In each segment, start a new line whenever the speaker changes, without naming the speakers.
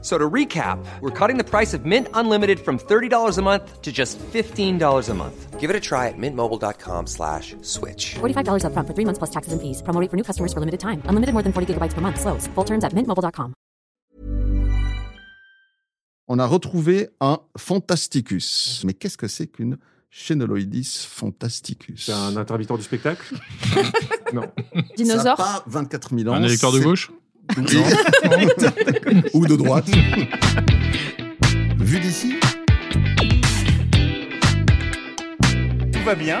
So to recap, we're cutting the price of Mint Unlimited from $30 a month to just $15 a month. Give it a try at mintmobile.com slash switch.
$45 upfront for three months plus taxes and fees. Promo rate for new customers for limited time. Unlimited more than 40 gigabytes per month. Slows. Full terms at mintmobile.com.
on a retrouvé un Fantasticus. Mais qu'est-ce que c'est qu'une Chenoloidis fantasticus
C'est un intermittent du spectacle Non.
Ça a
Dinosaure
pas 24 000 ans.
Un électeur de
c'est-
gauche
Ou de droite. Vu d'ici,
Tout va bien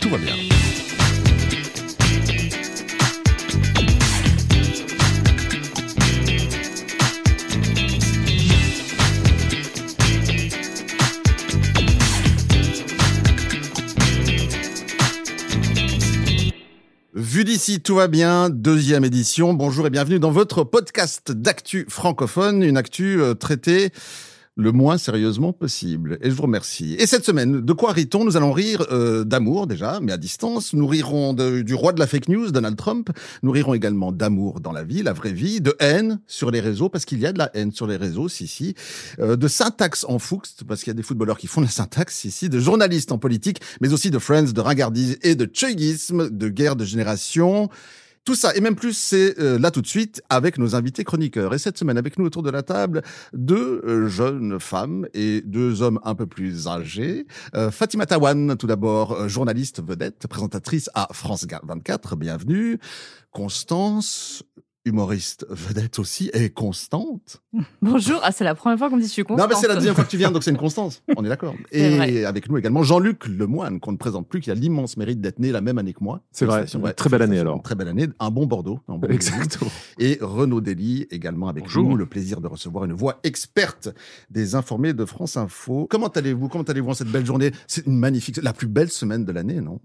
tout va bien. Vu d'ici, tout va bien, deuxième édition. Bonjour et bienvenue dans votre podcast d'actu francophone, une actu euh, traitée le moins sérieusement possible. Et je vous remercie. Et cette semaine, de quoi rit-on Nous allons rire euh, d'amour déjà, mais à distance. Nous rirons de- du roi de la fake news, Donald Trump. Nous rirons également d'amour dans la vie, la vraie vie, de haine sur les réseaux, parce qu'il y a de la haine sur les réseaux, si, si. Euh, de syntaxe en fuxt, parce qu'il y a des footballeurs qui font de la syntaxe, si, si. De journalistes en politique, mais aussi de friends, de ringardise et de chugisme, de guerre de génération. Tout ça et même plus, c'est euh, là tout de suite avec nos invités chroniqueurs. Et cette semaine, avec nous autour de la table, deux euh, jeunes femmes et deux hommes un peu plus âgés. Euh, Fatima Tawan, tout d'abord, euh, journaliste vedette, présentatrice à France 24, bienvenue. Constance, humoriste vedette aussi, et constante.
Bonjour, ah, c'est la première fois qu'on me dit que je suis
Non,
constante.
mais c'est la deuxième fois que tu viens, donc c'est une constance. On est d'accord.
C'est
Et
vrai.
avec nous également Jean-Luc Lemoine, qu'on ne présente plus, qui a l'immense mérite d'être né la même année que moi.
C'est vrai.
Félicitations.
Très belle année,
félicitations.
alors.
Très belle année, un bon Bordeaux. un bon
Exactement.
et Renaud Dely également avec
Bonjour.
nous. Le plaisir de recevoir une voix experte des informés de France Info. Comment allez-vous Comment allez-vous en cette belle journée C'est une magnifique, la plus belle semaine de l'année, non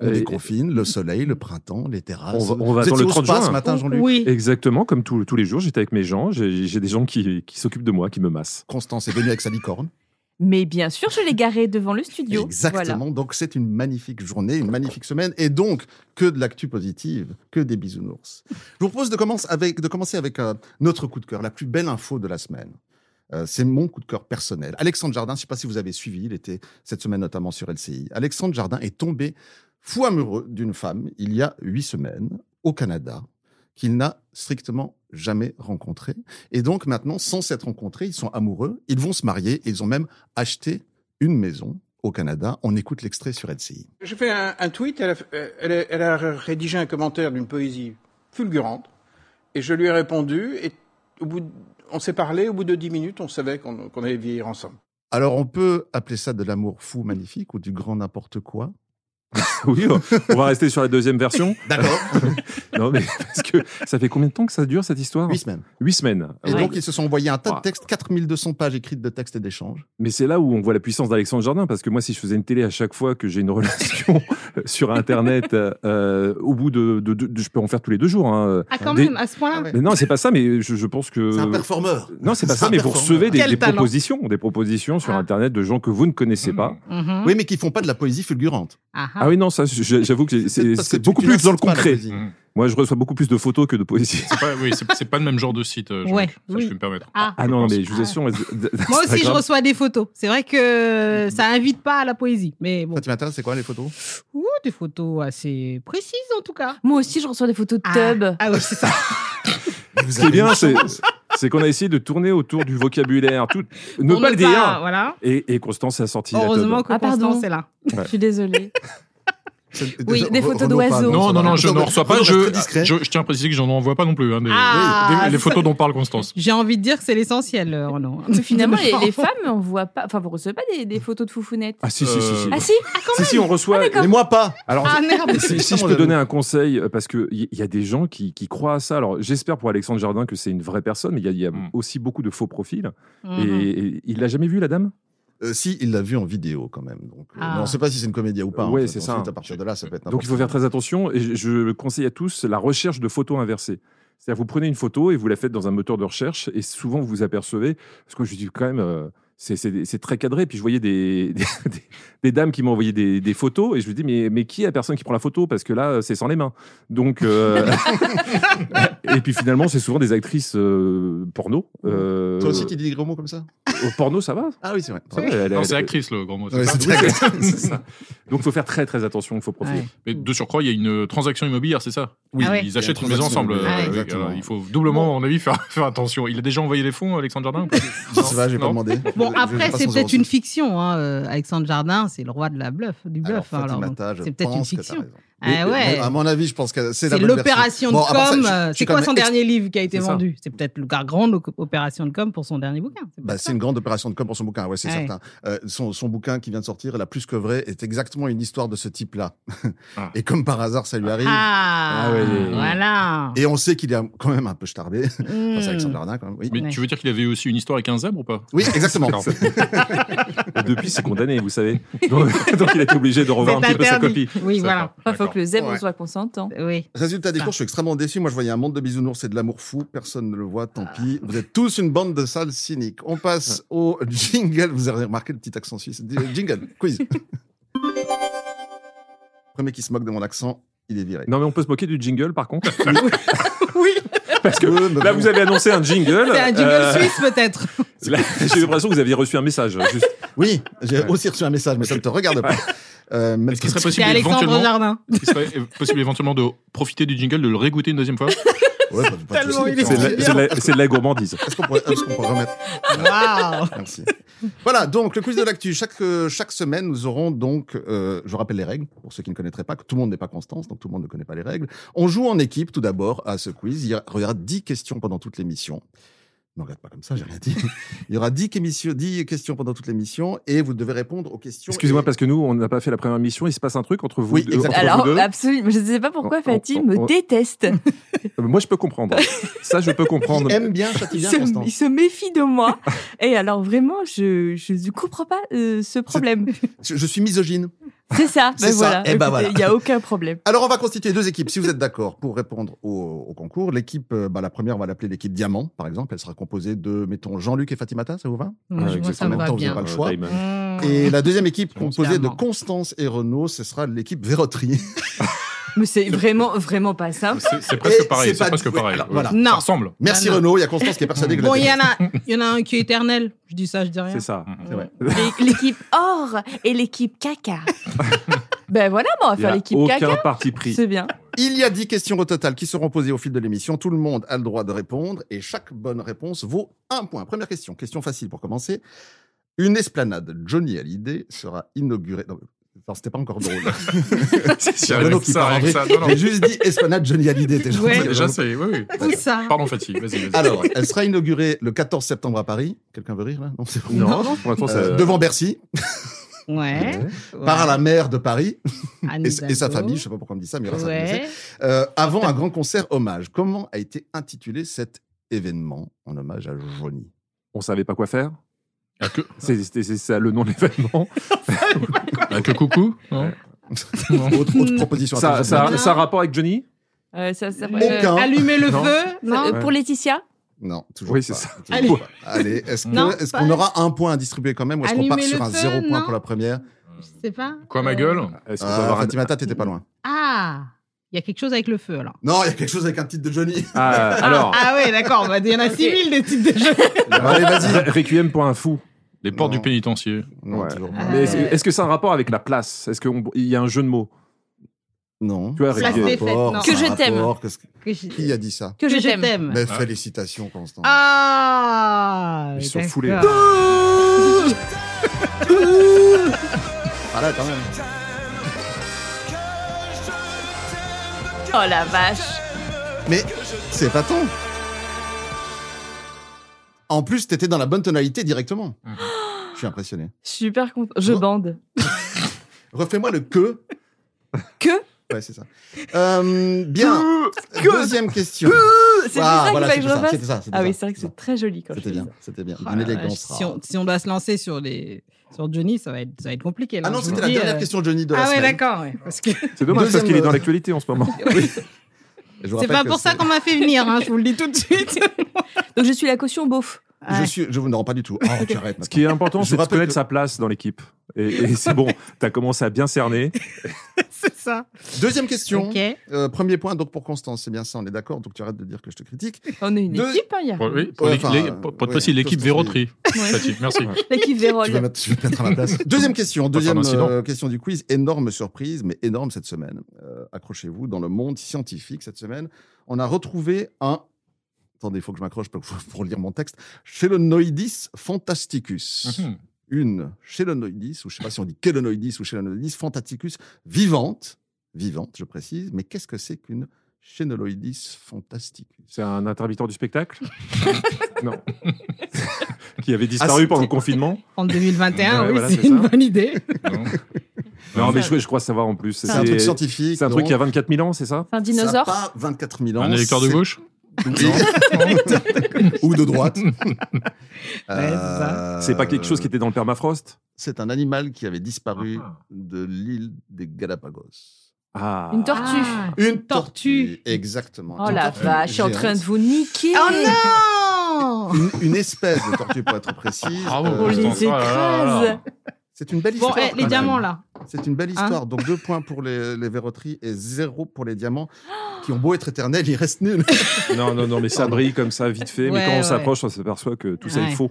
On
Et-
déconfine, le soleil, le printemps, les terrasses.
Euh, On va- on va
Vous
attendre
étiez
le
au
30
spa
juin.
ce matin, Jean-Luc
Oui.
Exactement, comme tous- tous les jours, j'étais avec mes gens, j'ai j'ai des gens qui, qui s'occupent de moi, qui me massent.
Constance est venue avec sa licorne.
Mais bien sûr, je l'ai garé devant le studio.
Exactement. Donc, c'est une magnifique journée, une magnifique semaine. Et donc, que de l'actu positive, que des bisounours. Je vous propose de, commence avec, de commencer avec euh, notre coup de cœur, la plus belle info de la semaine. Euh, c'est mon coup de cœur personnel. Alexandre Jardin, je ne sais pas si vous avez suivi, il était cette semaine notamment sur LCI. Alexandre Jardin est tombé fou amoureux d'une femme il y a huit semaines au Canada qu'il n'a strictement jamais rencontrée. Et donc maintenant, sans s'être rencontrés, ils sont amoureux, ils vont se marier, ils ont même acheté une maison au Canada. On écoute l'extrait sur LCI.
J'ai fait un, un tweet, elle a, euh, elle a- elle a rédigé un commentaire d'une poésie fulgurante, et je lui ai répondu, et au bout de- on s'est parlé, au bout de dix minutes, on savait qu'on qu'on allait vieillir ensemble.
Alors on peut appeler ça de l'amour fou magnifique ou du grand n'importe quoi.
Oui, on va rester sur la deuxième version.
D'accord.
Non, mais parce que ça fait combien de temps que ça dure cette histoire
Huit semaines.
Huit semaines.
Et
Ouais.
donc ils se sont envoyés un tas de
Ouais.
textes, 4200 pages écrites de textes et d'échanges.
Mais c'est là où on voit la puissance d'Alexandre Jardin, parce que moi, si je faisais une télé à chaque fois que j'ai une relation sur Internet, euh, au bout de, de- de- de- Je peux en faire tous les deux jours. hein.
Ah, quand
Des-
même, à ce point-là
Ah ouais.
Mais non, c'est pas ça, mais je, je pense que.
C'est un performeur.
Euh, Non, c'est pas
C'est
ça,
un
mais vous
performeur.
recevez des,
Quel
des
talent.
propositions, des propositions sur
Ah.
Internet de gens que vous ne connaissez
Mm.
pas.
Mhm.
Ah Oui, mais qui font pas de la poésie fulgurante.
Ah, ah.
Ah oui, non, ça, je- j'avoue que j'ai-
peut-être
c'est
parce
c'est
que tu-
beaucoup
tu
plus dans le
n'incites pas à la
concret.
poésie.
Moi, je reçois beaucoup plus de photos que de poésie.
C'est pas, oui, c'est, c'est pas le même genre de site. euh, Jean-Luc.
Ouais,
Ça,
oui.
je peux me permettre.
Ah.
Ah non,
pense.
mais je vous assure.
Moi aussi, je reçois des photos. C'est vrai que ça invite pas à la poésie. Mais bon,
Fatima, Tall, c'est quoi les photos
Ouh, des photos assez précises en tout cas.
Moi aussi, je reçois des photos de
Ah.
tub.
Ah oui, c'est ça.
Ce qui est bien, c'est, c'est qu'on a essayé de tourner autour du vocabulaire, tout, ne
Pour
pas le dire.
Voilà.
Et, et Constance a sorti
Heureusement que
Ah, pardon.
Constance est là.
Je suis désolée.
C'est-
Oui,
Re-
des photos
Renaud, pas,
d'oiseaux.
ça
Non, non,
va.
non, je
mais
n'en reçois pas.
Renaud
Je,
reste très discret.
je, je tiens à préciser que j'en envoie pas non plus. hein, des-
Ah,
des- les
ça-
photos dont parle Constance.
J'ai envie de dire que c'est l'essentiel, euh, Renaud.
Parce que finalement, les,
Vraiment.
les femmes, on voit pas. Enfin, vous recevez pas des, des photos de foufounettes
Ah si, si, si, si.
Ah si
si, si, on reçoit.
Mais moi pas.
Alors,
Ah merde.
si, si je
Mon
peux
jaloux.
donner un conseil, euh, parce qu'il y, y a des gens qui, qui croient à ça. Alors, j'espère pour Alexandre Jardin que c'est une vraie personne, mais il y a, il y a
Mm.
aussi beaucoup de faux profils. Et,
Mhm.
et il l'a jamais vu, la dame
Euh, si, il l'a vu en vidéo quand même. Donc, euh,
Ah.
mais on ne sait pas si c'est une comédie ou pas.
Ouais,
en fait.
c'est
Ensuite,
ça.
À partir de là, ça peut être
Donc,
n'importe
il faut
quoi.
faire très attention. Et je- je conseille à tous la recherche de photos inversées. C'est-à-dire, vous prenez une photo et vous la faites dans un moteur de recherche, et souvent vous vous apercevez, parce que je dis quand même, euh, c'est- c'est c'est très cadré. Puis je voyais des, des, des- des dames qui m'envoyaient des, des photos, et je me dis, mais, mais qui est la personne qui prend la photo Parce que là, c'est sans les mains. Donc, euh, et puis finalement, c'est souvent des actrices euh, porno. euh,
Toi aussi, tu dis des gros mots comme ça
au porno, ça va
Ah oui, c'est vrai.
Ça va, elle-
Non,
elle-
c'est actrice, le grand mot. c'est
Ouais,
ça
c'est d'accord.
c'est ça. Donc, il faut faire très, très attention, il faut profiter.
Ouais.
Mais de surcroît, il y a une euh, transaction immobilière, c'est ça
Oui,
Ah ouais.
Ils achètent
Il y a
une maison
transaction
ensemble.
immobilière,
euh,
ouais.
oui,
exactement.
alors, il faut doublement, à mon avis, faire, faire attention. Il a déjà envoyé les fonds, Alexandre Jardin ou pas
Je sais pas, j'ai pas
Non.
demandé.
Bon,
Je- je
après,
passe
c'est
sans
peut-être
avancer.
une fiction. Hein. euh, Alexandre Jardin, c'est le roi de la bluff, du
Alors,
bluff. hein,
Fatima
alors, donc,
Ta, je
c'est peut-être une
pense que t'as
fiction.
raison.
Ah ouais.
À mon avis, je pense que c'est la
C'est
bonne version.
l'opération
Bon,
de
à part ça,
com.
je- je
euh,
suis
C'est
quand
quoi
même
son
ex-
dernier livre qui a été
C'est ça.
vendu C'est peut-être la grande op- opération de com pour son dernier bouquin. c'est
Bah,
peut-être
c'est une grande opération de com pour son bouquin, ouais, c'est
Ouais.
certain. Euh, son, son bouquin qui vient de sortir, La plus que vraie, est exactement une histoire de ce type-là.
Ah.
Et comme par hasard, ça lui
ça.
arrive.
Ah,
Ah ouais, les-
voilà.
Et on sait qu'il est quand même un peu starbé. Enfin,
Hmm.
Ah, c'est Alexandre Jardin, quand même. Oui,
Mais
Ouais.
tu veux dire qu'il avait eu aussi une histoire avec un zèbre ou pas
oui exactement.
D'accord.
Et depuis, c'est condamné, vous savez. Donc, donc, il a été obligé de revoir un
C'est
petit peu sa
interdit.
copie.
Oui, voilà.
Enfin, faut
D'accord.
que le zèbre
Ouais.
soit consentant.
Oui.
Résultat des
Ah.
courses, je suis extrêmement déçu. Moi, je voyais un monde de bisounours et de l'amour fou. Personne ne le voit, tant pis.
Ah.
Vous êtes tous une bande de sales cyniques. On passe au jingle. Vous avez remarqué le petit accent suisse. Di- Jingle, quiz. Premier qui se moque de mon accent, il est viré.
Non, mais on peut se moquer du jingle, par contre.
Oui,
Parce que
Ouais, mais
là,
Euh, bah, bon.
vous avez annoncé un jingle.
c'est un jingle
euh,
suisse peut-être.
là, J'ai l'impression que vous aviez reçu un message. juste.
Oui, j'ai
Ouais.
aussi reçu un message, mais ça ne te regarde pas. Euh, mais
Est-ce qu'il serait
C'est
possible
Alexandre
éventuellement
Jardin.
Est-ce qu'il serait euh, possible éventuellement de profiter du jingle, de le régoûter une deuxième fois
Ouais, pas- pas de
Tellement
souci.
il est
C'est de, la- c'est de la- c'est de la gourmandise.
Est-ce qu'on pourrait, est-ce qu'on pourrait remettre
Waouh.
Merci. Voilà, donc le quiz de l'actu. Chaque, euh, chaque semaine, nous aurons donc, euh, je rappelle les règles, pour ceux qui ne connaîtraient pas, que tout le monde n'est pas Constance, donc tout le monde ne connaît pas les règles. On joue en équipe tout d'abord à ce quiz. Il y aura 10 questions pendant toute l'émission. Ne regarde pas comme ça, j'ai rien dit. Il y aura 10, émissions, 10 questions pendant toute l'émission et vous devez répondre aux questions.
Excusez-moi,
Et-
parce que nous, on n'a pas fait la première mission. Il se passe un truc entre vous,
Oui,
deux-
exactement.
entre vous
Alors,
deux.
absolument. Je ne sais pas pourquoi
Oh,
On-
Fatih
on-
me
on-
déteste.
Euh, Moi, je peux comprendre. Ça, je peux comprendre.
Il aime bien, châtie
Il
bien,
se, il
Constance.
se méfie de moi. Et alors, vraiment, je je ne comprends pas euh, ce problème.
Je, je suis misogyne.
C'est ça.
C'est
Ben
ça.
voilà.
Eh ben
Écoutez,
voilà.
Il n'y a aucun problème.
Alors, on va constituer deux équipes, si vous êtes d'accord, pour répondre au, au concours. L'équipe, euh, bah, la première, on va l'appeler l'équipe Diamant, par exemple. Elle sera composée de, mettons, Jean-Luc et Fatimata, ça vous va
Moi, je vois, ça
exactement.
me
En même
va
temps, vous avez pas
bien. Mm.
le choix.
Time.
Et la deuxième équipe
Bon,
composée de
clairement.
Constance et Renaud, ce sera l'équipe Verroterie.
Mais c'est vraiment, vraiment pas simple.
C'est c'est
Et
presque pareil.
c'est pas
C'est presque
du-
pareil.
alors,
Ouais.
voilà.
Non.
Ça ressemble.
Merci
Ah, non.
Renaud, il y a Constance qui est persuadée que
Bon,
la
il y, en a, il y en a un qui est éternel. Je dis ça, je dis rien.
C'est ça.
C'est vrai.
L'é- L'équipe or et l'équipe caca. ben voilà, bon, on va
Il n'y
faire
a
l'équipe caca.
aucun parti pris.
C'est bien.
Il y a 10 questions au total qui seront posées au fil de l'émission. Tout le monde a le droit de répondre et chaque bonne réponse vaut un point. Première question, question facile pour commencer. Une esplanade Johnny Hallyday sera inaugurée. Non, non, c'était pas encore drôle.
C'est
Renaud qui part en
avec
vrai.
ça. Non, non.
J'ai juste dit esplanade Johnny Hallyday déjà.
Ouais.
Déjà, c'est. Oui, oui.
Tout ça.
Pardon, Fatih. Vas-y, vas-y.
Alors, elle sera inaugurée le 14 septembre à Paris. Quelqu'un veut rire là Non, c'est bon.
Non, non, pour l'instant,
Euh,
ça-
devant Bercy,
Ouais.
par la mer de Paris
Anne
et, et sa
Hidalgo.
famille. Je sais pas pourquoi on me dit ça, mais il y aura sa famille.
Ouais.
Euh, avant un grand concert hommage, comment a été intitulé cet événement en hommage à Johnny
On savait pas quoi faire.
Ah, que-
C'est c'est- c'est ça le nom de l'événement.
ah, que coucou non Non.
autre, autre proposition
Ça,
intelligente.
ça, ça a rapport avec Johnny
Euh, ça, ça-
Le-
euh,
Aucun.
Allumer le
Non.
feu. Non.
euh, pour Laetitia
Non, toujours
Oui,
pas.
c'est ça.
Toujours
Allez.
pas. Allez, est-ce
Non,
que- est-ce
pas-
qu'on aura un point à distribuer quand même ou est-ce qu'on part
Allumez
sur
le
un
feu,
zéro point
non
pour la première
Je sais pas.
Quoi,
Euh,
ma gueule
Est-ce qu'on peut
ah,
avoir un-
Fatimata, t'étais pas loin.
Ah, il y a quelque chose avec le feu alors.
Non, il y a quelque chose avec un titre de Johnny.
Ah, alors,
Ah ouais, d'accord. bah, Il y en a 6000 des titres de jeux.
Allez, vas-y.
Requiem pour un fou.
Les portes
Non.
du pénitencier.
Non,
Ouais.
toujours
Ah.
pas.
Mais est-ce est-ce que c'est un rapport avec la place Est-ce qu'il y a un jeu de mots
Non.
Tu vois,
C'est un
Place des
rapport,
fêtes, non.
c'est
Que
un
je t'aime.
rapport, qu'est-ce que-
Que je-
Qui a dit ça
que, je t'aime.
Mais
Ah.
félicitations, Constant.
Ah
Ils sont
d'accord.
foulés.
Ah là, quand même.
Oh la vache.
Mais c'est pas ton. En plus, t'étais dans la bonne tonalité directement. Je suis impressionné.
Je suis hyper contente. Je
Non.
bande.
Refais-moi le que.
Que
Ouais, c'est ça. Euh, bien. Deuxième question.
C'est
Ah,
ça
voilà,
qu'il fallait que
c'était
je
ça,
refasse
c'était ça, c'était
Ah
ça,
oui, c'est vrai que
c'était
c'est très joli quand
ça.
je
C'était
fais
bien,
ça. Ah
c'était bien.
Oh
D'une
la vache,
élégance
Si
rare.
on, si on doit se lancer sur, les, sur Johnny, ça va être, ça va être compliqué. Là,
Ah non,
je vous
c'était la
dis,
dernière
euh,
question de Johnny de la
Ah ouais,
semaine.
d'accord. ouais, parce que...
C'est dommage
Deuxième,
parce qu'il est dans
euh,
l'actualité en ce moment.
Je vous
C'est
rappelle
pas
que
pour ça
c'est-
qu'on m'a fait venir, hein, je vous le dis tout de suite. Euh,
Donc je suis la caution beauf.
Je
Ouais.
suis, je vous ne rends pas du tout. Oh, tu arrêtes
Ce
maintenant.
qui est important,
Je
c'est de
rappelle
connaître
que-
sa place dans l'équipe. Et, et c'est bon, t'as commencé à bien cerner.
C'est ça.
Deuxième question.
Ok.
Euh, premier point, donc pour Constance, c'est bien ça, on est d'accord. Donc tu arrêtes de dire que je te critique.
On est une
Deux-
équipe, hein, il y a-
Pour, oui, pour
Ouais,
les-
enfin,
les-
euh,
pour- pour être
oui,
précis, l'équipe
Constance,
Véroterie.
Ouais.
Statique, merci.
L'équipe
Tu vas
Vérole.
mettre, tu vas mettre à ma place. Deuxième question,
Pas faire
deuxième
d'incident.
euh, question du quiz. Énorme surprise, mais énorme cette semaine. Euh, Accrochez-vous dans le monde scientifique cette semaine. On a retrouvé un. Attendez, il faut que je m'accroche pour, pour lire mon texte. Chelonoidis fantasticus.
Mhm.
Une Chelonoidis, ou je ne sais pas si on dit Chelonoidis ou Chelonoidis fantasticus vivante. Vivante, je précise. Mais qu'est-ce que c'est qu'une Chelonoidis fantasticus
C'est un intermittent du spectacle Non. qui avait
Ah,
disparu pendant le confinement
En 2021,
Ouais,
oui,
voilà,
c'est
c'est
une
ça.
bonne idée.
Non.
Non, mais je, je crois savoir en plus.
C'est un truc scientifique.
C'est un truc
donc,
qui a 24 000 ans, c'est ça
C'est un
ça a
dinosaure.
pas 24 000 ans.
Un électeur de
c'est-
gauche
ou de droite. Euh,
ça.
C'est pas quelque chose qui était dans le permafrost
C'est un animal qui avait disparu
Ah.
de l'île des Galapagos.
Ah.
Une tortue.
Ah.
Une
tortue.
Exactement.
Oh
Une
la
tortue
vache, je suis en train de
géante.
vous niquer.
Ah
Oh non
Une, une espèce de tortue, pour être précis. Euh,
Bravo,
On les
Constance.
écrase.
Oh là là là.
C'est une belle
Bon,
histoire.
eh,
quand
les
même.
diamants là.
C'est une belle
Hein
histoire. Donc deux points pour les, les verroteries et zéro pour les diamants, qui ont beau être éternels, ils restent nuls.
Non, non, non, mais ça brille comme ça, vite fait. mais
Ouais,
quand on
ouais.
s'approche, on s'aperçoit que tout ça est
Ouais.
faux.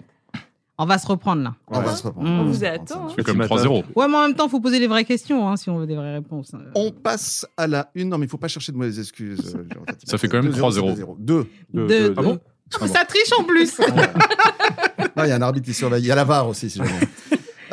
On va se reprendre là.
On va se reprendre.
On
va
vous
se reprendre,
attend,
ça
hein.
marche.
C'est comme 3-0.
Ouais, mais en même temps, faut poser les vraies questions hein, si on veut des vraies réponses. Euh,
On passe à la une. Non, mais il faut pas chercher de mauvaises excuses. euh, Jérôme Fatima.
Ça fait quand même
2-0,
3-0.
c'est 2-0. Deux.
De-
Deux.
de-
Ah bon
Ah bon.
Ça triche en plus.
Non, il y a un arbitre qui surveille. Il y a la VAR aussi, si jamais.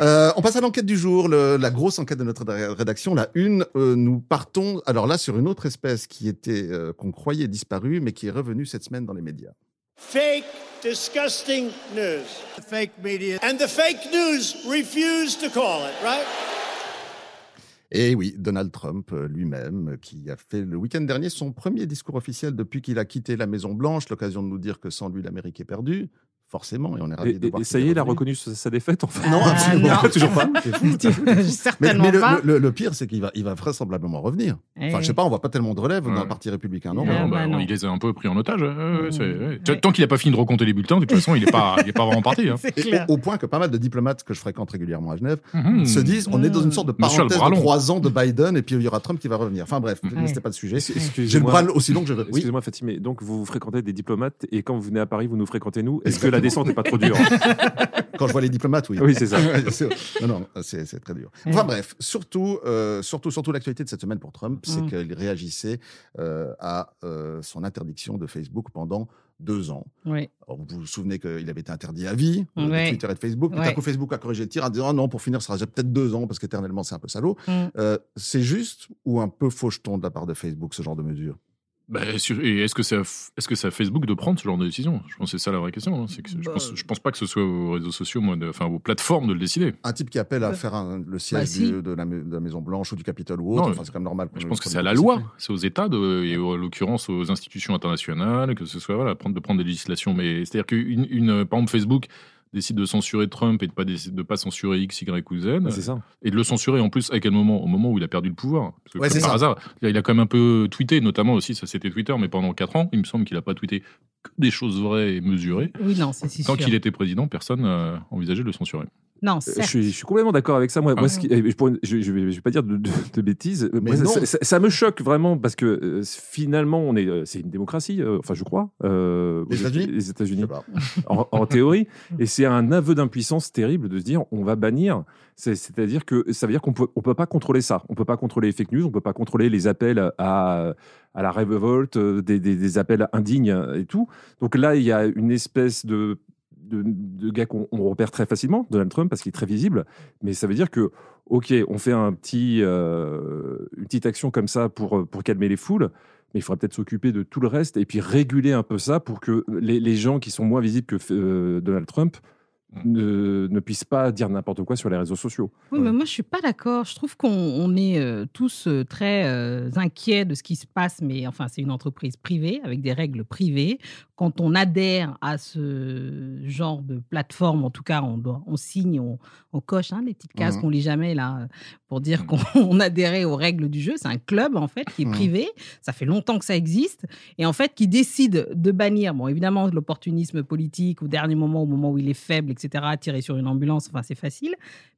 Euh, on passe à l'enquête du jour, le- la grosse enquête de notre rédaction. La une, euh, nous partons alors là sur une autre espèce qui était euh, qu'on croyait disparue, mais qui est revenue cette semaine dans les médias.
Fake, disgusting news. The fake media. And the fake news refuse to call it, right?
Et oui, Donald Trump euh, lui-même, euh, qui a fait le week-end dernier son premier discours officiel depuis qu'il a quitté la Maison Blanche, l'occasion de nous dire que sans lui l'Amérique est perdue, forcément, et on est
Et,
ravis Ah, de
et-
voir.
et
qu'il
ça y est, il a
revenu.
reconnu sa sa défaite, enfin.
Non,
Ah,
absolument,
non.
toujours pas. C'est fou, c'est fou. Mais,
Certainement
mais le,
pas.
le- le pire, c'est qu'il va, il va vraisemblablement revenir.
Eh.
Enfin, je sais pas, on voit pas tellement de relève dans
Ouais.
le Parti républicain, non
Non,
Ouais,
non, bah,
ouais,
on-
non.
Il les a un peu pris en otage. euh, ouais, c'est- ouais.
Ouais.
Tant qu'il n'a pas fini de recompter les bulletins, de toute façon, il n'est pas, il est pas vraiment parti. hein.
C'est
Et
clair.
au, au point que pas mal de diplomates que je fréquente régulièrement à Genève
Mhm.
se disent on est dans une sorte de
Monsieur a le
parenthèse
bras
de
long.
trois ans de Biden et puis il y aura Trump qui va revenir. Enfin bref, mais c'était pas le sujet.
Excusez-moi.
J'ai le bras aussi long que je veux. Oui.
Excusez-moi, Fatima, mais donc vous fréquentez des diplomates et quand vous venez à Paris, vous nous fréquentez nous. Est-ce que la descente n'est pas trop dure
Quand je vois les diplomates, oui.
Oui, c'est ça.
C'est- non, non, c'est c'est très dur. Enfin bref, surtout, euh, surtout, surtout l'actualité de cette semaine pour Trump, c'est
Mm.
qu'il réagissait euh, à euh, son interdiction de Facebook pendant deux ans.
Oui.
Alors, vous vous souvenez qu'il avait été interdit à vie, euh, de
Ouais.
Twitter et de Facebook. Tout à
Ouais.
coup, Facebook a corrigé le tir en disant Ah non, pour finir, ça sera peut-être deux ans parce qu'éternellement, c'est un peu salaud.
Mm.
Euh, c'est juste ou un peu faux jeton de la part de Facebook, ce genre de mesure
Bah, sur- et est-ce que c'est à F- est-ce que c'est à Facebook de prendre ce genre de décision Je pense que c'est ça la vraie question. hein. C'est que je, pense, je pense pas que ce soit aux réseaux sociaux, moi, de- enfin aux plateformes de le décider.
Un type qui appelle à faire un- le siège
Bah, si.
du- de, la, de la Maison-Blanche ou du Capitole ou autre,
Non,
enfin, c'est quand même normal. qu'on
Je
le
pense que
prenne
c'est à
au
la
principe.
loi, c'est aux États de- et en l'occurrence aux institutions internationales, que ce soit voilà, prendre- de prendre des législations. Mais c'est-à-dire qu'une, une, euh, par exemple, Facebook décide de censurer Trump et de pas déci- de pas censurer X, Y ou Z,
Euh,
C'est ça.
et de le censurer en plus à quel moment Au moment où il a perdu le pouvoir. Parce que
Ouais,
comme
c'est
par
ça.
hasard, là, il a quand même un peu tweeté, notamment aussi, ça c'était Twitter, mais pendant 4 ans, il me semble qu'il n'a pas tweeté que des choses vraies et mesurées.
Oui, non, c'est c'est
Tant
sûr.
qu'il était président, personne n'a envisagé de le censurer.
Non,
Euh, Je
certes.
suis, je suis complètement d'accord avec ça. Moi,
Ah.
moi, ce qui- euh, pour une- je, je vais, je vais pas dire de, de- de bêtises.
Mais
Moi, ça,
non.
ça- ça- ça me choque vraiment parce que euh, finalement, on est, euh, c'est une démocratie. euh, enfin, je crois. euh,
Les
aux-
États-Unis
Les
Je
États-Unis.
sais pas.
en, en théorie. Et c'est un aveu d'impuissance terrible de se dire on va bannir. C'est- C'est-à-dire que ça veut dire qu'on peut, on peut pas contrôler ça. On peut pas contrôler les fake news, on peut pas contrôler les appels à, à la révolte, euh, des, des- des appels indignes et tout. Donc là, il y a une espèce de, de, de gars qu'on on repère très facilement, Donald Trump, parce qu'il est très visible. Mais ça veut dire que, OK, on fait un petit, euh, une petite action comme ça pour, pour calmer les foules mais il faudra peut-être s'occuper de tout le reste et puis réguler un peu ça pour que les, les gens qui sont moins visibles que euh, Donald Trump
Mm.
ne, ne puissent pas dire n'importe quoi sur les réseaux sociaux.
Oui, mais moi, je suis pas d'accord. Je trouve qu'on on est euh, tous euh, très euh, inquiets de ce qui se passe, mais enfin, c'est une entreprise privée avec des règles privées quand on adhère à ce genre de plateforme, en tout cas, on, doit- on signe, on, on coche hein, les petites cases
Mhm.
qu'on lit jamais là euh, pour dire
Mhm.
qu'on on adhérait aux règles du jeu. C'est un club en fait qui est
Mhm.
privé. Ça fait longtemps que ça existe et en fait qui décide de bannir. Bon, évidemment, l'opportunisme politique au dernier moment, au moment où il est faible, etc. Tirer sur une ambulance, enfin, c'est facile.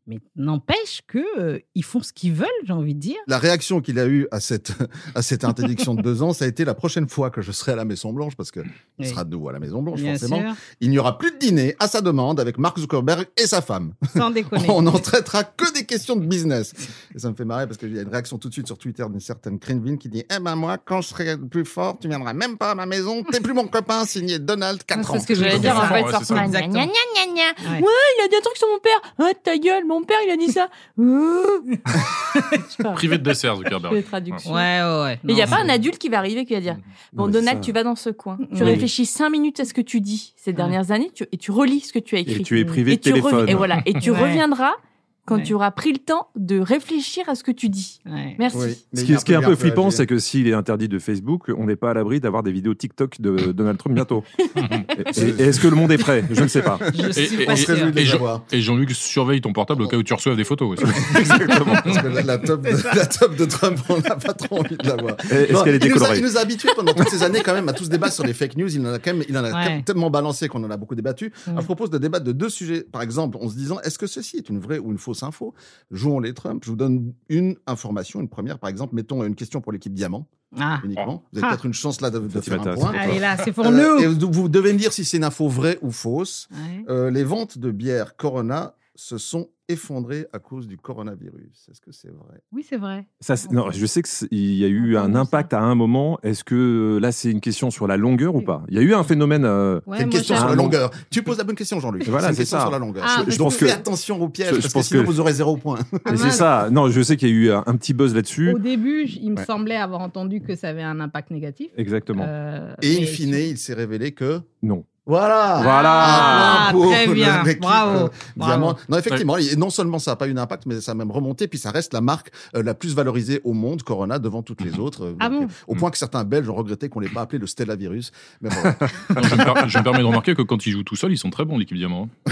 Mais n'empêche que euh, ils font ce qu'ils veulent, j'ai envie de dire.
La réaction qu'il a eue à cette, à cette interdiction de deux ans, ça a été la prochaine fois que je serai à la Maison-Blanche, parce qu'il
Oui.
sera de nouveau à la Maison-Blanche,
Bien
forcément.
sûr,
Il n'y aura plus de dîner à sa demande avec Mark Zuckerberg et sa femme.
sans déconner.
On n'en traitera que des questions de business. Et ça me fait marrer parce qu'il y a une réaction tout de suite sur Twitter d'une certaine Crinvin qui dit Eh ben moi, quand je serai le plus fort, tu viendras même pas à ma maison, t'es plus mon copain, signé Donald, 4 ans.
Ah, C'est ce que j'allais
Comme
dire, en
ça,
fait,
ouais,
ça
c'est ça.
ressemble à
Exactement.
gna gna gna gna.
Ouais.
Ouais,
Il a dit un truc sur mon père. Ah, ta gueule, mon père, il a dit ça. Ouh. Je sais pas.
Privé de dessert,
Les
Zuckerberg.
traductions.
Ouais, ouais, ouais.
Mais il n'y a
Non,
pas
c'est-
un adulte qui va arriver qui va dire Bon,
mais
Donald,
ça-
tu vas dans ce coin. Tu
Oui.
réfléchis cinq minutes à ce que tu dis ces dernières années tu- et tu relis ce que tu as écrit.
Et tu es privé
Et
de
tu revi-
téléphone.
Et voilà. Et tu
Ouais.
reviendras quand
Ouais.
tu auras pris le temps de réfléchir à ce que tu dis.
Ouais.
Merci.
Oui, mais
Ce
il
qui,
a
ce qui est un peu
regardé
flippant,
agir.
c'est que s'il est interdit de Facebook, on n'est pas à l'abri d'avoir des vidéos TikTok de Donald Trump bientôt. Et- et- et Est-ce que le monde est prêt Je ne sais pas.
Je
Et-
suis
et-
pas
On serait
sûre.
venu de les
Et je-
avoir.
Et Jean-Luc surveille ton portable au cas où tu reçoives des photos aussi.
Exactement.
Parce que la, la top de, la top de Trump, on n'a pas trop envie de l'avoir.
Et- Est-ce
Non,
qu'elle est
il, nous a,
décolorée
il nous a habitués pendant toutes ces années quand même à tout ce débat sur les fake news. Il en a quand même, il en a
Ouais.
quand même tellement balancé qu'on en a beaucoup débattu.
Mm.
À propos de débattre de deux sujets, par exemple, en se disant est-ce que ceci est une vraie ou une fausse info Jouons les Trump. Je vous donne une information, une première, par exemple, mettons une question pour l'équipe diamant
Ah.
uniquement. Vous avez
Ah.
peut-être une chance là de, de
Ça, tu
faire un
m'intéresses.
point.
Allez là, c'est pour
Euh, et
nous.
vous vous devez me dire si c'est une info vraie ou fausse.
Ouais.
Euh, les ventes de bière Corona se sont effondrées à cause du coronavirus. Est-ce que c'est vrai
Oui, c'est vrai.
Ça, c'est- non, je sais qu'il y a eu un
Entendu ça.
impact à un moment. Est-ce que euh, là, c'est une question sur la longueur ou pas Il y a eu un phénomène. euh,
Ouais,
C'est une
moi,
question
j'ai-
sur la
Ah, non.
longueur. Tu poses la bonne question, Jean-Luc.
Voilà,
c'est une
c'est
question
ça.
sur la longueur.
Ah,
Je- je
donc
fais
que-
attention aux pièges,
je- je
parce
pense
que sinon
que-
vous aurez zéro point.
Ah,
et c'est
mince.
ça. Non, je sais qu'il y a eu un, un petit buzz là-dessus.
Au début, j- il me
Ouais.
semblait avoir entendu que ça avait un impact négatif.
Exactement.
Euh,
Et in
mais-
fine, il s'est révélé que...
Non.
Voilà
Voilà.
Ah,
Un point pour
très bien.
l'équipe,
Bravo.
euh, Diamant.
Bravo.
Non, effectivement, et non seulement ça n'a pas eu d'impact, mais ça a même remonté, puis ça reste la marque euh, la plus valorisée au monde, Corona, devant toutes les autres. euh,
Ah
donc,
bon
euh, Au point que certains Belges ont regretté qu'on ne l'ait pas appelé le Stella Virus. Mais bon,
Non, je, me per- je me permets de remarquer que quand ils jouent tout seuls, ils sont très bons, l'équipe Diamant. hein.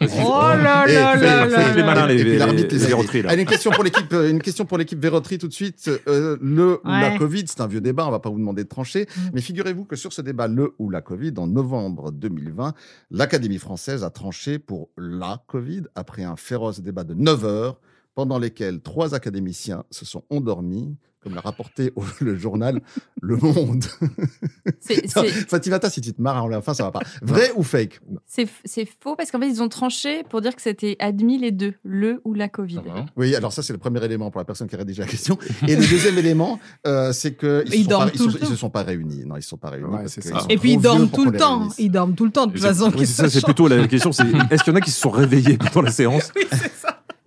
Oh là
Et-
là
et-
là
et-
là
les
là.
malins,
et
les-
puis
les-
l'arbitre
les
a dit.
Verroterie, là.
Allez, une question pour l'équipe, euh, une question pour l'équipe Verroterie tout de suite. Euh, le ou la
Ouais.
Covid, c'est un vieux débat, on va pas vous demander de trancher,
Mm.
mais figurez-vous que sur ce débat, le ou la Covid, en novembre 2020, l'Académie française a tranché pour la Covid après un féroce débat de 9 heures pendant lesquels trois académiciens se sont endormis, comme l'a rapporté au- le journal Le Monde.
C'est-
Non,
c'est-
Fatimata, si tu te marres à la fin, ça va pas. Vrai ou fake
C'est c'est faux parce qu'en fait, ils ont tranché pour dire que c'était admis les deux, le ou la Covid.
Ah
Ça va. hein.
Oui, alors ça, c'est le premier élément pour la personne qui a rédigé la question. Et le deuxième élément, euh, c'est que
Ils
ils se sont
dorment
pas- ils
tout
sont-
le
ils se
temps.
sont pas réunis. Non, ils se sont pas réunis.
Ouais,
parce
c'est
que
ça.
ils sont
Et puis
trop
ils dorment
vieux pour
tout
qu'on
le
les
temps.
réunisse.
Ils dorment tout le temps de toute
Et c'est-
façon.
Oui, c'est ça, c'est
change.
plutôt la question. C'est est-ce qu'il y en a qui se sont réveillés pendant la séance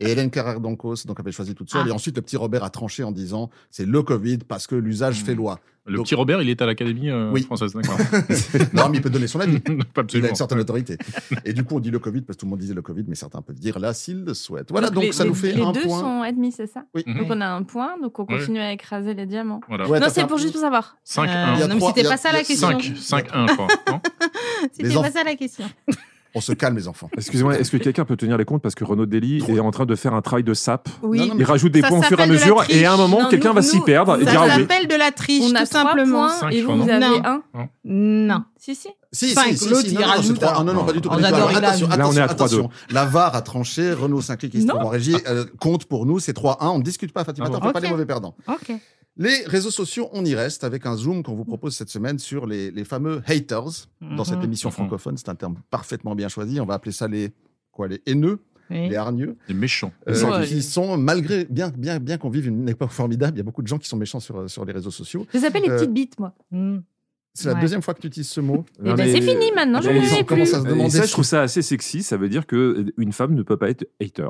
Et Hélène Carrère-Doncos donc, avait choisi toute seule.
Ah.
Et ensuite, le petit Robert a tranché en disant c'est le Covid parce que l'usage
Mm.
Hmm.
fait loi.
Le
Donc-
petit Robert, il est à l'Académie euh,
Oui.
française, d'accord.
Non, mais il peut donner son avis.
Pas
Il a
absolument.
une certaine autorité. Et du coup, on dit le Covid parce que tout le monde disait le Covid, mais certains peuvent dire là s'ils le souhaitent. Voilà, donc,
les,
ça
les-
nous fait
les
un
deux
point.
sont admis, c'est ça
Oui.
Donc
Ouais.
on a un point, donc on
Ouais.
continue à écraser les diamants.
Voilà.
Ouais, t'as
non,
fait
c'est
un
pour
point.
juste pour savoir.
Euh,
5-1.
non, mais
trois- il y
c'était
a-
pas ça
il y
la
a
question.
5, 5-1, je crois. Non
Les
C'était
enfants-
pas ça la question.
On se calme, les enfants.
Excusez-moi, est-ce que quelqu'un peut tenir les comptes parce que Renaud Dely
Trop.
est en train de faire un travail de sap
Non,
Oui.
non, mais-
Il rajoute des
Ça
points au fur et à
s'appelle de la
mesure
triche.
et à un moment,
Non,
quelqu'un
nous-
va
nous-
s'y perdre et
Ça
dira
Ah
oui.
s'appelle de la triche,
On a
tout
trois
simplement.
points
Cinq, je
et vous,
crois,
vous
non
avez
Non.
un.
Non.
Si, si.
Si,
Cinq,
si, si,
l'autre,
si,
il
non, non,
rajoute
c'est trois.
un.
Ah, non, non, pas du tout.
On
pas du tout.
adore, il
attention,
ajoute.
Là, on est
attention,
à 3-2.
attention. La VAR a tranché, Renault Saint-Cloud qui se
Non.
trouve en régie euh, compte pour nous, c'est 3-1. On ne discute pas, Fatima,
Ah
on
bon.
ne fait pas
Ok.
les mauvais perdants.
Ok.
Les réseaux sociaux, on y reste avec un zoom qu'on vous propose cette semaine sur les, les fameux haters. Dans
Mhm.
cette émission
Mhm.
francophone, c'est un terme parfaitement bien choisi. On va appeler ça les, quoi, les haineux,
Oui.
les hargneux.
Des méchants.
Euh,
Ouais.
qui sont, malgré, bien, bien, bien qu'on vive une époque formidable, il y a beaucoup de gens qui sont méchants sur, euh, sur les réseaux sociaux.
Je les appelle les
Euh,
petites bites, moi.
Oh,
Mm.
C'est la
Ouais.
deuxième fois que tu utilises ce mot.
Eh ben, c'est fini maintenant, je
mais
ne
ils
les
ont
ai
commencé
plus.
à se
Et
demander
ça,
si-
je trouve ça assez sexy. Ça veut dire que une femme ne peut pas être hater.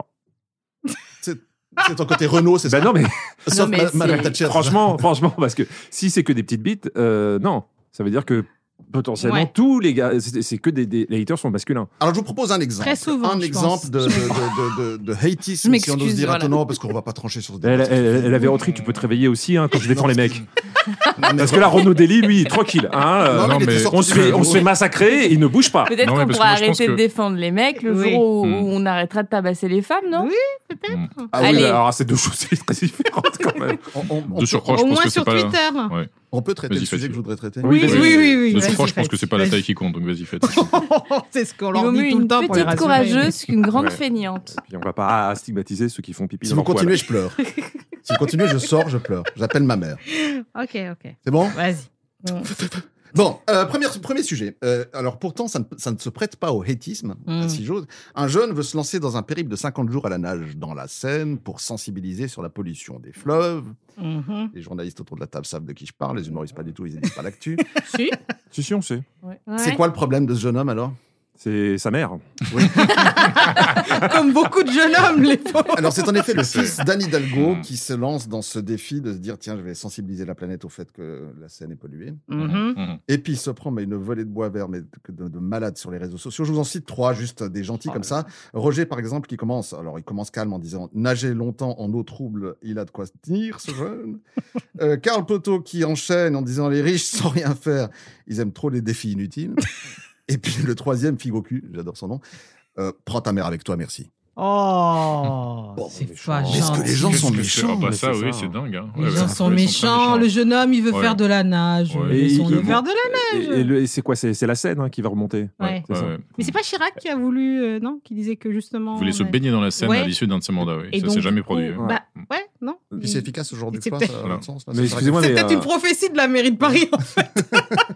C'est ton côté Renault, c'est
Ben
ça
non, mais
Sauf
mais
ma-
c'est-
Madame Thatcher.
franchement, franchement, parce que si c'est que des petites bites, euh, non. Ça veut dire que potentiellement
Ouais.
tous les gars. C'est c'est que des, des- les haters sont masculins.
Alors, je vous propose un exemple.
Très souvent,
un
je
exemple
pense.
de, de, de, de, de hatisme, si on
m'excuse,
ose dire
voilà.
maintenant, parce qu'on va pas trancher sur ce débat.
Elle, elle, elle- elle avait entré, tu peux te réveiller aussi hein, quand je défends les mecs.
Non, mais-
Parce que là, Renaud Dely, lui, tranquille. Hein, euh,
Non, mais il était
mais
sorti
on se
du
fait, on se
lot.
fait massacrer et il ne bouge pas.
Peut-être
Non,
qu'on
mais parce
pourra
que moi, je pense
arrêter
que-
de défendre les mecs le
Oui.
jour où,
Mm.
où on arrêtera de tabasser les femmes, non
Oui.
Ah
Allez.
oui,
Oui, alors c'est deux choses très différentes quand même.
on, on- on
De surcroît, je
Au
pense
moins
que c'est
sur
pas. la-
Twitter.
Ouais.
on peut traiter
Vas-y,
le sujet
fais-tu.
que je voudrais traiter.
Oui,
vas-y.
oui, oui, oui,
De
vas-y,
surcroît, je pense que c'est pas la
vas-y.
taille qui compte, donc vas-y, faites.
C'est ce qu'on
Il vaut
leur
mieux
dit tout
une
le temps pour les
petite
rassurer.
courageuse qu'une grande
Ouais.
feignante.
Puis on va pas stigmatiser ceux qui font pipi.
Si vous
dans leur poêle.
continuez, je pleure. Si vous continuez, je sors, je pleure. J'appelle ma mère.
Ok, ok.
C'est bon
Vas-y.
Bon, euh, premier, premier sujet. Euh, alors pourtant, ça ne, ça ne se prête pas au hétisme,
Mm.
si j'ose. Un jeune veut se lancer dans un périple de 50 jours à la nage dans la Seine pour sensibiliser sur la pollution des fleuves.
Mhm.
Les journalistes autour de la table savent de qui je parle, les humoristes pas du tout, ils n'éditent pas l'actu.
Si.
Si, si, on sait.
C'est quoi le problème de ce jeune homme alors
C'est sa mère.
Comme beaucoup de jeunes hommes, les pauvres.
Alors c'est en effet le
C'est-
fils d'Anne Hidalgo
Mm.
qui se lance dans ce défi de se dire tiens, je vais sensibiliser la planète au fait que la Seine est polluée.
Mm-hmm.
Mhm.
Et puis il se prend mais une volée de bois vert mais de, de- de malades sur les réseaux sociaux. Je vous en cite trois, juste des gentils comme ça. Roger, par exemple, qui commence, alors il commence calme en disant Nager longtemps en eau trouble, il a de quoi se tenir, ce jeune. Euh, Karl Poteau qui enchaîne en disant Les riches sans rien faire, ils aiment trop les défis inutiles. Et puis le troisième, Figocu, j'adore son nom. euh, prends ta mère avec toi, merci.
Oh,
Bon,
c'est
méchant.
pas
Mais
est-ce que
gentil.
les gens sont
Qu'est-ce que c'est Ah,
méchants
bah
mais
ça,
c'est
oui,
ça.
c'est dingue. hein.
Les
Ouais, ouais,
gens
ouais,
sont
ils
méchants.
très
Le jeune homme, il veut
Ouais.
faire de la nage.
Ouais.
Et
Laissons-le
il-
faire de la
Et,
nage.
et le- et c'est quoi C'est c'est la scène hein, qui va remonter.
Ouais.
c'est ça.
Ouais, ouais.
Mais c'est pas Chirac qui a voulu, euh, non Qui disait que justement.
Vous voulez se
ouais.
baigner dans la Seine
Ouais.
à l'issue d'un de ces mandats, oui.
Et
Ça
donc,
s'est
du
jamais
coup,
produit. hein. ouais.
Bah, ouais, non.
Puis c'est efficace aujourd'hui,
C'est
quoi,
peut-être-
ça, dans le sens, là,
Mais
ça
excusez-moi,
C'est
mais,
peut-être
euh,
une prophétie de la mairie de Paris. hein. en fait.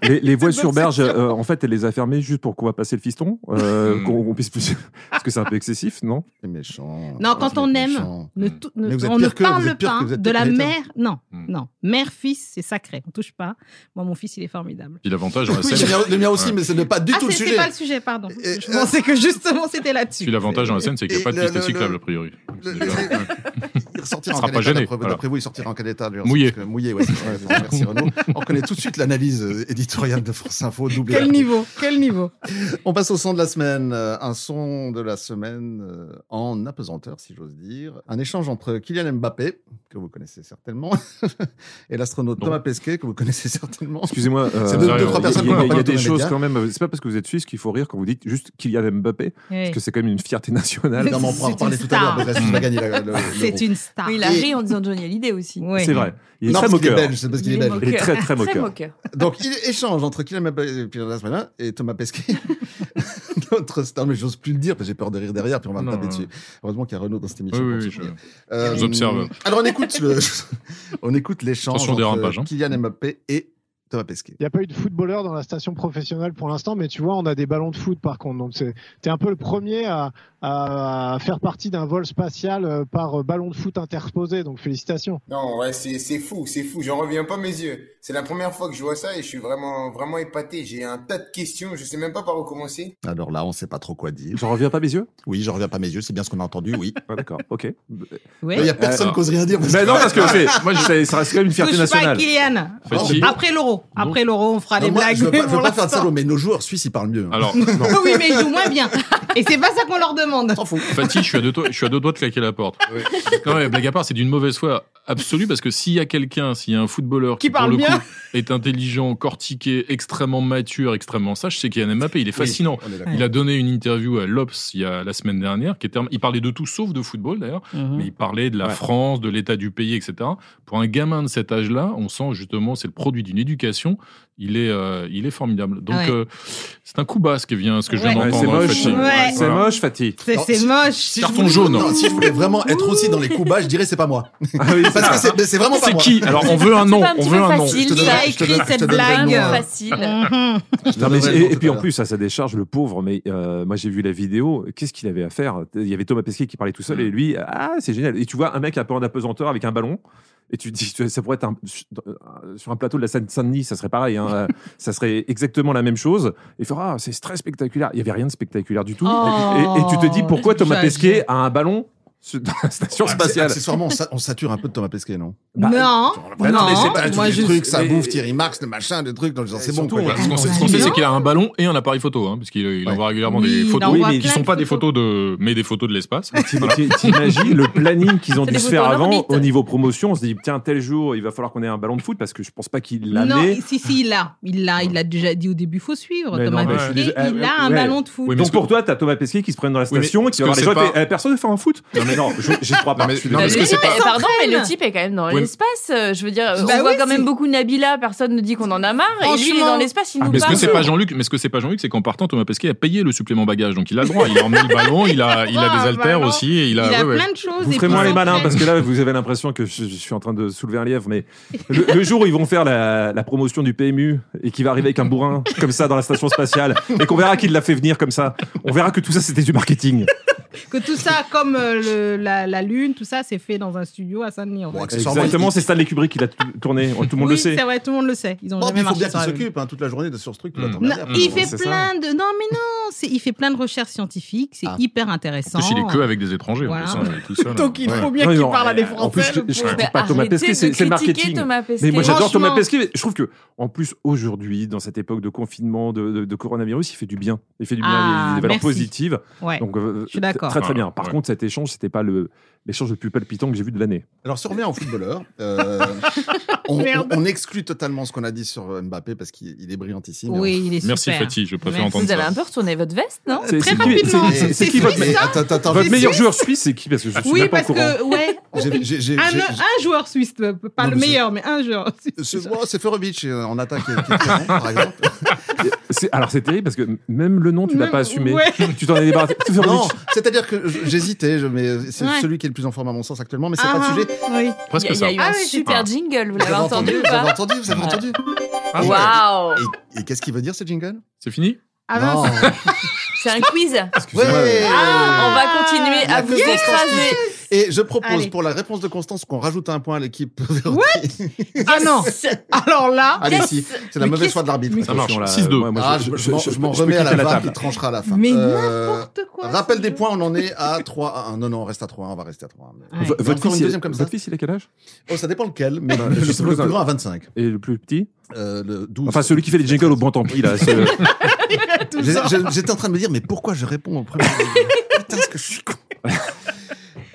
Les, les voies
C'est
sur
bon,
berge,
c'est sûr.
euh, en fait, elle les a fermées juste pour qu'on va passer le fiston, euh,
Mm.
qu'on qu'on puisse plus. Parce que c'est un peu excessif, non
C'est méchant.
Non, quand
C'est
on aime.
méchant.
Ne tou- ne-
Mais vous êtes
on ne
pire que- vous êtes
parle
pire que
pas
vous êtes
de la
propriétaire.
mère. Non,
Hmm.
non. Mère-fils, c'est sacré. On touche pas. Moi, mon fils, il est formidable.
Puis l'avantage dans la
Oui, le
Seine,
mien- le mien aussi,
Ouais.
mais ce n'est pas du
ah,
tout le
c'est- c'est
sujet.
pas le sujet, pardon.
Et- euh,
Je pensais que justement, c'était
puis
là-dessus.
l'avantage dans la Seine, c'est qu'il n'y a
Et
pas de
le-
piste
le-
cyclable
le-
a priori.
Le-
C'est déjà-
le- Il ressortira
Il
en
sera
quel
pas
état,
gêné,
d'après vous,
voilà.
d'après vous, il sortira en quel état lui,
Mouillé.
parce que- Mouillé, ouais, c'est vrai, c'est vrai, merci Renaud. On connaît tout de suite l'analyse euh, éditoriale de France Info, doublée.
Quel niveau Quel niveau
On passe au son de la semaine. euh, Un son de la semaine euh, en apesanteur, si j'ose dire. Un échange entre Kylian Mbappé, que vous connaissez certainement, et l'astronaute
Non.
Thomas Pesquet, que vous connaissez certainement.
Excusez-moi. euh,
C'est deux-
deux, trois
il y a-
personnes
Il y a,
qu'on
il y a
appelle
des
tous les
choses
médias.
quand même. C'est pas parce que vous êtes suisse qu'il faut rire quand vous dites juste Kylian Mbappé,
Oui.
parce que c'est quand même une fierté nationale.
Non, mais on pourra en
C'est
parler
une
tout à l'heure,
star.
parce que la Suisse va gagner la- euh, le- l'Euro.
C'est une star.
Oui, il a
Et-
ri en disant Johnny Hallyday aussi.
Ouais.
C'est vrai. Il est
Non,
très
parce qu'il est
moqueur.
belge, c'est parce qu'il est belge.
Il est très, très moqueur.
Donc, il échange entre Kylian Mbappé Kylian Lasmana et Thomas Pesquet. Notre star, mais j'ose plus le dire, parce que j'ai peur de rire derrière, puis on va me
Non,
taper
non.
dessus. Heureusement qu'il y a Renaud dans cette
Oui,
émission.
oui,
pour
oui,
se
je-
souvenir. Euh,
vous observe.
Alors, on écoute, le... on écoute l'échange
Attention,
entre
dérapage, hein.
Kylian Mbappé et Thomas Pesquet.
Il n'y a pas eu de footballeur dans la station professionnelle pour l'instant, mais tu vois, on a des ballons de foot par contre. Donc, tu es un peu le premier à, à faire partie d'un vol spatial euh, par euh, ballon de foot interposé. Donc, félicitations.
Non, ouais, c'est c'est fou, c'est fou, j'en reviens pas à mes yeux. C'est la première fois que je vois ça et je suis vraiment, vraiment épaté. J'ai un tas de questions, je sais même pas par où commencer.
Alors là, on sait pas trop quoi dire.
J'en reviens pas mes yeux
Oui, je reviens pas mes yeux, c'est bien ce qu'on a entendu, oui.
Ah, D'accord, ok.
Ouais.
Il y a personne
alors-
qui ose rien dire. parce
Mais
que-
non, parce que c'est- moi, je- ça reste quand même une fierté
Touche pas
nationale.
Kylian.
Fati.
Après l'euro. Après l'euro, on fera
Non,
les
moi,
blagues.
je veux pas, je
mais
veux
pour
pas faire de
l'instant-
salaud, mais nos joueurs suisses, ils parlent mieux. hein.
Alors,
Oui, mais ils jouent moins bien. Et c'est pas ça qu'on leur demande.
S'en fout.
Fatih, je suis à deux, doigts- je suis à deux doigts de claquer la porte. Non, mais blague à part, c'est d'une mauvaise foi absolue parce que s'il y a quelqu'un, s'il y a un footballeur
Qui
qui, pour
parle
le
bien.
coup, est intelligent, cortiqué, extrêmement mature, extrêmement sage, c'est Kylian Mbappé. Il est fascinant.
On est d'accord.
Il a donné une interview à l'Obs il y a, la semaine dernière, qui était, il parlait de tout sauf de football d'ailleurs,
Mmh.
mais il parlait de la
Ouais.
France, de l'état du pays, etc. Pour un gamin de cet âge-là, on sent justement, c'est le produit d'une éducation, il est, euh, il est formidable. Donc
Ouais.
euh, c'est un coup bas ce que, vient, ce que je viens
Ouais,
Ouais.
c'est
d'entendre.
Ouais.
moche.
Fatih.
Ouais.
C'est
Voilà.
moche, Fatih.
C'est
Non,
c'est
si-
moche.
Si je
Carton
voulais-
jaune.
non, si je voulais vraiment être aussi dans les coups bas, je dirais c'est pas moi.
Ah oui,
Parce que
ça.
c'est- mais c'est vraiment pas
C'est
moi.
qui Alors on veut un
C'est
nom,
pas un
on
petit
veut
peu
un nom.
facile.
Je te
Il
donnerai-
a
je te
écrit
donnerai- je te
cette
donnerai le
blague
nom, euh,
facile.
je
Mhm.
te
Non, mais
donnerai le nom
et, et
tout
puis
à
en
l'heure.
plus, à sa décharge, le pauvre, mais euh, moi j'ai vu la vidéo, qu'est-ce qu'il avait à faire Il y avait Thomas Pesquet qui parlait tout seul et lui, ah c'est génial. Et tu vois un mec un peu en apesanteur avec un ballon. Et tu te dis, tu vois, ça pourrait être un- euh, sur un plateau de la Seine-Saint-Denis, ça serait pareil, hein, euh, ça serait exactement la même chose. Et faire, ah, c'est très spectaculaire. Il y avait rien de spectaculaire du tout.
Oh,
et, et tu te dis, pourquoi Thomas
j'agis.
Pesquet a un ballon sur- dans la station
Ah,
spatiale.
Bah, Accessoirement, on, sa- on sature un peu de Thomas Pesquet, non
Bah, Non,
Bah,
non,
mais c'est pas
moi,
tous
je-
les trucs, ça
mais-
bouffe Thierry Marx, le machin, le truc, dans le genre, c'est bon.
Surtout,
quoi.
on- ce qu'on sait, ce qu'on sait, c'est qu'il a un ballon et un appareil photo, hein, parce qu'il il envoie régulièrement
Oui,
des
il
photos
envoie
qui ne
plein
sont
de
pas des photos de, mais des photos de l'espace. Voilà.
T'im- T'imagines le planning qu'ils ont
C'est
dû
des
se faire
photos en
avant
orbite.
au niveau promotion. On se dit, tiens, tel jour, il va falloir qu'on ait un ballon de foot parce que je pense pas qu'il l'a
non,
mais-
si, si, il l'a. Il l'a, il l'a déjà dit au début, faut suivre.
Mais
Thomas
non, mais je suis
Pesquet,
désolé.
il
Ah,
a un
ouais.
ballon de foot.
Oui, mais Donc pour toi, t'as Thomas Pesquet qui se prenne dans la
Oui, mais
station et
est-ce
qui va voir
que
les gens.
c'est
et fait,
pas-
Eh, Personne ne fait un foot Non, mais non, je j'y crois pas.
mais-
je suis
non, mais est-ce
désolé.
que c'est pas-
Pardon, mais le
s'entraîne.
type est quand même dans
Oui, mais-
l'espace. euh, Je veux dire,
Bah
on voit
oui,
quand même
c'est-
beaucoup Nabila, personne ne dit qu'on en a marre. Et lui, il est
Franchement.
dans l'espace, il nous
mais ce que
parle.
c'est pas Jean-Luc, mais ce que c'est pas Jean-Luc, c'est qu'en partant, Thomas Pesquet a payé le supplément bagage, donc il a le droit. Il a emmené le ballon, il a, il a des haltères aussi, et il a, ouais, ouais.
plein de choses.
Vous
et
ferez
puis
moins
il
les malins
s'entraîne.
parce que là, vous avez l'impression que je, je suis en train de soulever un lièvre. Mais le, le jour où ils vont faire la, la promotion du PMU et qu'il va arriver avec un bourrin comme ça dans la station spatiale et qu'on verra qu'il l'a fait venir comme ça, on verra que tout ça c'était du marketing.
Que tout ça, comme euh, le- la, la Lune, tout ça, c'est fait dans un studio à Saint-Denis. en fait.
Exactement, c'est Stanley Kubrick qui l'a t- tourné. Tout le monde
oui,
le sait.
c'est vrai, tout le monde le sait. Ils ont
Bon, puis
jamais
il faut
marché
bien qu'il
sur la Lune.
s'occupe hein, toute la journée de- sur ce truc. tu vas
Non,
t'emmerder après.
il fait
C'est ça.
plein de. Non, mais non, c'est- il fait plein de recherches scientifiques, c'est hyper
En
intéressant.
plus, il est que avec des étrangers.
Voilà.
En plus, hein, tout seul.
Donc, il faut bien
Non,
qu'il
non,
parle à des
En plus,
Français.
je,
le
je
pauvre.
critique pas Thomas
Bah, Arrêtez
Pesquet, c'est
de
c'est
critiquer
marketing.
Thomas Pesquet.
Mais moi j'adore
Franchement.
Thomas Pesquet. mais Je trouve que, en plus, aujourd'hui, dans cette époque de confinement, de, de- de coronavirus, il fait du bien. Il fait du bien. il y a
Ah,
des valeurs
merci.
positives.
Ouais.
Donc, euh,
Je suis d'accord.
Très très bien.
Ah,
Par
ouais.
contre, cet échange, c'était pas le l'échange le plus palpitant que j'ai vu de l'année.
Alors, si on revient en footballeur, euh, on, on- on exclut totalement ce qu'on a dit sur Mbappé parce qu'il il est brillantissime.
Oui, il est
Merci,
super.
Fatih, je préfère
Merci.
entendre
Vous avez
ça.
un peu retourné votre veste, non
C'est-
Très
c'est qui-
rapidement.
c'est- c'est- C'est qui votre,
Mais attends, attends, attends,
votre
c'est
meilleur
suisse
joueur suisse C'est Ah, qui Parce que je suis
Oui,
même pas au
parce
courant.
que, ouais.
J'ai- j'ai- j'ai-
un,
j'ai-
un joueur suisse, pas
Non,
le
mais c'est-
meilleur, mais un joueur suisse.
C'est oh, c'est Ferovic euh, en attaque, euh, qui est très bon, par exemple.
C'est- Alors c'est terrible parce que même le nom, tu l'as
Même-
pas assumé.
ouais.
tu t'en es débarrassé.
Non, c'est-à-dire que j- j'hésitais, je- mais c'est
Ouais.
celui qui est le plus en forme à mon sens actuellement, mais c'est
Ah,
pas
ah,
le sujet.
Oui.
Presque
Il y a
ça.
eu un
Ah oui,
super jingle, vous
Vous
l'avez
avez
entendu ou
Vous avez
pas
entendu, vous avez entendu.
Ah ouais.
Waouh
Et, et qu'est-ce qu'il veut dire ce jingle
C'est fini
Ah
Non.
mince. Ah,
C'est un quiz Ah,
Ouais.
On va continuer
La
à vous
Coupe de France
écraser
qui- Et je propose
Allez.
pour la réponse de Constance qu'on rajoute un point à l'équipe.
Ah non Alors là,
Allez,
Yes.
si, c'est la
Mais
mauvaise
qu'est-ce-
foi de l'arbitre.
Ça marche.
Attention, là,
6-2.
ouais, moi,
Ah, je, je m'en- je m'en
je peux
remets à
quitter
la VAR qui
table.
tranchera à la fin.
Mais
Euh,
n'importe quoi,
Rappel
ce
des
jeu.
points, on en est à 3 à 1. Non, non, on reste à 3 on va rester à 3
Ouais.
V-
Encore
Votre fils,
une
il-
deuxième comme ça
votre fils, il a quel âge
Oh, ça dépend lequel, mais
Non,
le,
je
le
suppose
plus
un-
grand à 25.
Et le plus petit
Euh, le 12.
Enfin, celui qui fait les jingles au bon tant pis, là. c'est-
J'ai- j'ai- J'étais en train de me dire, mais pourquoi je réponds au premier Putain, ce que je suis con.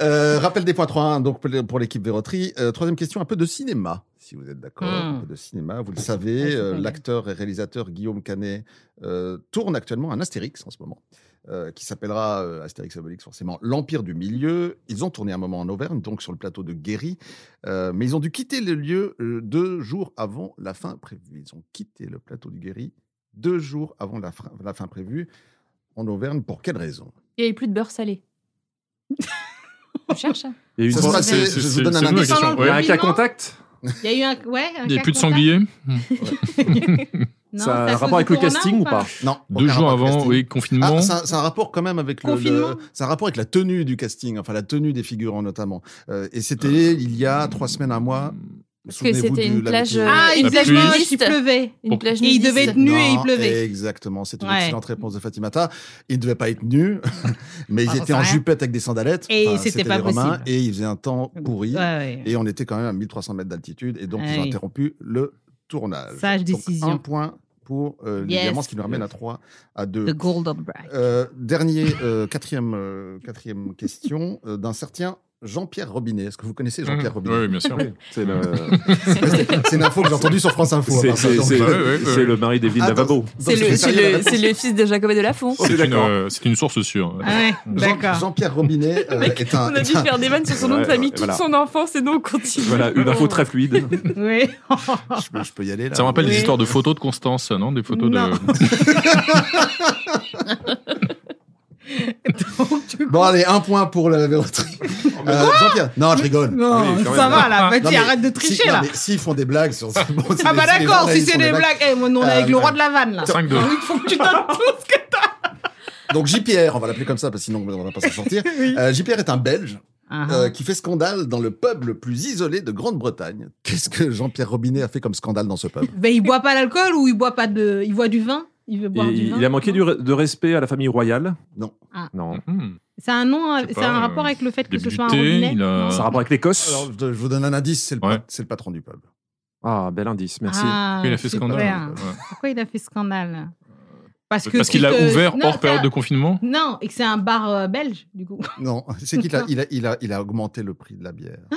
Euh, rappel des points 3-1 donc pour les- pour l'équipe Vérotri. Euh, troisième question, un peu de cinéma, si vous êtes d'accord.
Mm.
Un peu de cinéma, vous le
Ouais,
savez,
je
euh,
connais.
l'acteur et réalisateur Guillaume Canet euh, tourne actuellement un Astérix en ce moment, euh, qui s'appellera euh, Astérix et Obélix forcément l'Empire du Milieu. Ils ont tourné un moment en Auvergne, donc sur le plateau de Guéry, euh, mais ils ont dû quitter le lieu euh, deux jours avant la fin prévue. Ils ont quitté le plateau du Guéry deux jours avant la, fra- la fin prévue en Auvergne. Pour quelle raison
Il n'y avait plus de beurre salé. On cherche.
Il y a eu
Ça
une-
se
fois,
passait, je
c'est- c'est-
vous donne
c'est
un
nous la
indice.
question.
Il y a un cas
Confinement
contact
Il y a eu un. Ouais, un
Il n'y a
cas
plus de
contact.
sanglier
Ça
Non, c'est
a
à
un
cause
rapport avec
du
le
corona
casting ou pas
Non.
Deux
aucun rapport avec
jours
le
avant,
casting.
oui, confinement.
Ah, c'est un, c'est un rapport quand même avec le,
Confinement.
le- c'est un rapport avec la tenue du casting, enfin la tenue des figurants notamment. Euh, et c'était il y a trois semaines, un mois.
Parce que
Souvenez-vous
c'était
du-
une
la
plage,
météo.
euh,
Ah, une
La
plage
pluie.
nudiste, il pleuvait.
Une plage
Et il devait être
nudiste.
nu et il
Non,
pleuvait.
Exactement, c'est une
Ouais.
excellente réponse de Fatimata. Ils ne devaient pas être nus, mais ils
Ah, j'en
étaient en
sais rien.
jupette avec des sandalettes.
Et
Enfin,
c'était pas
les Romains,
possible.
Et il faisait un temps pourri.
Ouais, ouais.
Et on était quand même à 1300 mètres d'altitude. Et donc,
Ah
ils ont
oui.
interrompu le tournage.
Sage
Donc,
décision.
Un point pour euh, les
Yes.
Diamants, ce qui nous ramène à 3 à 2.
The Golden Bride.
Euh, dernier, euh, quatrième, euh, quatrième question euh, d'un certain Jean-Pierre Robinet. Est-ce que vous connaissez
Mmh,
Jean-Pierre Robinet
Oui, bien sûr.
C'est le,
C'est une info que j'ai entendue sur France Info.
c'est-
à part ça,
c'est-
donc,
c'est-
euh,
ouais, ouais.
c'est le mari d'Evelyne
Attends.
Lavabo.
C'est
donc,
le,
ça,
c'est
il y a
le,
la-
c'est le fils de Jacobet de Lafont.
Oh,
C'est une,
d'accord.
euh, c'est une source sûre.
Ah ouais,
Jean-
d'accord.
Jean-Pierre Robinet euh, est un.
On a
est
dû
un-
faire des vannes sur son nom de
Ouais,
famille
ouais,
toute
voilà.
son enfance et nous on continue.
Voilà, une info très fluide.
Oui.
Je, peux- je peux y aller là.
Ça me rappelle
Oui.
des histoires de photos de Constance, ça, non Des photos
Non.
de.
Donc, tu
Bon, allez, un point pour la véroterie. Euh, Jean-Pierre. Non, je rigole.
Non,
Oui, quand
ça
même.
va là,
Non,
vas-y,
mais
arrête de
si-
tricher
non,
là.
mais S'ils font des blagues sur c'est bon, c'est
Ah
des-
bah
c'est des
d'accord, si
journalistes
c'est
qui font
des blagues, eh, mon nom est avec
Euh,
le roi de la vanne là.
5-2.
Il faut que tu donnes tout ce que t'as.
Donc JPR, on va l'appeler comme ça parce que sinon on va pas s'en sortir. Euh, JPR est un Belge
Ah.
Ah.
euh, qui fait scandale dans le pub le plus isolé de Grande-Bretagne. Qu'est-ce que Jean-Pierre Robinet a fait comme scandale dans ce pub
Ben, il boit pas d'alcool ou il boit pas de, il boit du vin Il veut
Et
boire du
il,
vin.
il a manqué du re- de respect à la famille royale
Non.
Ah.
Non.
Ça a un nom, euh,
sais
ça
pas,
a un
euh,
rapport avec le fait que ce soit un
débuté,
robinet.
il a-
Non.
Ça a rapport avec l'Écosse
Alors, je je vous donne un indice, c'est le, pat- c'est le patron du pub.
Ah, bel indice, merci.
Ah, super.
Ouais.
Pourquoi il a fait scandale Parce que
Parce qu'il
c'est
l'a
que-
ouvert
Non,
hors
c'est
période
un-
de confinement
Non, et que c'est un bar euh, belge, du coup.
Non, c'est qu'il a, il a, il a, il a augmenté le prix de la bière.
Ah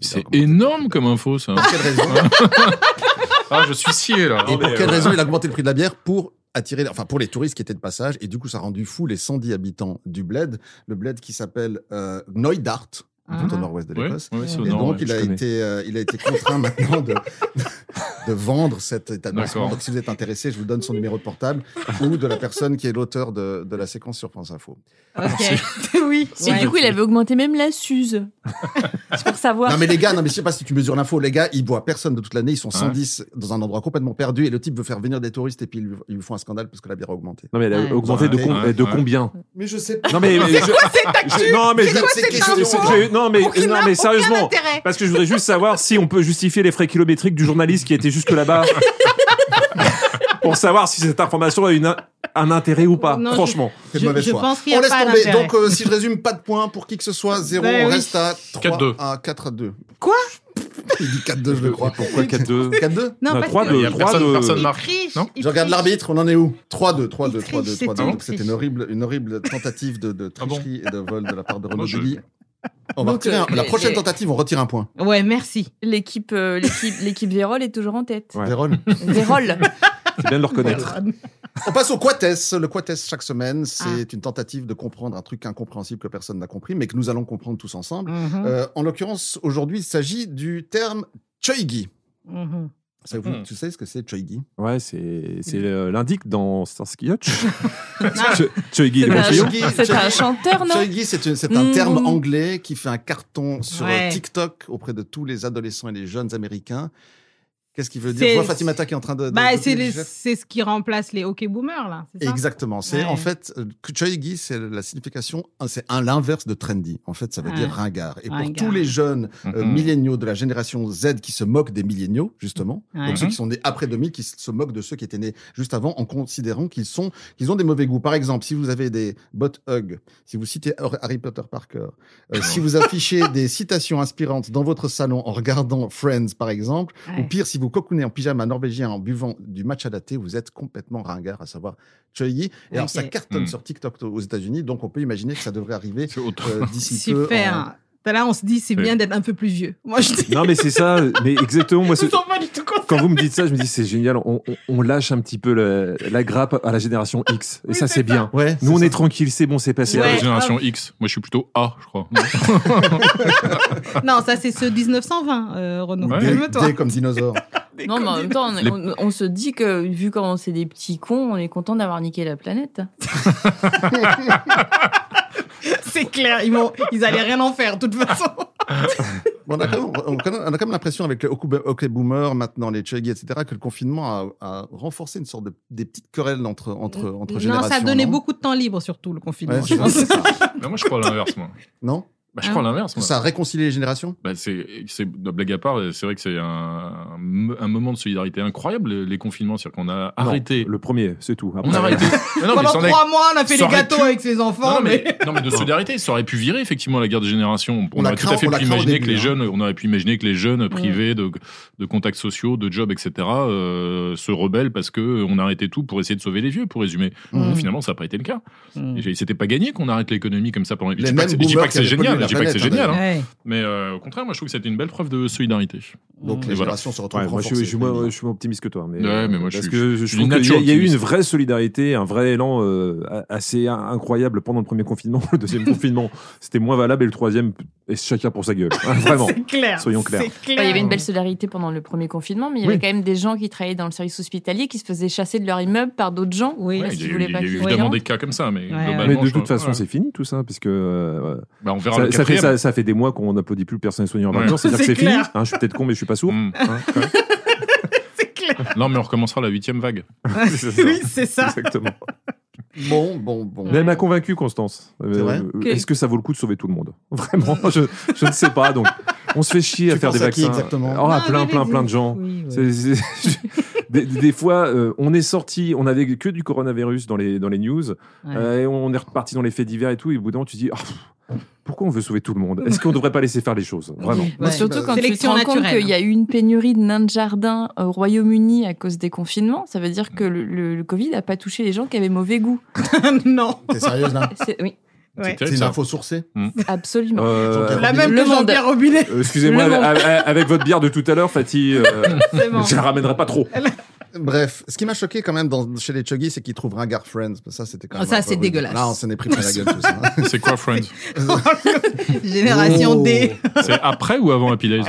C'est énorme comme info, ça.
Pour quelle raison
Ah, je suis scié, là.
Et
Non,
pour
mais,
quelle
euh,
raison il a augmenté le prix de la bière Pour attirer, enfin pour les touristes qui étaient de passage, et du coup ça a rendu fou les 110 habitants du bled, le bled qui s'appelle euh, Knoydart,
Ah.
tout au nord-ouest de
Ah. Ouais,
l'Écosse.
ouais, c'est au
et
nord,
donc
ouais,
il,
je
a
connais.
été, euh, il a été contraint maintenant de, de vendre cet établissement.
D'accord.
Donc si vous êtes intéressé, je vous donne son numéro de portable ou de la personne qui est l'auteur de, de la séquence sur France Info.
oui. Et
Ouais.
du coup, il avait augmenté même la Suze. C'est pour savoir.
Non mais les gars, non mais je sais pas si tu mesures l'info, les gars, ils boivent personne de toute l'année, ils sont 110 dans un endroit complètement perdu et le type veut faire venir des touristes et puis ils lui, ils lui font un scandale parce que la bière a augmenté.
Non, mais elle a Ouais. augmenté de com- de combien
Mais je sais
Non mais, mais- je- non mais
C'est
je-
quoi cette
je-
info
je- non mais
Aucune-
non
aucun
mais sérieusement
intérêt.
parce que je voudrais juste savoir si on peut justifier les frais kilométriques du journaliste qui était jusque là-bas pour savoir si cette information a une in- un intérêt ou pas
Non, je-
franchement
C'est de je- mauvaise je foi. pense qu'il y a
On laisse
pas
tomber.
d'intérêt.
Donc, euh, si je résume, pas de points pour qui que ce soit. Zéro,
Ben
on
oui.
reste à 3
4-2.
à 4 à 2.
Quoi
Il dit 4-2, je le crois.
Pourquoi 4-2
4-2
Non, Non, parce 3-2, que-
Il y a personne- 3-2. personne marque.
Triche,
Non
Je regarde l'arbitre, on en est où 3-2, 3-2, 3-2,
triche, c'est
3-2.
tout.
Donc, c'était une horrible, une horrible tentative de, de tricherie et de vol de la part de Renaud
Ah Moi, je-
Dully. On va
Donc,
retirer un-
euh,
La
les-
prochaine
les-
tentative, on retire un point.
Ouais, merci.
L'équipe, euh, l'équipe, l'équipe Vérole est toujours en tête.
Vérone.
Vérole.
C'est bien de le
reconnaître. On passe au Quates. Le Quates, chaque semaine,
Ah.
c'est une tentative de comprendre un truc incompréhensible que personne n'a compris, mais que nous allons comprendre tous ensemble.
Mmh.
Mhm.
Euh, en l'occurrence, aujourd'hui, il s'agit du terme Choigi.
Mhm.
Mmh.
Mhm.
Tu sais ce que c'est Choigi
ouais c'est c'est euh, l'indique dans Starsky Hutch Ch- Chucky,
C'est
le
un-
conseiller.
Choigi. C'est un chanteur, non
Choigi, c'est une- c'est un
Mm.
terme anglais qui fait un carton sur
Ouais.
euh, TikTok auprès de tous les adolescents et les jeunes américains. Qu'est-ce qu'il veut dire
C'est-
Je vois Fatimata qui est en train de. de-
Bah,
de-
c'est
de-
les- c'est ce qui remplace les hockey boomers, là. c'est ça
Exactement. C'est
Ouais.
en fait euh, Kuchoigi, c'est la signification, c'est un l'inverse de trendy. En fait, ça veut
Ouais.
dire ringard. Et pour
Ringard.
tous les jeunes euh,
Mhm.
milléniaux de la génération Z qui se moquent des milléniaux justement,
Ouais.
donc ceux qui sont nés après 2000, qui se moquent de ceux qui étaient nés juste avant, en considérant qu'ils sont, qu'ils ont des mauvais goûts. Par exemple, si vous avez des bot hugs, si vous citez Har- Harry Potter par cœur, euh, si vous affichez des citations inspirantes dans votre salon en regardant Friends par exemple,
Ouais.
ou pire, si vous cocoonez en pyjama norvégien en buvant du matcha latte, vous êtes complètement ringard, à savoir Choyi. Et alors,
Ok.
ça cartonne
Hmm.
sur TikTok aux États-Unis, donc on peut imaginer que ça devrait arriver euh, d'ici peu. en-
Super. Là, on se dit, c'est
Oui.
bien d'être un peu plus vieux. Moi, je dis.
non mais c'est ça mais exactement moi
Je
c'est-
me sens pas du tout content.
quand vous me dites ça, je me dis c'est génial, on, on- on lâche un petit peu le- la grappe à la génération X. Et ça, c'est bien. Nous, on est tranquille, c'est bon, c'est passé.
C'est la génération X. Moi, je suis plutôt A, je crois.
Non, ça, c'est ce 1920, euh, Renaud.
Ouais.
Calme-toi.
Dé comme dinosaure.
Non, mais en même temps, on,
Les-
on- on se dit que vu comment c'est des petits cons, on est content d'avoir niqué la planète.
C'est clair, ils, vont, ils allaient rien en faire, de toute façon.
Bon, on a quand même, on- on a quand même- on a quand même l'impression avec les hoku- hockey boomers, maintenant les Choyi, etc., que le confinement a, a renforcé une sorte de des petites querelles entre, entre, entre
non,
générations.
ça donnait
non
beaucoup de temps libre, surtout, le confinement.
Ouais, c'est
je pense.
ça.
Non, moi, je crois à l'inverse, moi.
Non
Bah, je
Ah.
crois à l'inverse, moi.
Ça a réconcilié les générations
Bah, c'est, c'est, de blague à part, c'est vrai que c'est un, un mo- un moment de solidarité incroyable, les, les confinements. C'est-à-dire qu'on a arrêté.
le premier, c'est tout.
on a arrêté. Mais non, mais
Pendant
ça en a-
trois mois, on a fait
ça
les
aurait
gâteaux
pu-
avec ses enfants.
Non, non, mais,
mais-
non, mais de solidarité, ça aurait pu virer effectivement la guerre de génération.
On
On,
la
aurait
craint-
tout à fait
on la
pu
craint au
imaginer
début,
que les
hein.
jeunes, on aurait pu imaginer que les
Mm.
jeunes privés
Ouais.
de, de contacts sociaux, de jobs, etc., euh, se rebellent parce que euh, on arrêtait tout pour essayer de sauver les vieux, pour résumer.
Mm.
Mais Finalement, ça n'a pas été le cas.
Mm.
Et j'ai- C'était pas gagné qu'on arrête l'économie comme ça pendant. Je
Les
dis pas que
mêmes
c'est- je dis pas
boomers
que
qui
c'est
avaient
génial.
pollué la
Je dis pas que c'est
planète, hein,
génial.
Mm.
hein.
d'ailleurs. Ouais.
Mais euh, au contraire, moi, je trouve que c'était une belle preuve de solidarité.
Donc,
Mm.
les
Et voilà.
générations se retrouvent
Mmh. Ouais, moi, je, suis- je suis moins- je suis moins optimiste que toi. Mais,
Ouais,
euh,
mais moi, je
parce
suis-
que
je
je,
suis
trouve
de
qu'il y a- il y, a eu
nature
une
optimiste.
vraie solidarité, un vrai élan euh, a- assez in- incroyable pendant le premier confinement. Le deuxième confinement, c'était moins valable. Et le troisième, et chacun pour sa gueule. Hein, vraiment.
C'est clair,
Soyons clairs.
Enfin, il y avait une belle solidarité pendant le premier confinement, mais il y avait
Oui.
quand même des gens qui travaillaient dans le service hospitalier qui se faisaient chasser de leur immeuble par d'autres gens
oui.
parce
il y a
qu'ils
eu,
voulaient
il y
pas
a eu
qu'ils
évidemment
voient.
des cas comme ça, mais
Ouais.
Mais
globalement.
de
Bah je
toute
crois-
façon,
ouais.
c'est fini tout ça, parce que euh,
Bah, on verra
ça,
le
ça fait
quatrième.
ça, ça fait des mois qu'on n'applaudit plus le personnel soignant en
Ouais.
vacances. C'est-à-dire que
C'est
c'est fini.
clair.
Hein, je suis peut-être con, mais je suis pas sourd. Hein, quand même.
Hmm. Non, mais on recommencera la huitième vague.
Oui, c'est ça.
Exactement.
Bon, bon, bon.
Mais Elle m'a convaincu, Constance. Euh,
C'est vrai
euh, Est-ce que ça vaut le coup de sauver tout le monde Vraiment, je, je ne sais pas. Donc, on se fait chier
Tu
à faire des
penses à qui
vaccins.
exactement
Oh, à
Non,
plein,
mais
plein,
vas-y.
plein de gens.
Oui, ouais.
C'est- c'est- des, des fois, euh, on est sorti, on avait que du coronavirus dans les, dans les news, euh, et on est reparti dans les faits divers et tout, et au bout d'un moment, tu te dis, Ah, pff, pourquoi on veut sauver tout le monde Est-ce qu'on ne devrait pas laisser faire les choses Vraiment.
Mais Surtout quand tu te rends compte qu'il y a eu une pénurie de nains de jardin au Royaume-Uni à cause des confinements, ça veut dire que le, le- le Covid n'a pas touché les gens qui avaient mauvais goût.
non.
T'es sérieuse, là
C'est- Oui. Ouais.
C'est une info sourcée
Absolument.
Euh,
La même que Jean-Pierre Robinet.
Euh, Excusez-moi,
Le
avec,
monde.
avec votre bière de tout à l'heure, Fatih, euh,
C'est bon.
je la ramènerai pas trop.
Bref, ce qui m'a choqué quand même dans, chez les Chuggy, c'est qu'ils trouvent Ringard Friends. Ça, c'était quand
Ah,
même.
ça,
un peu
c'est
rude.
dégueulasse.
Là, on s'en est pris plein la gueule tous. hein.
C'est quoi Friends
Génération D.
Oh.
C'est après ou avant Happy Days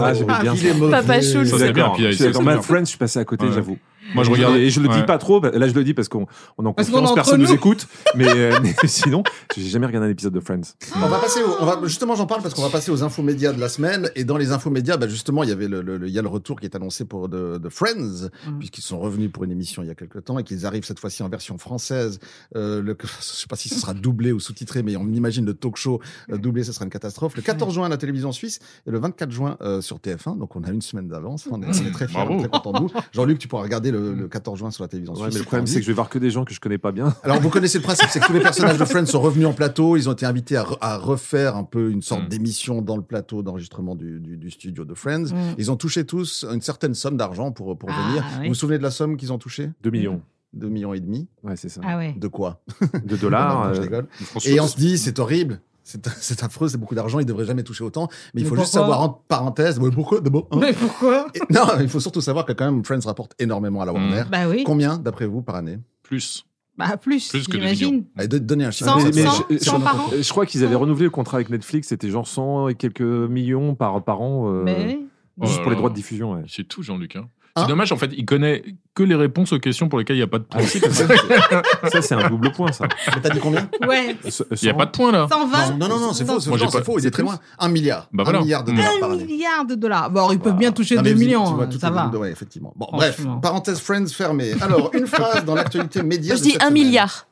Ah, j'aimais bien
il est
ça.
mauvais. Papa
Je
Schultz.
suis
Ça, c'est
d'accord.
bien, puis,
Je suis
ça,
d'accord.
c'est
Ma
bien.
Friends, je suis passé à côté,
Ouais.
j'avoue.
Moi, je
Et
regardais-
Et je le dis
ouais.
pas trop. bah, Là, je le dis parce qu'on on est en
Parce qu'on est
confiance,
entre
personne nous
nous.
écoute. Mais, euh, mais sinon, j'ai jamais regardé un épisode de Friends.
On va passer au- on va, justement, j'en parle parce qu'on va passer aux infos médias de la semaine. Et dans les infos médias, bah, justement, il y avait le, le- le- il y a le retour qui est annoncé pour de, de Friends, puisqu'ils sont revenus pour une émission il y a quelques temps et qu'ils arrivent cette fois-ci en version française. Euh, le, je sais pas si ce sera doublé ou sous-titré, mais on imagine le talk show euh, doublé, ce sera une catastrophe. Le 14 juin à la télévision suisse et le 24 juin euh, sur TF1. Donc, on a une semaine d'avance. On est, on est très fiers,
Bravo.
très contents de nous. Jean-Luc, tu pourras regarder le, le 14 juin sur la télévision
Ouais,
suisse.
mais le problème, c'est que je vais voir que des gens que je connais pas bien.
Alors, vous connaissez le principe, c'est que tous les personnages de Friends sont revenus en plateau. Ils ont été invités à, re- à refaire un peu une sorte d'émission dans le plateau d'enregistrement du, du- du studio de Friends.
Mm.
Ils ont touché tous une certaine somme d'argent pour, pour
Ah,
venir.
oui.
Vous vous souvenez de la somme qu'ils ont touchée
2 millions.
2 millions et demi.
Ouais, c'est ça.
Ah ouais.
De quoi
De dollars.
Non, non, je
euh,
rigole.
François-
Et on se dit, c'est horrible. C'est c'est affreux, c'est beaucoup d'argent, ils devraient jamais toucher autant. Mais il
Mais
faut juste
pourquoi
savoir, en parenthèse, ouais, pourquoi d'abord hein
Oh. Mais pourquoi
Et- Non, il faut surtout savoir que quand même Friends rapporte énormément à la Warner.
Bah oui.
Combien, d'après vous, par année
Plus.
Bah plus,
Plus que des
j'imagine.
Allez, don- donnez un chiffre.
Cent,
comme ça.
cent,
je,
cent
je-
par an.
je crois qu'ils avaient renouvelé le contrat avec Netflix, c'était genre 100 et quelques millions par, par an. euh,
Mais
Oh
Juste
là
pour les
là.
droits de diffusion. ouais.
C'est tout, Jean-Luc. hein.
Hein
C'est dommage, en fait, il connaît que les réponses aux questions pour lesquelles il n'y a pas de points.
Ah, c'est- c'est- ça, c'est un double point, ça.
Mais T'as dit combien
Ouais.
Il n'y a pas de points, là.
120
Non, non, non, c'est faux, c'est
Moi, j'ai
faux,
pas-
c'est faux, il est très
plus.
loin. Un milliard.
Bah
Un
voilà.
milliard de
Mm.
dollars par
Un
année.
milliard de dollars. Bon, alors, ils peuvent bien toucher
Non, mais
2
vous-
millions.
tu vois,
hein,
toutes
ça
les
va.
lignes de- ouais, effectivement. Bon, bref,
Franchement.
parenthèse Friends fermée. Alors, une phrase dans l'actualité média.
Moi, je
de
dis
cette
un
semaine.
milliard.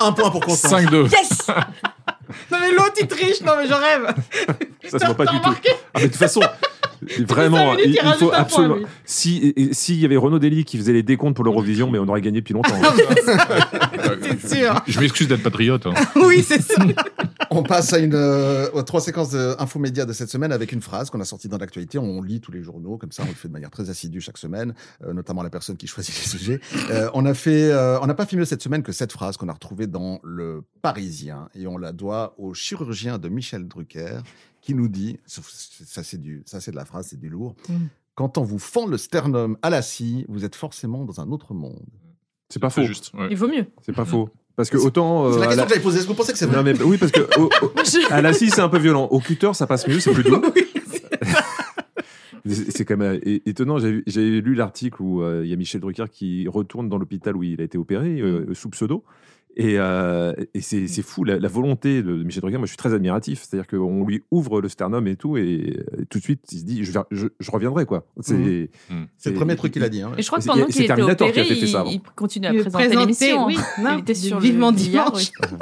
Un point pour Constance.
5-2.
Yes
Non, mais l'autre, il triche. Non, mais je rêve.
Ça se voit pas
T'as
du tout.
remarqué
Ah, mais de toute façon, vraiment,
cinq minutes,
il,
il
il
rajoute un
faut
point,
absolument.
lui.
Si et- et- s'il y avait Renaud Dely qui faisait les décomptes pour l'Eurovision, mais on aurait gagné depuis
Ah,
longtemps.
C'est sûr.
Je m'excuse d'être patriote. hein.
Oui, c'est ça.
On passe à une, euh, aux trois séquences d'infos médias de cette semaine avec une phrase qu'on a sortie dans l'actualité. On lit tous les journaux, comme ça, on le fait de manière très assidue chaque semaine, euh, notamment la personne qui choisit les sujets. Euh, on a fait, euh, on n'a pas fait mieux cette semaine que cette phrase qu'on a retrouvée dans le Parisien et on la doit au chirurgien de Michel Drucker qui nous dit, ça c'est du, ça c'est de la phrase, c'est du lourd.
Mm.
Quand on vous fend le sternum à la scie, vous êtes forcément dans un autre monde.
C'est pas faux.
C'est juste. ouais.
Il vaut mieux.
C'est pas faux. Parce que autant. euh,
C'est la
à
question
la-
que j'avais posée. Est-ce que vous pensez que c'est vrai
Non, mais- oui, parce que au- au-
Je-
à la scie, c'est un peu violent. Au cutter, ça passe mieux, c'est plus doux. Mais C'est c'est quand même euh, é- étonnant. J'ai vu- J'ai lu l'article où euh, il y a Michel Drucker qui retourne dans l'hôpital où il a été opéré
Mm.
euh, sous pseudo. Et, euh, et c'est c'est fou, la, la volonté de de Michel Drucker, moi je suis très admiratif. C'est-à-dire qu'on lui ouvre le sternum et tout, et euh, tout de suite il se dit je, ver- je- je reviendrai quoi. C'est
Mm.
Mhm.
Mhm.
C'est le premier truc qu'il a dit. hein.
Et je crois que
C'est-
pendant
c'est
qu'il était
Terminator qui a
opéré,
fait ça
il,
avant.
il continue à
Il
présenter
présentait,
l'émission.
oui.
hein.
Non,
il était sur
vivement
le billard,
dimanche.
oui.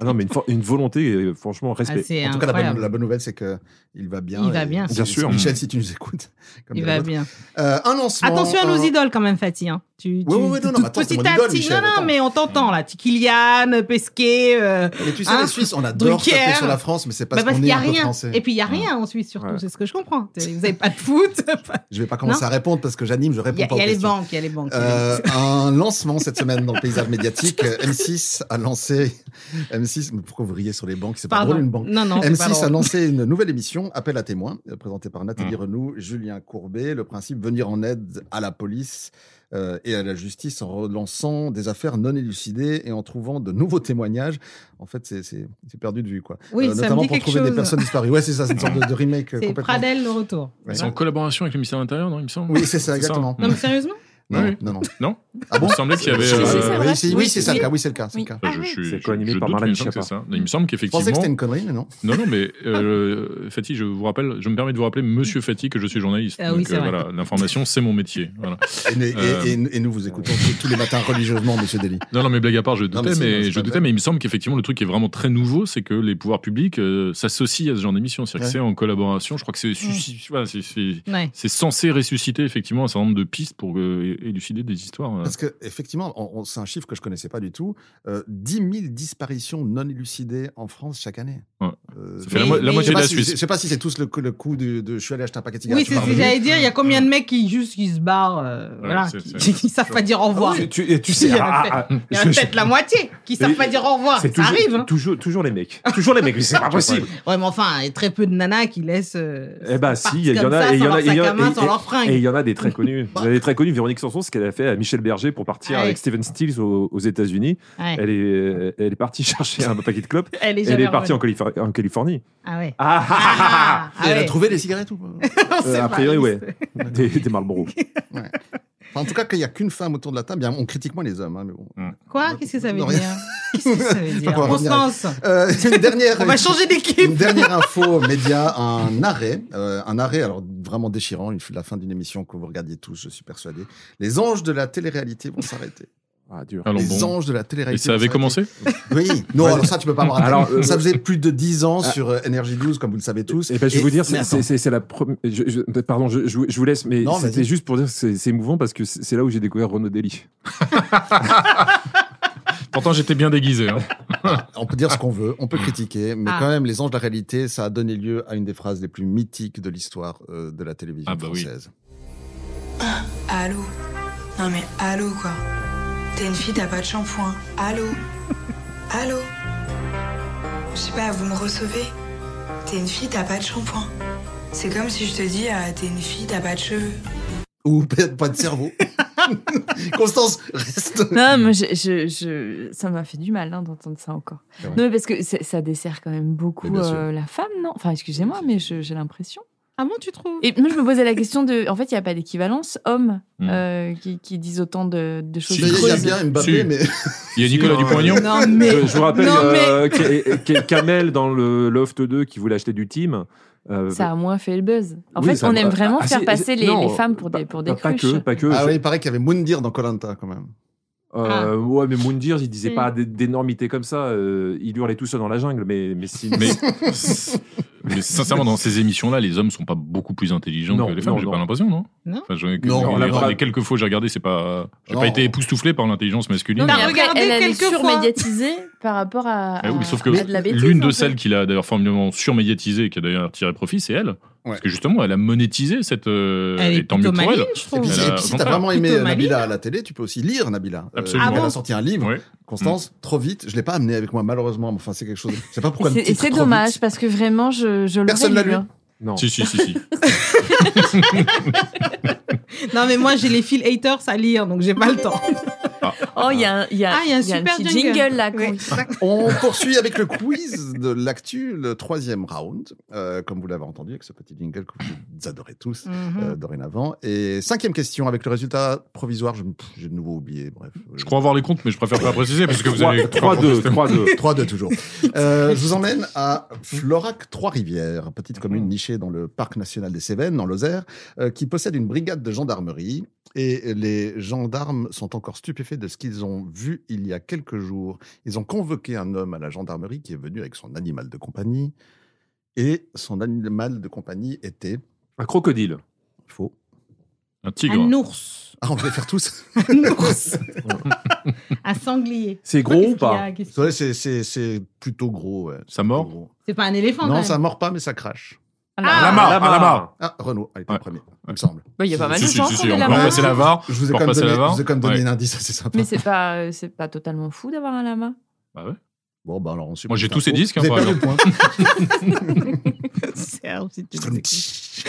Ah non, mais une, for- une volonté, euh, franchement,
Ah,
respect.
c'est
En tout cas, la bonne,
incroyable.
la bonne nouvelle, c'est que il va bien.
Il va
Et
bien.
si-
Bien
si-
sûr.
Michel, si tu nous écoutes. comme
Il
dirait
va
l'autre.
bien.
Euh, un lancement. euh,
Attention à nos
un-
idoles quand même, Fatih. Hein. Tu,
Oui,
tu,
oui, oui, non, non,
tout
mais attends, c'est
petit
mon
à
idole,
petit.
Michel,
non, non,
attends.
mais on t'entend là. Tu- Kylian, Pesquet. euh,
Mais tu sais,
Hein
les Suisses, on adore
Drucker.
taper sur la France, mais c'est parce,
bah, parce
qu'on
qu'il
est
n'y a
un peu
rien.
français.
Et puis il n'y a rien en Suisse surtout,
Ouais.
c'est ce que je comprends. Vous n'avez pas de foot. pas-
Je vais pas commencer
Non.
à répondre parce que j'anime, je
Il y
réponds
a,
pas
il y a
aux
les
questions.
banques, il y a les banques.
Euh, un lancement cette semaine dans le paysage médiatique. Euh, M6 a lancé. M6, mais pourquoi vous riez sur les banques C'est pas
Pardon.
drôle une banque.
Non, non, c'est pas
M6 a
drôle. Mmh.
lancé une nouvelle émission, Appel à témoins, euh, présentée par Nathalie Renaud, Julien Courbet. Le principe, venir en aide à la police euh, et à la justice en relançant des affaires non élucidées et en trouvant de nouveaux témoignages. En fait, c'est- c'est c'est perdu de vue, quoi. Euh,
Oui, ça me
notamment
dit
pour
quelque
trouver des
chose.
personnes disparues. Ouais, c'est ça, c'est une sorte de, de remake euh,
C'est
complètement.
Pradel le retour.
Ouais.
C'est en collaboration avec le ministère de l'Intérieur, non, il me semble
Oui, c'est ça, exactement.
Non mais sérieusement
Non,
Oui.
non, non.
Non
Ah bon
Il me semblait qu'il y avait.
Si, si,
euh,
c'est vrai. Oui, si, oui, c'est ça le cas, oui, c'est le cas, c'est le cas.
Enfin, je suis-
C'est coanimé
je
par
doute,
Marlène
mais il me semble que
Schiappa.
c'est ça. Il me semble
Je
qu'effectivement.
pensais que c'était une connerie, mais non.
Non, non, mais euh, Fatih, je vous rappelle, je me permets de vous rappeler, Monsieur Fatih, que je suis journaliste.
Ah oui,
Donc euh,
c'est vrai.
voilà, l'information, c'est mon métier. Voilà.
Et, et-
Euh,
et- et nous vous écoutons tous les matins religieusement, monsieur Dely.
Non, non, mais blague à part, je
Non, mais
doutais, mais,
c'est- c'est
je
pas
doutais,
vrai.
mais il me semble qu'effectivement, le truc qui est vraiment très nouveau, c'est que les pouvoirs publics euh, s'associent à ce genre d'émission. C'est-à-dire
Ouais.
que c'est en collaboration. Je crois que c'est susci- voilà, c'est- c'est-
Ouais.
c'est censé ressusciter effectivement un certain nombre de pistes pour euh, élucider des histoires. euh.
Parce que effectivement, on- on- c'est un chiffre que je connaissais pas du tout. Euh, 10 000 disparitions non élucidées en France chaque année.
Ouais.
Euh,
Ça fait la mo- la
je
moitié
sais
de
pas
la
si-
Suisse.
Je sais pas si c'est tous le, coup- le coup de, de je suis allé acheter un paquet de cigarettes.
Oui,
je
c'est
suis
ce que
revenu.
j'allais dire. Il y a combien de mecs qui juste qui se barrent, euh, voilà,
c'est-
qui,
c'est-
qui savent pas dire au revoir.
Ah oui, tu- et tu sais,
il y en a
ah,
peut-être-
ah, ah,
il y en a
je- je-
peut-être la moitié qui savent
Et-
pas dire au revoir. Ça
C'est toujours,
arrive. hein.
toujours, toujours les mecs. Toujours les mecs, mais c'est pas possible.
Ouais, mais enfin, il y a très peu de nanas qui laissent. euh,
Eh ben si, il y,
comme
en a,
ça,
et il y
sans
en a,
leur
et il y
sac à main,
en
sans
a-
leur fringue.
et- et il y en a des très connus.
Bah.
Vous avez des très connus. Véronique Sanson, ce qu'elle a fait à Michel Berger pour
Ah
partir
Ouais.
avec Steven Stills aux, aux États-Unis.
Ouais.
Elle est, euh, elle est partie chercher un paquet de clopes.
Elle est jamais
partie en,
revenue.
Calif- en Californie.
Ah ouais.
Ah, ah, ah, ah.
Et elle a trouvé les cigarettes ou pas
Euh, a priori, ouais.
ah.
Des, des Marlboro.
Enfin, en tout cas, qu'il n'y a qu'une femme autour de la table. Bien, on critique moins les hommes, hein, mais bon.
Quoi Qu'est-ce que ça veut
Non,
dire
rien.
Qu'est-ce que ça veut
Je sais pas
dire
quoi
Bon
revenir
sens.
avec. Euh, une dernière,
On va changer d'équipe.
Une dernière info média, un arrêt, euh, un arrêt alors vraiment déchirant, une- la fin d'une émission que vous regardiez tous, je suis persuadé. Les anges de la télé-réalité vont s'arrêter.
Ah, dur.
Allons
les
bon.
anges de la télé-réalité.
Et ça
vont
avait
s'arrêter.
commencé
Oui. Non, alors ça, tu peux pas me raconter.
Alors, euh,
ça faisait plus de 10 ans
Ah.
sur euh, NRJ12, comme vous le savez tous.
Et ben, je vais vous dire, c'est-
mais
c'est
attends.
c'est- c'est la première. je- je- Pardon, je, je vous- je vous laisse, mais
Non,
c'était
vas-y.
juste pour dire que c'est c'est émouvant parce que c'est c'est là où j'ai découvert Renaud Dely.
Pourtant, j'étais bien déguisé. hein.
On peut dire ce qu'on veut, on peut critiquer, mais
Ah.
quand même, Les Anges de la Réalité, ça a donné lieu à une des phrases les plus mythiques de l'histoire euh, de la télévision
Ah bah oui.
française.
Allô Non mais allô quoi T'es une fille, t'as pas de shampoing. Allô Allô Je sais pas, vous me recevez T'es une fille, t'as pas de shampoing. C'est comme si je te dis, ah, t'es une fille, t'as pas de cheveux.
Ou peut-être pas de cerveau. Constance, reste.
Non, mais je, je- je- ça m'a fait du mal hein, d'entendre ça encore.
C'est vrai.
Non, mais parce que c'est- ça dessert quand même
Mais
beaucoup
bien sûr.
euh, la femme, non Enfin, excusez-moi, mais je- j'ai l'impression.
Ah bon, tu trouves
Et moi, je me posais la question de. En fait, il n'y a pas d'équivalence homme
Hmm.
euh, qui, qui disent autant de, de choses.
Si, il y a
creuses.
bien
Mbappé, Si.
mais.
Il y a Nicolas
Non,
Dupont-Aignan.
euh,
Non, mais-
Je, je vous rappelle
Non, mais-
euh, qu'est- qu'est- Kamel dans le Loft 2 qui voulait acheter du team. euh,
Ça a moins fait le buzz. En
Oui,
fait,
ça
on
a-
aime vraiment
ah,
faire
si,
passer
si,
les,
non,
les femmes pour des, pour des
pas
cruches.
que, pas que.
Ah
Je-
oui, il paraît qu'il y avait Moundir dans Colanta quand même.
Ah.
Euh, Ouais, mais Moundir, il disait
Hmm.
pas d- d'énormités comme ça. euh, il hurlait tout seul dans la jungle, mais mais si.
Mais, mais sincèrement, dans ces émissions-là, les hommes sont pas beaucoup plus intelligents
Non,
que les femmes.
non,
J'ai
non.
pas l'impression, non
Non.
Enfin, j'en ai-
Non,
les-
on
les,
l'a pas-
les quelques fois que j'ai regardé, c'est pas. J'ai
Non.
pas été époustouflé par l'intelligence masculine.
Mais après,
regardez
elle, elle est
quelques fois.
surmédiatisée par rapport à,
Eh oui,
à-
sauf que
à de la bêtise.
l'une
un
de
peu.
celles qu'il a d'ailleurs formidablement surmédiatisée, qui a d'ailleurs tiré profit, c'est elle. Parce que justement, elle a monétisé cette. euh,
Elle est
et tant mieux pour
plutôt
elle.
maligne, je trouve.
Et puis,
Elle
si-
a-
et puis
au
si t'as
contraire.
vraiment aimé euh,
Plutôt
Nabila à la télé, tu peux aussi lire Nabila. Euh,
Absolument.
Elle
Ah bon
a sorti un livre.
Mm.
Constance, trop vite, je l'ai pas amené avec moi malheureusement. mais Enfin, c'est quelque chose. Je sais pas pourquoi. le
Et c'est- Et
titre
c'est
Trop
dommage
vite.
parce que vraiment, je, je l'aurais
Personne l'a lu.
hein.
Non.
Si, si, si, si.
Non, mais moi, j'ai les fils haters à lire, donc j'ai pas le temps.
Oh, il y a, un- il y a,
Ah, il y a un
il y a
super
petit
jingle.
jingle, là. qu'on-
On poursuit avec le quiz de l'actu, le troisième round, euh, comme vous l'avez entendu avec ce petit jingle que vous adorez tous
Mhm.
euh, dorénavant. Et cinquième question avec le résultat provisoire. je me- pff, J'ai de nouveau oublié. Bref.
Je crois avoir les comptes, mais je préfère pas préciser parce que vous avez.
3-2, 3-2.
3-2 toujours. Euh, je vous emmène à Florac Trois-Rivières, petite commune nichée dans le parc national des Cévennes, en Lozère, euh, qui possède une brigade de gendarmerie. Et les gendarmes sont encore stupéfaits de ce qu'ils ont vu il y a quelques jours. Ils ont convoqué un homme à la gendarmerie qui est venu avec son animal de compagnie. Et son animal de compagnie était
Un crocodile.
faux.
Un
Un
tigre.
ours.
Ah, on va les faire tous.
Un ours. un sanglier.
C'est gros ou
Qu'est-ce qu'il y
pas
a Qu'est-ce-
Ouais, c'est- C'est c'est plutôt gros. ouais.
Ça mord
Gros.
C'est pas un éléphant, quand
Non,
même.
ça mord pas, mais ça crache.
Ah,
la
la
mare, à la mare.
Ah, Renaud, elle était en premier, il me
Ouais.
semble.
Bah, Il y a pas mal
Si,
de
si,
gens
si,
qui
si,
ont
on
la
va
main.
passer la VAR.
Je vous ai
Pour
quand même
passer
donné,
la
je
VAR.
vous ai quand même donné
Ouais.
un indice, c'est sympa.
Mais c'est pas, euh, c'est pas totalement fou d'avoir un lama.
Bah ouais.
Bon, bah alors on supprime
Moi, j'ai
cette
tous ces
info.
disques, hein,
Vous avez
par
perdu le
Serge, si tu nous
point.
écoutes.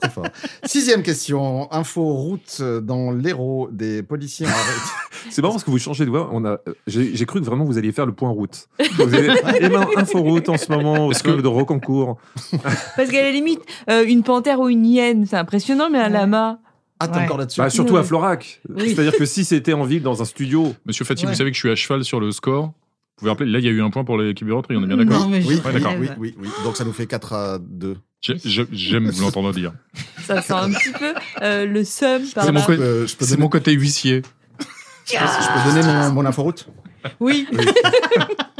Très fort. Sixième question. Info route euh, dans l'Hérault des policiers. ont arrêté-
C'est marrant parce que vous changez de voix. On a, euh, j'ai j'ai cru que vraiment vous alliez faire le point route. Vous avez, eh ben, info route en ce moment au
Est-ce
sol
que-
de Rocancourt.
Parce qu'à la limite, euh, une panthère ou une hyène, c'est impressionnant, mais un lama.
Ah, t'es encore là-dessus
Bah, surtout à Florac. C'est-à-dire que si c'était en ville, dans un studio.
Monsieur Fatih,
Ouais.
vous savez que je suis à cheval sur le score. Vous pouvez rappeler, là, il y a eu un point pour l'équipe de rentrée, on est bien d'accord
Oui, oui,
Ouais, d'accord.
oui, oui, oui. Donc ça nous fait 4 à 2.
J'aime vous l'entendre dire.
Ça sent un petit peu euh, le seum par
C'est
là.
mon, co- c'est mon côté huissier.
Je peux, je peux donner mon, mon inforoute
Oui.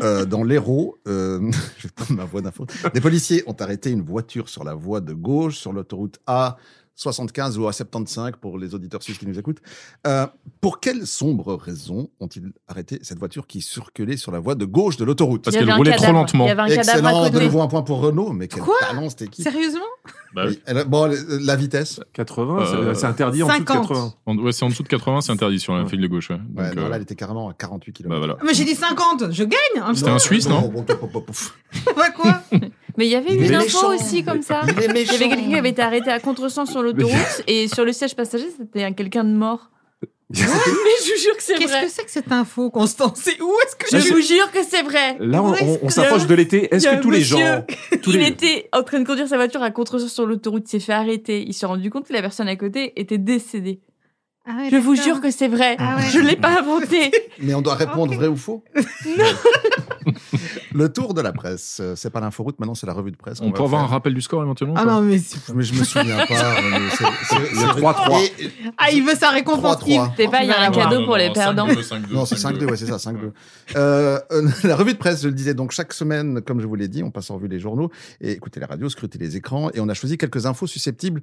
Euh, dans l'Hérault, euh, je vais prendre ma voix d'inforoute. Des policiers ont arrêté une voiture sur la voie de gauche, sur l'autoroute A75 ou A75 pour les auditeurs suisses qui nous écoutent. Euh, pour quelle sombre raison ont-ils arrêté cette voiture qui circulait sur la voie de gauche de l'autoroute
Parce Il y qu'elle avait un roulait trop cadavre. lentement. Il y avait un cadavre à
Excellent,
côté.
de nouveau un point pour Renault, mais quel
Quoi
talent cette équipe.
Sérieusement
Bah Oui, elle a- bon, le- la vitesse
80,
Euh,
ça- c'est interdit en dessous de 50. 80.
En- ouais, c'est en dessous de 80, c'est interdit sur la file de gauche. Ouais. Donc,
non,
euh,
là, elle était carrément à 48 km.
bah voilà.
Ah, Mais j'ai dit 50, je gagne hein,
C'était un
putain.
Suisse, non
Mais il y avait
Il est
une
méchant.
info aussi comme ça.
Ah. Il est
Il y
méchant.
avait quelqu'un qui avait été arrêté à contresens sur l'autoroute et sur le siège passager, c'était un quelqu'un de mort.
Mais
je vous jure que c'est vrai.
Qu'est-ce que c'est que cette info, Constance C'est où est-ce que
Je
je
vous jure que c'est vrai.
Là, on,
Où est-ce
on- on
que-
s'approche de l'été. Est-ce
Il y a
que tous
un
les
monsieur,
gens. tous
il
les-
était en train de conduire sa voiture à contresens sur l'autoroute, s'est fait arrêter. Il s'est rendu compte que la personne à côté était décédée. je vous
d'accord.
jure que c'est vrai. Je l'ai pas inventé.
Mais on doit répondre vrai ou faux Le tour de la presse. Euh, C'est pas l'inforoute, maintenant c'est la revue de presse.
On peut avoir un rappel du score éventuellement
Ah
ou pas
non, mais
Mais je me souviens pas. euh, c'est- c'est-
Il y a 3-3.
Et- et-
Ah, il veut sa récompense.
3-3.
Yves. Non, non, non, non, cinq, deux, cinq, deux,
Non, c'est
cinq,
5-2, ouais, c'est ça, 5-2. Euh, euh, la revue de presse, je le disais, donc chaque semaine, comme je vous l'ai dit, on passe en revue les journaux et écoutez la radio, scrutez les écrans et on a choisi quelques infos susceptibles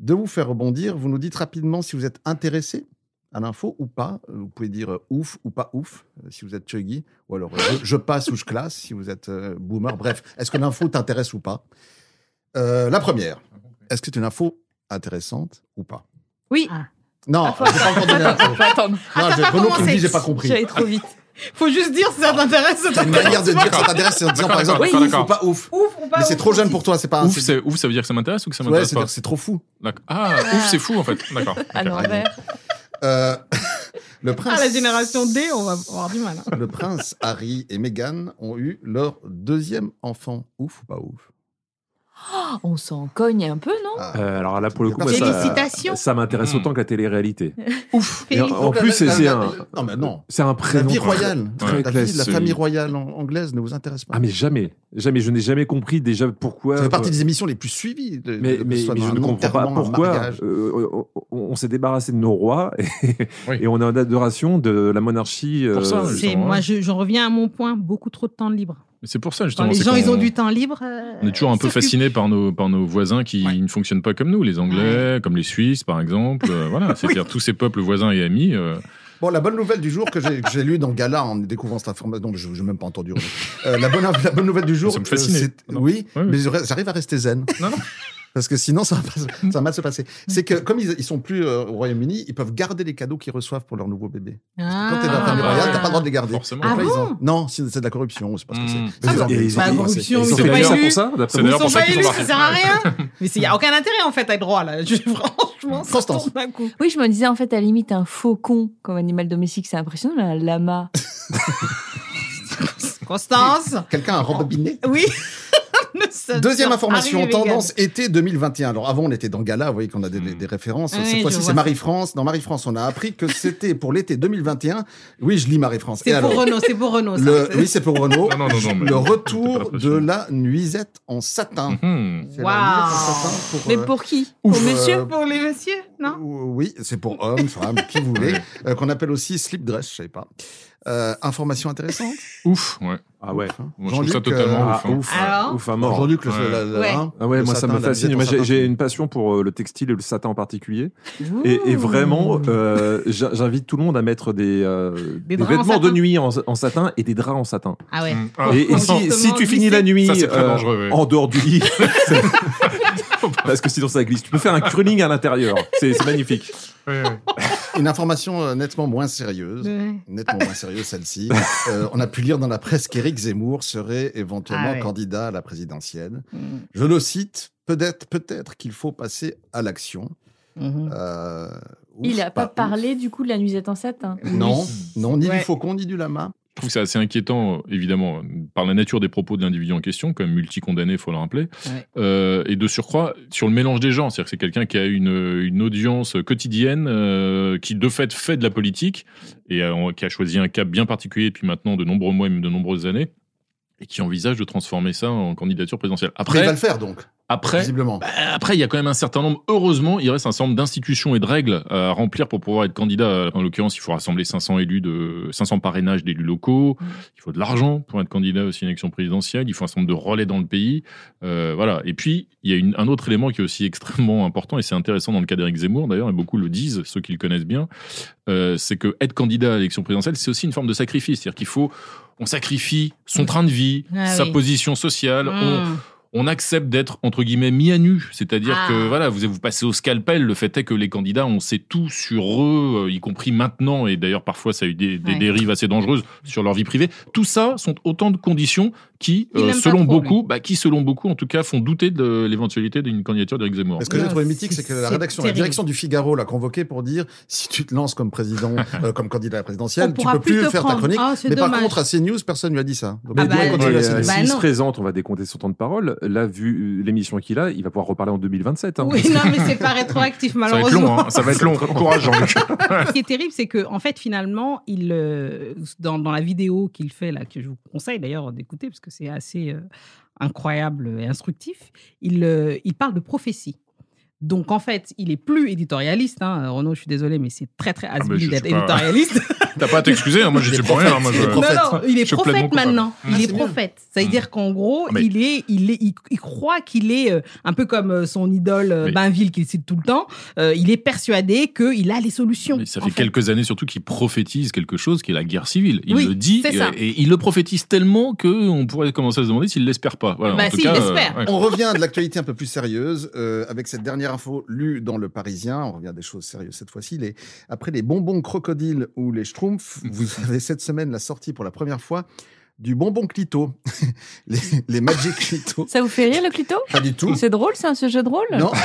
de vous faire rebondir. Vous nous dites rapidement si vous êtes intéressé à l'info ou pas. Euh, Vous pouvez dire euh, ouf ou pas ouf euh, si vous êtes chuggy ou alors euh, je, je passe ou je classe si vous êtes euh, boomer. Bref, est-ce que l'info t'intéresse ou pas Euh, La première, est-ce que c'est une info intéressante ou pas
Oui.
non,
faut-
j'ai pas encore donné
Attends,
l'info.
faut attendre.
Non,
Attends,
j'ai
Ah,
Renaud
pas
qui me dit
commencer.
j'ai pas compris.
J'allais
trop vite.
Faut juste dire si ça t'intéresse. ça
C'est une manière de dire ça t'intéresse, c'est en disant par exemple oui, ouf ou pas ouf.
Ouf ou pas
Mais c'est
ouf.
trop jeune pour toi, c'est pas.
Ouf,
c'est-
c'est- ouf, ça veut dire que ça m'intéresse ou que ça
Ouais,
m'intéresse
c'est-à-dire
pas
que c'est trop fou.
D'accord. Ah, ouf, c'est fou en fait. D'accord.
À
ok.
l'envers.
Euh, le
Ah,
prince.
la génération D, on va avoir du mal. hein.
Le prince Harry et Meghan ont eu leur deuxième enfant. Ouf ou pas ouf Ah.
Oh, on s'en cogne un peu, non
Euh, alors là, pour le coup, moi,
Félicitations.
ça, ça m'intéresse
Mm.
autant que la télé-réalité.
Ouf.
Et en- en
Donc, la-
plus,
la-
c'est
la-
c'est
la-
un.
Non, mais Bah, non.
C'est un
La
prénom.
vie royale,
Très
la, vie de la
classe.
famille royale an- anglaise ne vous intéresse pas.
Ah, mais jamais. Jamais. Je n'ai jamais compris déjà pourquoi.
ça fait partie
euh,
des émissions les plus suivies. de-
Mais,
de- que
mais-
ce soit
mais
dans
je
un
ne comprends pas
enterrement, un
pourquoi
mariage.
euh, on, on- on s'est débarrassé de nos rois et, et on est en adoration de la monarchie. euh,
c'est, moi, je, j'en reviens à mon point. Beaucoup trop de temps libre.
Mais C'est pour ça
Quand
justement.
les
c'est
gens,
qu'on-
ils ont du temps libre. euh,
On est toujours un peu fasciné par nos, par nos voisins qui ne fonctionnent pas comme nous, les Anglais, comme les Suisses par exemple. euh, voilà, c'est-à-dire tous ces peuples voisins et amis. euh,
Bon, la bonne nouvelle du jour que j'ai que j'ai lue dans le Gala en découvrant cette information, donc je n'ai même pas entendu. Euh, la, bonne, la bonne nouvelle du jour.
Ça me fascinait.
euh, c'est- oui, mais je- j'arrive à rester zen. Parce que sinon, ça va, pas- ça va mal se passer. C'est que comme ils, ils sont plus euh, au Royaume-Uni, ils peuvent garder les cadeaux qu'ils reçoivent pour leur nouveau bébé. Parce que quand t'es dans la famille
Ah.
royale, t'as pas le droit de les garder.
Forcément. Mmh.
Donc
Ah
là, ils
bon
ont- Non, si- c'est de la corruption, c'est pas ce que c'est.
Ah,
C'est des-
bah, ils ont-
des-
ils ont-
corruption,
ils
ils sont
ont fait
pas
payer ça
élus.
pour ça, d'après
Ils
vous
ne sont pas élus, ça sert à rien. Mais il n'y a aucun intérêt en fait à être droit là. Je, franchement, ça tourne d'un coup.
Oui, je me disais en fait à la limite un faucon comme animal domestique, c'est impressionnant, mais un lama.
Constance
Quelqu'un a rembobiné
Oui.
Deuxième information, tendance été 2021. Alors avant, on était dans Gala, vous voyez qu'on a des, des- des références.
Oui,
Cette fois-ci,
je vois
c'est
ça.
Marie-France. Dans Marie-France, on a appris que c'était pour l'été 2021. Oui, je lis Marie-France. Et
C'est pour
alors
Renault, c'est pour Renault. ça.
le, oui, c'est pour Renault.
mais-
le retour de la nuisette en satin.
Hmm.
C'est la nuisette en satin
Waouh.
pour,
Mais
euh,
pour qui
Ouf.
Pour
Euh,
monsieur Pour les messieurs Non
Oui, c'est pour hommes, femmes, qui vous voulez, euh, qu'on appelle aussi slip dress, je sais pas. Euh, information intéressante
Mmh. Ouf, ouais.
Ah ouais.
Moi, je trouve ça totalement ouf, hein.
ah, ouf,
Ah
Alors
ouf à mort.
Jean-Luc, le- Ouais. la- la- Ouais. hein,
Ah ouais,
le
moi
satin,
ça me
la
fascine.
nuisette
Moi
en
j'ai-
satin.
j'ai une passion pour euh, le textile et le satin en particulier. Et,
Mmh.
et vraiment, euh, j'a- j'invite tout le monde à mettre des, euh, des
draps en
vêtements de
satin.
nuit en, en satin et des draps en satin.
Ah ouais.
Mmh.
Et, et si, si tu finis la nuit
Ça, c'est très
euh,
dangereux, ouais.
en dehors du lit, parce que sinon ça glisse. Tu peux faire un curling à l'intérieur. C'est c'est magnifique.
Une information euh, nettement moins sérieuse,
Ouais.
nettement moins sérieuse celle-ci. Euh, on a pu lire dans la presse qu'Éric Zemmour serait éventuellement
Ah ouais.
candidat à la présidentielle. Je le cite, peut-être peut-être qu'il faut passer à l'action. Euh, ouf,
Il a pas,
ouf. bah,
parlé du coup de la nuisette hein. en satin.
Non, non, ni
Ouais.
du faucon, ni du lama.
je trouve que c'est assez inquiétant, euh, évidemment, par la nature des propos de l'individu en question, comme multi-condamné, il faut le rappeler,
Ouais.
euh, et de surcroît sur le mélange des gens. C'est-à-dire que c'est quelqu'un qui a une, une audience quotidienne, euh, qui de fait fait de la politique, et euh, qui a choisi un cap bien particulier depuis maintenant de nombreux mois et même de nombreuses années, et qui envisage de transformer ça en candidature présidentielle.
Après,
Après,
il va le faire donc.
Après,
visiblement.
après, il y a quand même un certain nombre, heureusement, il reste un certain nombre d'institutions et de règles euh, à remplir pour pouvoir être candidat. En l'occurrence, il faut rassembler 500 élus de, 500 parrainages d'élus
Mm.
locaux. Il faut de l'argent pour être candidat aussi à une élection présidentielle. Il faut un certain nombre de relais dans le pays. Euh, voilà. Et puis, il y a une- un autre élément qui est aussi extrêmement important et c'est intéressant dans le cas d'Éric Zemmour d'ailleurs, et beaucoup le disent, ceux qui le connaissent bien, euh, c'est que être candidat à l'élection présidentielle, c'est aussi une forme de sacrifice. C'est-à-dire qu'il faut, on sacrifie son train de vie,
Ah
sa
oui.
position sociale, on,
Hmm.
Mm.
on accepte d'être entre guillemets mis à nu, c'est-à-dire
Ah.
que voilà, vous vous passez au scalpel. Le fait est que les candidats, on sait tout sur eux, euh, y compris maintenant, et d'ailleurs parfois ça a eu des, des
Ouais.
dérives assez dangereuses sur leur vie privée. Tout ça sont autant de conditions qui,
Il
euh,
aime pas
selon
trop,
beaucoup, bah, qui selon beaucoup en tout cas font douter de l'éventualité d'une candidature d'Éric Zemmour.
Ce que
bah,
j'ai trouvé mythique, c'est que la
c'est
rédaction, la
terrible.
direction du Figaro l'a convoqué pour dire si tu te lances comme président, euh, comme candidat à la présidentielle,
On
tu
pourra
peux
plus
plus
te
faire ta
prendre.
chronique.
Ah, c'est
mais par
dommage.
contre, à CNews, personne lui a dit ça. Donc,
Ah
il
bah,
doit
elle-
continuer à CNews.
Bah
S'il se
non.
présente, on va décompter son temps de parole. Là, vu euh, l'émission qu'il a, il va pouvoir reparler en 2027. hein.
Oui, non, mais c'est pas rétroactif, malheureusement.
hein.
Courage, Jean-Luc.
Ce qui est terrible, c'est que en fait, finalement, il, euh, dans, dans la vidéo qu'il fait, là, que je vous conseille d'ailleurs d'écouter, parce que c'est assez euh, incroyable et instructif, il, euh, il parle de prophétie. Donc, en fait, il est plus éditorialiste. Hein. Renaud, je suis désolé, mais c'est très, très has
Ah, mais je-
d'être
je suis pas-
éditorialiste.
T'as pas à t'excuser, hein, moi je
Il
sais
est
pour rien. hein,
prophète,
moi,
il est
je-
Non, non, il
je
est
suis Ah, pleinement
prophète
coupable.
maintenant. Il est prophète. Ça veut dire qu'en gros,
Hmm. Ah, mais-
il est, il est, il, il croit qu'il est euh, un peu comme euh, son idole euh, Bainville qu'il cite tout le temps. euh, il est persuadé qu'il a les solutions.
Ça
en
fait
fait.
quelques années surtout qu'il prophétise quelque chose qui est la guerre civile. Il
Oui,
le dit
c'est
et,
ça.
et il le prophétise tellement qu'on pourrait commencer à se demander s'il l'espère pas. Voilà,
Bah
en tout cas, euh, ouais.
On revient à de l'actualité un peu plus sérieuse euh, avec cette dernière info lue dans Le Parisien. On revient à des choses sérieuses cette fois-ci. Les- Après les bonbons crocodiles ou les schtroumpfs, vous avez cette semaine la sortie pour la première fois du bonbon clito. les, les Magic Clito.
Ça vous fait rire le clito
Pas du tout.
C'est drôle, c'est un sujet drôle
Non, alors,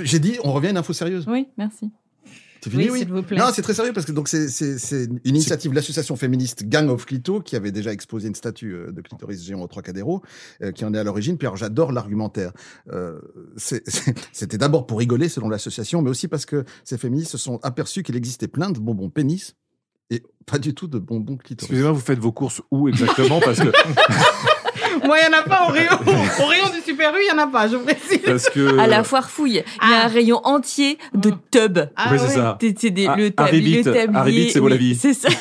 j'ai dit, on revient à une info sérieuse.
Oui, merci.
C'est fini,
Oui, s'il vous plaît.
Non, c'est très sérieux parce que donc c'est c'est- c'est une initiative de l'association féministe Gang of Clito qui avait déjà exposé une statue euh, de clitoris géant au Trocadéro euh, qui en est à l'origine. Puis alors j'adore l'argumentaire. Euh, c'est- c'est- C'était d'abord pour rigoler selon l'association, mais aussi parce que ces féministes se sont aperçus qu'il existait plein de bonbons pénis et pas du tout de bonbons clitoris.
Excusez-moi, vous faites vos courses où exactement Parce que
Moi, il n'y en a pas au rayon, au rayon du Super U, il n'y en a pas, je précise.
Parce que-
À la foire fouille, il y
Ah.
a un rayon entier de
Mm.
tub.
Ah Oui, c'est ouais. ça.
C'est- c'est des-
Ah,
le,
un
tab-
ribbit.
le
Un
tablier.
ribbit, c'est beau la vie.
C'est ça.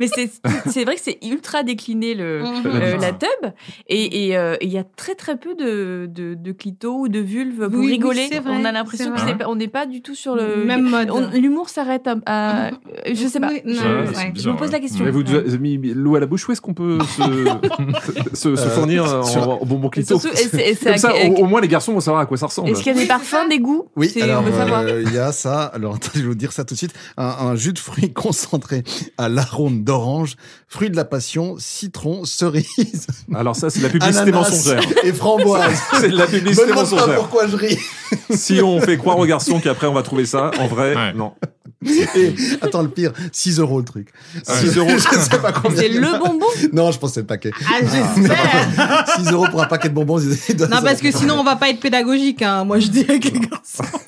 Mais c'est c'est vrai que c'est ultra décliné le,
Mhm.
euh, la
Ah.
tub. Et et, euh, et il y a très très peu de, de, de clito ou de vulve pour
Oui, oui,
rigoler.
c'est vrai,
on a l'impression
c'est vrai.
qu'on n'est pas du tout sur le.
Même mode. Mm-hmm.
on- L'humour s'arrête à. à- je sais pas.
Ouais,
je,
c'est
je
bizarre,
me pose la
ouais.
question.
Mais vous nous avez mis l'eau à la bouche, où est-ce qu'on peut se, se, se
Euh,
fournir en,
sur-
en bonbon clito
Et surtout, et c'est- et c'est
Comme
à-
ça,
et-
au, au moins les garçons vont savoir à quoi ça ressemble.
Est-ce qu'il y a des parfums, des goûts
Oui,
C'est-
alors
on veut savoir.
euh, il y a ça. Alors attendez, je vais vous dire ça tout de suite. Un, un jus de fruits concentré à l'arôme d'orange, fruit de la passion, citron, cerise.
Alors ça, c'est de la publicité
ananas
mensongère.
Et framboise.
C'est de la publicité
Me demande pas
mensongère.
pourquoi je ris.
Si on fait croire aux garçons qu'après on va trouver ça, en vrai, non.
Et, attends, le pire, 6 euros le truc.
6 euros.
je sais pas combien.
C'est le bonbon
Non, je pense que c'est le paquet.
Ah, j'espère
6 euros pour un paquet de bonbons. ils-
Non, parce que sinon, on va pas être pédagogique, hein. moi je dis avec les gars.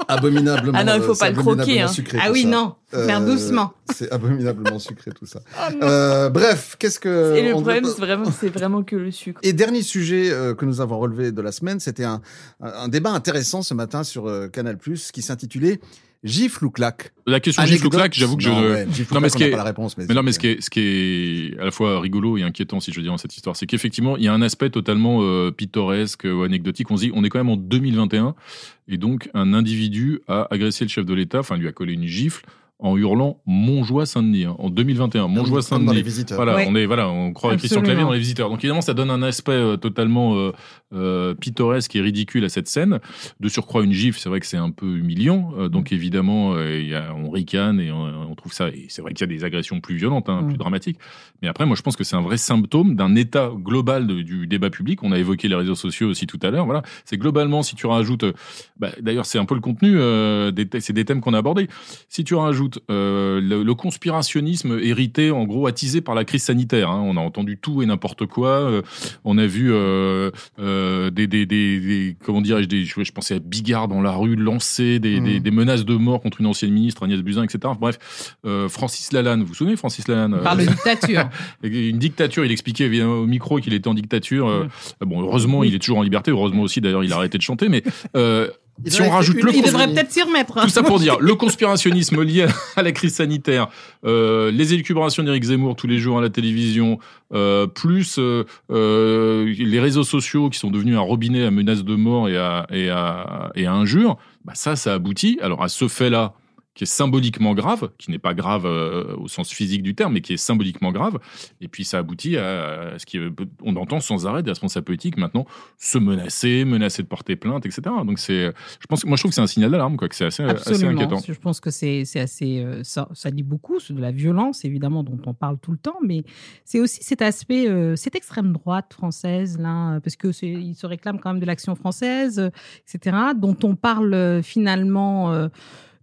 Abominablement.
Ah non, il faut
euh, c'est
pas le croquer,
abominablement
hein.
sucré,
Ah
tout
oui,
ça. Euh,
non, faut faire doucement. Ah
C'est abominablement sucré tout ça.
non.
Euh, bref, qu'est-ce que.
Et le
on veut
problème,
pas-
c'est vraiment, c'est vraiment que le sucre.
Et dernier sujet euh, que nous avons relevé de la semaine, c'était un, un- un débat intéressant ce matin sur euh, Canal Plus qui s'intitulait Gifle ou claque
La question
Anecdote
gifle ou claque, j'avoue que
Non,
je.
ouais, gifle ou
non, mais
claque,
ce
on
qui
n'a
est.
pas la réponse, mais
mais non, mais ce qui est, ce qui est à la fois rigolo et inquiétant, si je veux dire, dans cette histoire, c'est qu'effectivement, il y a un aspect totalement euh, pittoresque ou anecdotique. On se dit, on est quand même en 2021, et donc un individu a agressé le chef de l'État, enfin, lui a collé une gifle en hurlant Montjoie Saint-Denis hein, en 2021 Montjoie
Ah comme dans
Saint-Denis
les visiteurs.
voilà
Ouais.
on est voilà on croit à Christian
Absolument.
Clavier dans les visiteurs donc évidemment ça donne un aspect euh, totalement euh, euh, pittoresque et ridicule à cette scène de surcroît une gifle c'est vrai que c'est un peu humiliant Euh, donc
Mm.
évidemment euh, il y a- on ricane et on, on trouve ça et c'est vrai qu'il y a des agressions plus violentes hein,
Mm.
plus dramatiques mais après moi je pense que c'est un vrai symptôme d'un état global de- du débat public on a évoqué les réseaux sociaux aussi tout à l'heure voilà c'est globalement si tu rajoutes euh, bah, d'ailleurs c'est un peu le contenu euh, des thè- c'est des thèmes qu'on a abordés si tu rajoutes compte euh, le, le, conspirationnisme hérité, en gros, attisé par la crise sanitaire. Hein. On a entendu tout et n'importe quoi. Euh, on a vu euh, des, des, des, des, comment dirais-je, des, je, je, pensais à Bigard dans la rue lancer mmh. des, menaces de mort contre une ancienne ministre, Agnès Buzyn, etc. Enfin, bref, euh, Francis Lalanne, vous vous souvenez, Francis Lalanne euh,
Par le dictature.
une dictature. Il expliquait via, au micro qu'il était en dictature. Mmh. Bon, heureusement, il est toujours en liberté. Heureusement aussi, d'ailleurs, il a arrêté de chanter, mais euh,
il
si on rajoute
une...
le
il devrait peut-être s'y remettre. hein.
Tout ça pour dire le conspirationnisme lié à la crise sanitaire, euh, les élucubrations d'Éric Zemmour tous les jours à la télévision, euh, plus euh, les réseaux sociaux qui sont devenus un robinet à menaces de mort et à, et à, et à injures, bah ça, ça aboutit alors à ce fait-là qui est symboliquement grave, qui n'est pas grave euh, au sens physique du terme, mais qui est symboliquement grave, et puis ça aboutit à, ce qu'on entend sans arrêt des responsables politiques maintenant se menacer, menacer de porter plainte, etc. Donc c'est, je pense, moi je trouve que c'est un signal d'alarme, quoi, que c'est assez, euh, assez, inquiétant.
Je pense que c'est assez, euh, ça, ça, dit beaucoup, c'est de la violence évidemment dont on parle tout le temps, mais c'est aussi cet aspect, euh, cette extrême droite française là, euh, parce que ils se réclament quand même de l'action française, etc. Dont on parle finalement. Euh,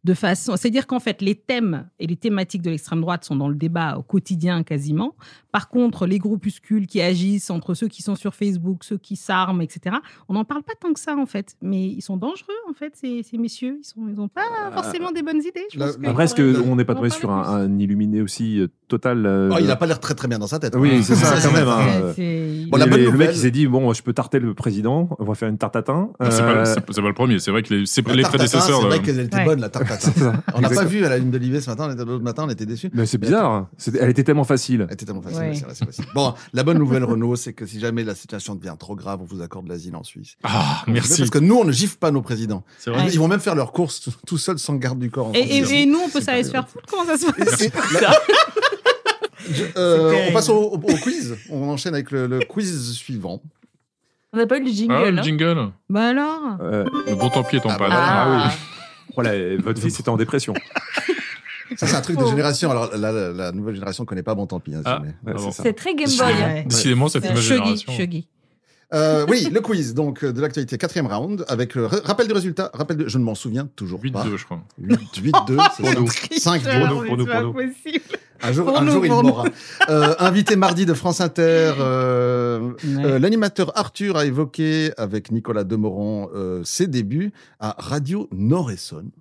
de façon. C'est-à-dire qu'en fait, les thèmes et les thématiques de l'extrême droite sont dans le débat au quotidien quasiment. Par contre, les groupuscules qui agissent entre ceux qui sont sur Facebook, ceux qui s'arment, etc., on n'en parle pas tant que ça, en fait. Mais ils sont dangereux, en fait, ces, ces messieurs. Ils n'ont ils ont pas euh, forcément des bonnes idées. Je
pense la, que après, est-ce qu'on n'est pas tombé sur un, un, illuminé aussi total euh...
oh, Il n'a pas l'air très très bien dans sa tête.
Oui, c'est ça, quand même. Hein. Bon, la bonne le mec, il s'est dit bon, je peux tarter le président, on va faire une tarte à thym.
Euh... C'est pas, pas, le premier, c'est vrai que les,
hein.
la les prédécesseurs.
Ah, C'est vrai qu'elle était ouais. bonne, la tarte on n'a pas vu à la lune d'olivier ce matin, l'autre matin, on était déçus.
Mais c'est bizarre. Était... Elle était tellement facile.
Elle était tellement facile. Ouais. Vrai, facile. Bon, la bonne nouvelle, Renaud, c'est que si jamais la situation devient trop grave, on vous accorde l'asile en Suisse.
Ah, merci.
Parce que nous, on ne gifle pas nos présidents. Vrai. Ils vont même faire leurs courses tout seuls sans garde du corps. En
et, et, et, nous, on peut s'aller se faire foutre. Comment ça se passe
Je, euh, on passe au, au, au, quiz. On enchaîne avec le, le quiz suivant.
On n'a pas eu le jingle.
Ah, le
hein.
jingle.
Bah alors
euh, Le bon templier tombe pas.
Ah, oui. Voilà, votre fils était en dépression.
Ça, c'est un truc de génération. Alors, la, la, la nouvelle génération ne connaît pas Bon Tant pis. Hein,
ah, ouais, c'est très Game Boy. hein. Ouais.
Décidément, cette nouvelle
Shuggy,
génération.
Shuggy.
Euh, oui, le quiz donc euh, de l'actualité, quatrième round, avec le rappel du résultat. Rappel de... Je ne m'en souviens toujours
8
pas.
8-2, je crois.
8-2,
c'est 5
pour nous. Pour nous,
pour nous. Possible.
Un jour, un nous, jour il mourra. Euh, invité mardi de France Inter, euh, ouais. l'animateur Arthur a évoqué avec Nicolas Demoron euh, ses débuts à Radio Nord-Essonne.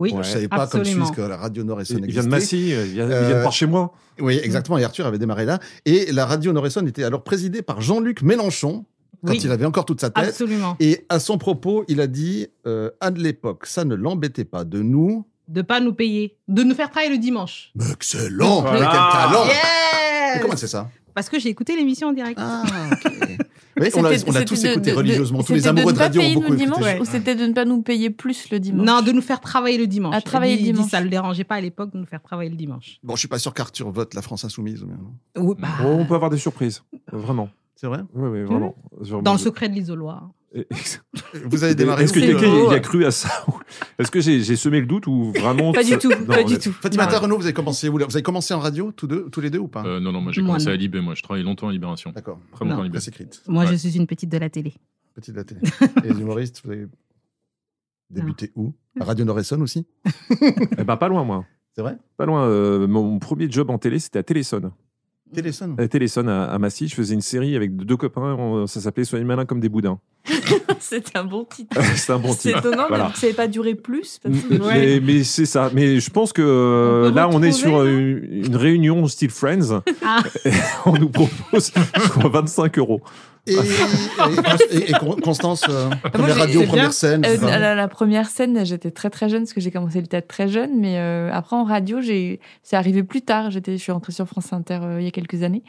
Oui,
je ne savais pas comme Suisse que la radio Nord-Essonne existait.
Il vient de Massy, il vient, euh, de par chez moi.
Oui, exactement. Et Arthur avait démarré là. Et la radio Nord-Essonne était alors présidée par Jean-Luc Mélenchon. Quand
oui.
il avait encore toute sa tête.
Absolument.
Et à son propos, il a dit euh, à de l'époque, ça ne l'embêtait pas de nous.
De pas nous payer, de nous faire travailler le dimanche.
Excellent voilà. Quel talent
yes
Mais Comment c'est ça
Parce que j'ai écouté l'émission en direct.
Ah, ok. Oui, on, a, on a tous écouté de, religieusement. De, tous les amoureux de,
ne
radio
pas payer
ont beaucoup
nous dimanche,
écouté.
Ou c'était de ne pas nous payer plus le dimanche
Non, de nous faire travailler le dimanche.
À travailler
dit,
le dimanche.
Dit, ça ne le dérangeait pas à l'époque de nous faire travailler le dimanche.
Bon, je suis pas sûr qu'Arthur vote la France Insoumise.
Mais... Oui, bah...
oh, on peut avoir des surprises, vraiment.
C'est vrai
Oui, oui, vraiment. vraiment.
Dans le secret de l'isoloir.
Euh, Vous avez démarré. euh,
Est-ce que quelqu'un y a cru à ça Est-ce que j'ai semé le doute ou vraiment
Pas du tout. Non, pas du tout.
Fatima Renaud, vous avez commencé vous avez commencé en radio tous deux, tous les deux ou pas
euh, Non, non, moi j'ai commencé à Libé. Moi, je travaille longtemps à Libération.
D'accord.
Très longtemps à Libé.
écrite.
Moi, ouais. je suis une petite de la télé.
Petite de la télé. Et les humoristes, vous avez débuté où À Radio Noresson aussi
Eh ben, pas loin, moi.
C'est vrai
Pas loin. Euh, mon premier job en télé, c'était à Téléson.
Téléson.
À Téléson à, à, Massy, je faisais une série avec deux copains, on, ça s'appelait Soyez malins comme des boudins.
C'était un bon titre.
c'est un bon titre.
C'est étonnant
voilà.
que ça n'ait pas duré plus. Parce que...
Mais, mais c'est ça. Mais je pense que euh, on là, on est sur euh, une, une réunion style Friends. Ah. on nous propose 25 euros.
Et, et, et, et, Constance, euh,
Ah,
première Moi, radio, première bien, scène.
Euh, la, la, première scène, j'étais très très jeune parce que j'ai commencé le théâtre très jeune, mais euh, après en radio, c'est arrivé plus tard. J'étais, je suis rentrée sur France Inter euh, il y a quelques années.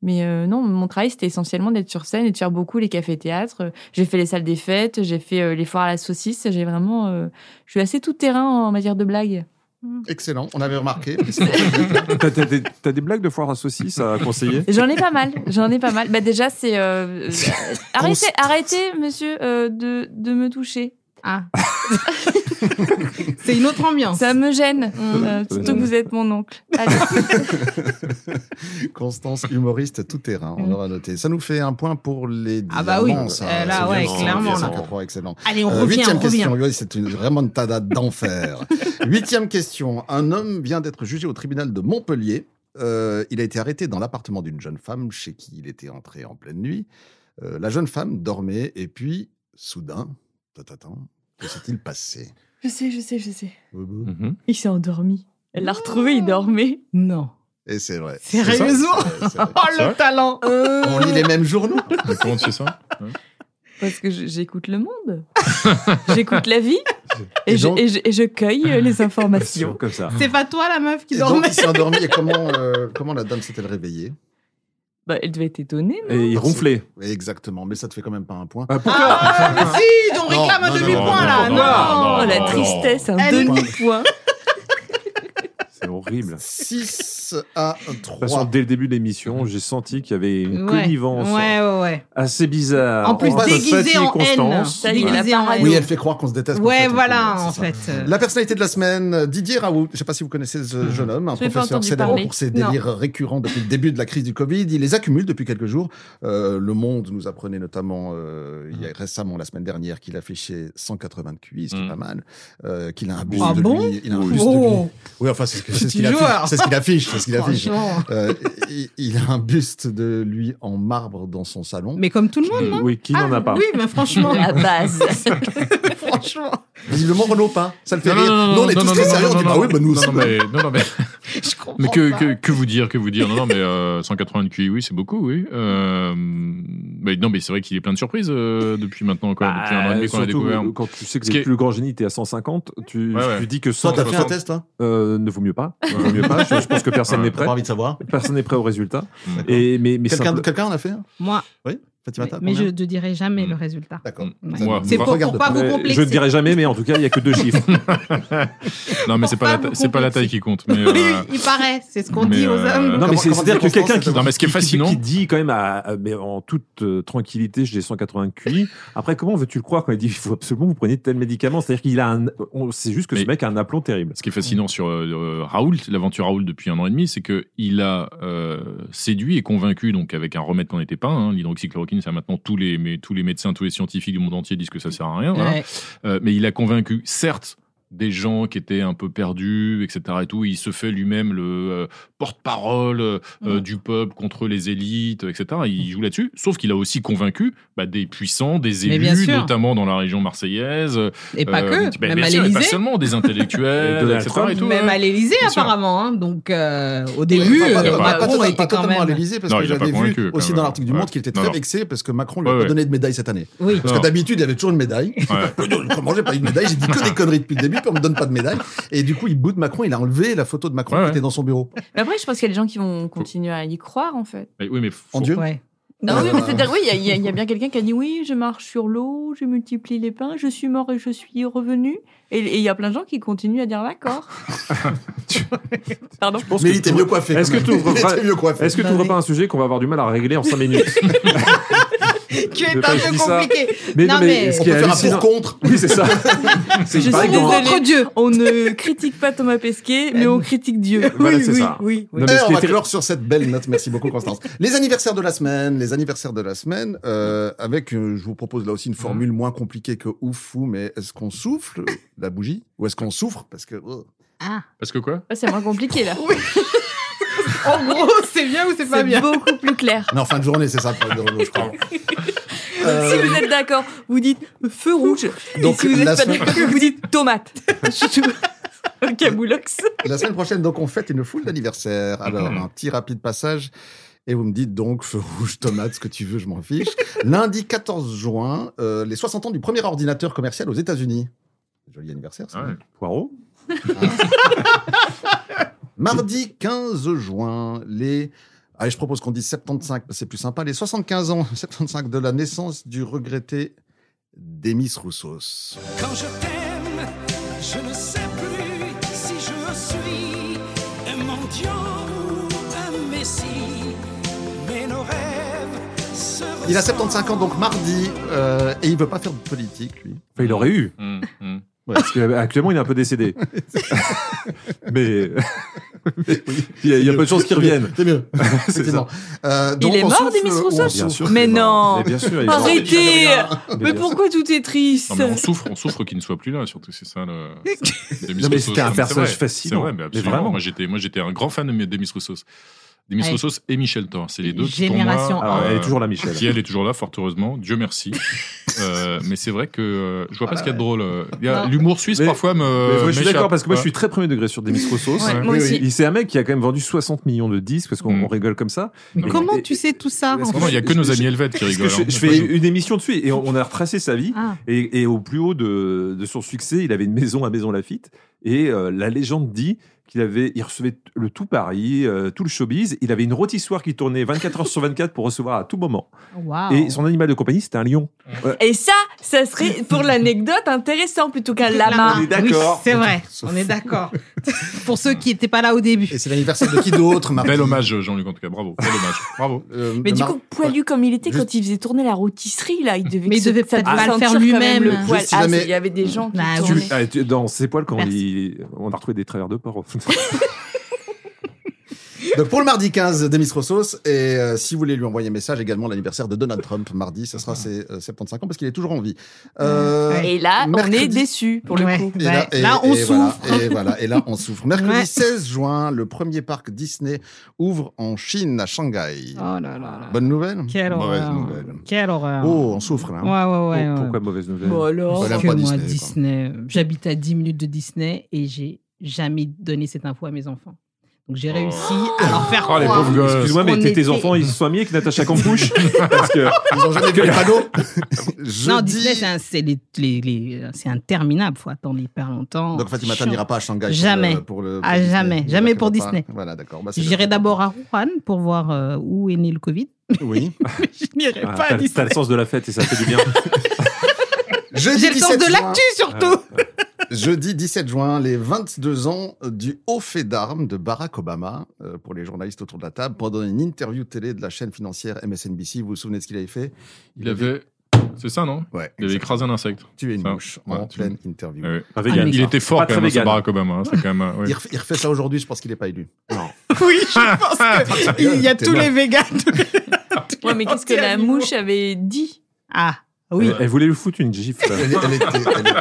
Mais euh, non, mon travail, c'était essentiellement d'être sur scène et de faire beaucoup les cafés-théâtres. J'ai fait les salles des fêtes, j'ai fait euh, les foires à la saucisse. J'ai vraiment, euh, je suis assez tout terrain en matière de blagues.
Excellent, on avait remarqué.
T'as des, des, blagues de foire à saucisse à conseiller
J'en ai pas mal, j'en ai pas mal. Bah déjà, c'est euh, arrêtez, arrêtez, monsieur, euh, de, de me toucher. Ah.
C'est une autre ambiance.
Ça me gêne. Euh, surtout que vous êtes mon oncle. Allez.
Constance, humoriste tout terrain, on aura noté. Ça nous fait un point pour les
Mm. Ah bah oui.
diamants, ça.
Euh, là,
C'est
ouais,
bien,
clairement,
c'est
là.
quatre points, excellent. Euh,
Allez, on revient,
Huitième
on revient.
question, Oui, c'est une, vraiment une tada d'enfer. huitième question, un homme vient d'être jugé au tribunal de Montpellier. Euh, il a été arrêté dans l'appartement d'une jeune femme chez qui il était entré en pleine nuit. Euh, la jeune femme dormait et puis, soudain, tatatin, que s'est-il passé
Je sais, je sais, je sais.
Mm.
Mhm.
Il s'est endormi. Elle l'a retrouvé, il dormait.
Non.
Et c'est vrai.
Sérieusement Oh
C'est
le
vrai
talent
On lit les mêmes journaux.
Comment tu sais ça
Parce que je- j'écoute le monde. j'écoute la vie. Et,
Et
je-
donc-
et je, et je cueille euh, les informations.
Comme ça.
C'est pas toi la meuf qui
Et donc,
dormait
il s'est endormi. Et comment, euh, comment la dame s'est-elle réveillée
bah, Elle devait être étonnée.
Et il ronflait.
Exactement, mais ça te fait quand même pas un point.
Ah, mais si, on réclame
Non,
un
non,
demi-point
non,
là.
non,
Non,
non, non, Oh, la non.
tristesse, un
Elle-
demi-point.
C'est horrible.
6 à 3.
De Ah. toute façon, dès le début de l'émission, j'ai senti qu'il y avait une
Ouais.
connivence
Ouais, ouais, ouais.
assez bizarre.
En plus,
entre
déguisée
Fatih
en
Constance.
haine.
Ouais.
Déguisée en haine.
Oui, elle fait croire qu'on se déteste.
Ouais,
en fait, on
voilà,
se
en
déteste, c'est
fait.
ça.
euh,
La personnalité de la semaine, Didier Raoult. Je ne sais pas si vous connaissez ce jeune homme, un
Je l'ai pas
professeur
entendu
célèbre
parler.
pour ses
Non.
délires récurrents depuis le début de la crise du Covid. Il les accumule depuis quelques jours. Euh, le Monde nous apprenait notamment euh, il y a récemment, la semaine dernière, qu'il affichait 180 de QI, ce qui est pas mal, euh, qu'il a un bus
Ah
de
bon
lui. Il a un bus de
Oh.
lui. Oui, enfin, c'est ce que- c'est ce
Petit
qu'il affiche.
joueur.
C'est ce qu'il affiche. C'est ce qu'il affiche.
Franchement.
Euh, il, il a un buste de lui en marbre dans son salon.
Mais comme tout le monde, non
Oui, qui n'en a pas
Ah, Oui, mais franchement.
La base.
franchement.
Visiblement, Renault pas. Ça le fait
Non, non,
rire.
non,
Nous, on est
non,
tous
non,
très
non,
sérieux.
non,
On dit,
non,
bah oui, bah nous
non,
aussi.
non, mais, non, non, mais, mais que, que, que vous dire, que vous dire Non, non, mais euh, 180 QI, oui, c'est beaucoup, oui. Euh, mais non, mais c'est vrai qu'il est plein de surprises euh, depuis maintenant, quoi, depuis un an
Euh,
et demi qu'on a
surtout
découvert.
quand tu sais que
Ce qui
le
est-
plus grand génie était à 150, tu,
Ouais, ouais.
tu dis que
Toi,
100.
t'as fait un test, toi
Euh, ne vaut mieux pas. Vaut mieux pas. Je, je pense que personne
Ouais.
n'est
T'as
prêt.
pas envie de savoir.
Personne n'est prêt au résultat. Et mais mais
Quelqu'un
simple-
quelqu'un en a fait un
Moi,
Oui Fatima, t'as
mais je Mm.
combien
ne dirai jamais le résultat.
D'accord.
Ouais.
Ça
Moi,
ne
C'est
me
pour,
regarde
pour pas vous
Mais
complexer.
Euh, je ne dirai jamais, mais en tout cas, il n'y a que deux chiffres.
Non, mais c'est
pas
pas, la
vous
ta- c'est pas la taille qui compte. Mais, euh,
Oui, il paraît, c'est ce qu'on dit aux
euh,
hommes.
Non, mais
Comment-
c'est-
comment
c'est-à-dire
dire
que
Constance,
quelqu'un qui,
Non, mais ce qui est
qui- qui-
fascinant-
qui dit quand même à- à- mais en toute euh, tranquillité, j'ai 180 QI. Après, comment veux-tu le croire quand il dit il faut absolument que vous preniez tel médicament C'est-à-dire qu'il a un. on- C'est juste que ce
Mais-
mec a un aplomb terrible.
Ce qui est fascinant sur euh, euh, Raoul, l'aventure Raoul depuis un an et demi, c'est qu'il a euh, séduit et convaincu, donc avec un remède qu'on n'était pas, hein, l'hydroxychloroquine, ça maintenant tous les, mais, tous les médecins, tous les scientifiques du monde entier disent que ça sert à rien. voilà.
Ouais.
Euh, mais il a convaincu, certes, des gens qui étaient un peu perdus, etc. Et tout. Il se fait lui-même le euh, porte-parole euh,
Mhm.
du peuple contre les élites, etc. Il joue là-dessus. Sauf qu'il a aussi convaincu bah, des puissants, des
Mais bien
élus,
sûr.
notamment dans la région marseillaise.
Et pas
Euh,
que,
bah, bien
même à
sûr, et pas
l'Elysée.
seulement
Et
des intellectuels,
Donald
etc.
Trump.
et tout, hein.
Même
ouais.
à l'Elysée,
Bien sûr.
apparemment. hein. Donc, euh, au début,
pas,
euh,
pas- pas-
Macron
pas-
était
pas
quand
totalement à
même.
l'Élysée, parce
Non,
que
il a pas
j'avais
convaincu,
vu
quand
aussi
même,
dans l'article du
ouais.
Monde qu'il était
Non,
très
non.
vexé parce que Macron lui a
Ouais,
pas
ouais.
donné de médaille cette année.
Oui.
Parce
Non.
que d'habitude, il avait toujours une médaille.
Ouais.
Comment j'ai pas eu de médaille J'ai dit que des conneries depuis le début, puis on me donne pas de médaille. Et du coup, il boude Macron, il a enlevé la photo de Macron
Ouais,
qui
ouais.
était dans son bureau.
Mais après, je pense qu'il y a des gens qui vont continuer à y croire, en fait.
Mais oui, mais faut-
En Dieu
Ouais.
Ah, Non, oui,
Euh,
mais c'est-à-dire, oui, il y a- il y, a- il y a bien quelqu'un qui a dit oui, je marche sur l'eau, je multiplie les pains, je suis mort et je suis revenu. Et et il y a plein de gens qui continuent à dire d'accord. Pardon.
Mais il était mieux coiffé.
Est-ce que
quand
tu
même.
ouvres
Il
pas-
était mieux coiffé.
Est-ce que tu
Bah
n'ouvres
oui.
pas un sujet qu'on va avoir du mal à régler en 5 minutes
Qui
Je
est
pas-
un
je
peu
dis ça.
compliqué.
Mais
Non,
non,
mais-
mais ce
On
qui
peut
est
faire un
hallucinant.
pour contre.
Oui, c'est ça. C'est
Je
pas
suis
Pardon.
évident.
désolée.
Contre Dieu.
On ne critique pas Thomas Pesquet, mais on critique Dieu.
Voilà, c'est ça.
Oui, oui.
Non, mais
Eh,
ce
on
qui
va
était-
clore sur cette belle note. Merci beaucoup, Constance. les anniversaires de la semaine, les anniversaires de la semaine, euh, avec, euh, je vous propose là aussi une
Mm.
formule moins compliquée que ouf fou, mais est-ce qu'on souffle la bougie ou est-ce qu'on souffre parce que oh,
Ah.
Parce que quoi
Ah, C'est moins compliqué, là.
En gros, c'est bien ou c'est pas
C'est
bien
beaucoup plus clair.
non fin de journée c'est ça le problème de Renaud, je crois. Euh,
Si vous êtes d'accord, vous dites feu rouge.
Donc,
et si vous
la
n'êtes pas
semaine-
d'accord, vous dites tomate. Au Camoulox.
la semaine prochaine donc on fête une foule
Mm-hmm.
d'anniversaires. Alors un petit rapide passage. Et vous me dites donc, feu rouge, tomate, ce que tu veux, je m'en fiche. Lundi 14 juin, euh, les 60 ans du premier ordinateur commercial aux États-Unis. Joli anniversaire, ça.
Ah ouais.
Poirot
Mardi 15 juin, les. Allez, je propose qu'on dise 75, c'est plus sympa. Les 75 ans, 75 de la naissance du regretté Démis Roussos.
Quand je t'aime, je ne sais plus si je suis un mendiant ou un messie. Mais nos rêves se
Il a
ressemblent.
75 ans, donc mardi, euh, et il veut pas faire de politique, lui.
Enfin, il aurait eu.
Mm, mm.
Parce que, euh, actuellement, il est un peu décédé. mais mais il y a, il y a peu de chances qu'il revienne.
C'est mieux.
C'est ça.
Euh,
Il est mort, Demis Roussos
bien sûr
Mais
qu'il est mort.
non
Mais bien sûr, il est mort.
Arrêtez
Mais
Mais
bien
pourquoi tout est triste
Non, mais on souffre, on souffre qu'il ne soit plus là, surtout, c'est ça le. Demis
Non, mais
Roussos.
c'était un
Non, mais c'est
personnage
vrai,
fascinant.
C'est vrai, mais
Mais
absolument.
vraiment.
Moi, j'étais, moi, j'étais un grand fan de Demis Roussos. Demis
Ouais.
Roussos et Michel Thor, c'est les deux qui, pour moi, euh,
Génération Alors,
elle est toujours là, Michel.
Qui, elle est toujours là, fort heureusement. Dieu merci. Euh, mais c'est vrai que euh, je vois
Ah
pas ce qu'il y a de drôle. euh. Il y a-
Non.
L'humour suisse,
Mais-
parfois, me.
Mais ouais, je suis
m'échappe.
d'accord parce que moi je
Ouais.
suis très premier degré sur Demis Roussos.
Ouais, moi Oui, aussi. oui.
Il- C'est un mec qui a quand même vendu 60 millions de disques parce qu'on
Mm.
on rigole comme ça. Et-
Comment
et-
tu sais tout ça en
parce que
fait
il y a que
je-
nos
je-
amis helvètes qui
parce que
rigolent, hein.
Je, je fais une émission dessus et on, on a retracé sa vie.
Ah.
Et, et au plus haut de, de son succès, il avait une maison à Maison Lafitte. Et euh, la légende dit qu'il avait, il recevait t- le tout Paris, euh, tout le showbiz. Il avait une rôtissoire qui tournait 24 heures sur 24 pour recevoir à tout moment.
Ah.
Waouh.
Et son animal de compagnie, c'était un lion. Ouais.
Et ça, ça serait pour l'anecdote intéressant plutôt qu'un lama.
On est d'accord.
Oui, c'est vrai, on est d'accord. Pour ceux qui n'étaient pas là au début.
Et c'est l'anniversaire de qui d'autre, Euh, Marc
Bel hommage, Jean-Luc, en tout cas. Bravo. Bel hommage. Bravo.
Mais du coup, poilu comme il était quand il faisait tourner la rôtisserie, là, il devait,
Mais il
se-
devait
ça
peut-être pas le
sentir quand
faire
même
lui-même.
le
Juste
poil.
si
Ah,
jamais-
c'est- il y avait des gens qui
Bah oui.
tournaient.
Tu- ah, tu- dans ses poils, quand il- on a retrouvé des travers de porc.
Donc pour le mardi 15, Demis Roussos. Et euh, si vous voulez lui envoyer un message, également l'anniversaire de Donald Trump mardi, ça sera ses euh, 75 ans parce qu'il est toujours en vie. Euh,
Et là, on est
mercredi-
déçus pour le
Ouais.
coup.
Et là, et-
Là, on
et voilà,
souffre.
et voilà, et là, on souffre. Mercredi
Ouais.
16 juin, le premier parc Disney ouvre en Chine, à Shanghai.
Oh là là là.
Bonne nouvelle
Quelle
Mauvaise
horreur. Ah.
nouvelle.
Quelle horreur.
Oh, on souffre là.
ouais, ouais, ouais.
Oh,
ouais.
Pourquoi mauvaise nouvelle
Bon alors.
Voilà.
Parce
J'aime
que
pas
moi,
Disney, quoi.
Disney, euh, j'habite à 10 minutes de Disney et j'ai jamais donné cette info à mes enfants. Donc j'ai réussi à leur faire
Ah,
Oh, les
croire.
pauvres gosses.
Excuse-moi, mais
On
t'es- tes
était-
enfants, ils se sont amis avec Natacha Campouche Parce que.
Ils ont jamais vu les panneaux
Non,
Jeudi-
Disney, c'est un- c'est les- les- les- c'est interminable. faut attendre hyper longtemps.
Donc Fatima,
Chiant.
tu n'ira pas à Shanghai pour
Jamais.
le- pour le. pour
Ah,
Disney.
jamais.
D'accord,
Jamais pour
pas.
Disney.
Voilà, d'accord. Bah, c'est
J'irai
bien.
d'abord hein. à Wuhan pour voir euh, où est né le Covid.
Oui.
Je n'irai
Ah,
pas à
t'as- T'as
Disney.
le sens de la fête et ça fait du bien.
Jeudi
J'ai le sens
17
de
juin.
l'actu surtout.
Jeudi 17 juin, les 22 ans du haut fait d'armes de Barack Obama, euh, pour les journalistes autour de la table, pendant une interview télé de la chaîne financière MSNBC. Vous vous souvenez de ce qu'il avait fait
Il avait. C'est ça, non
Ouais,
Il avait écrasé un insecte.
tué une
Ça,
mouche
ouais, Ah
en
tu-
pleine interview.
Ouais.
Ah,
Pas vegan,
il
ça.
était fort
Pas
quand
très
même, ce
vegan.
Barack Obama. hein, c'est quand même, ouais.
Il, ref- il refait ça aujourd'hui, je pense qu'il n'est pas élu. Non.
Oui,
Ah.
je pense que il y a tous les végans. tous les- tous
Ouais,
les
mais qu'est-ce que la
anti-animaux.
mouche avait dit
Ah, oui.
Elle, elle voulait lui foutre une gifle.
Elle, elle était, elle-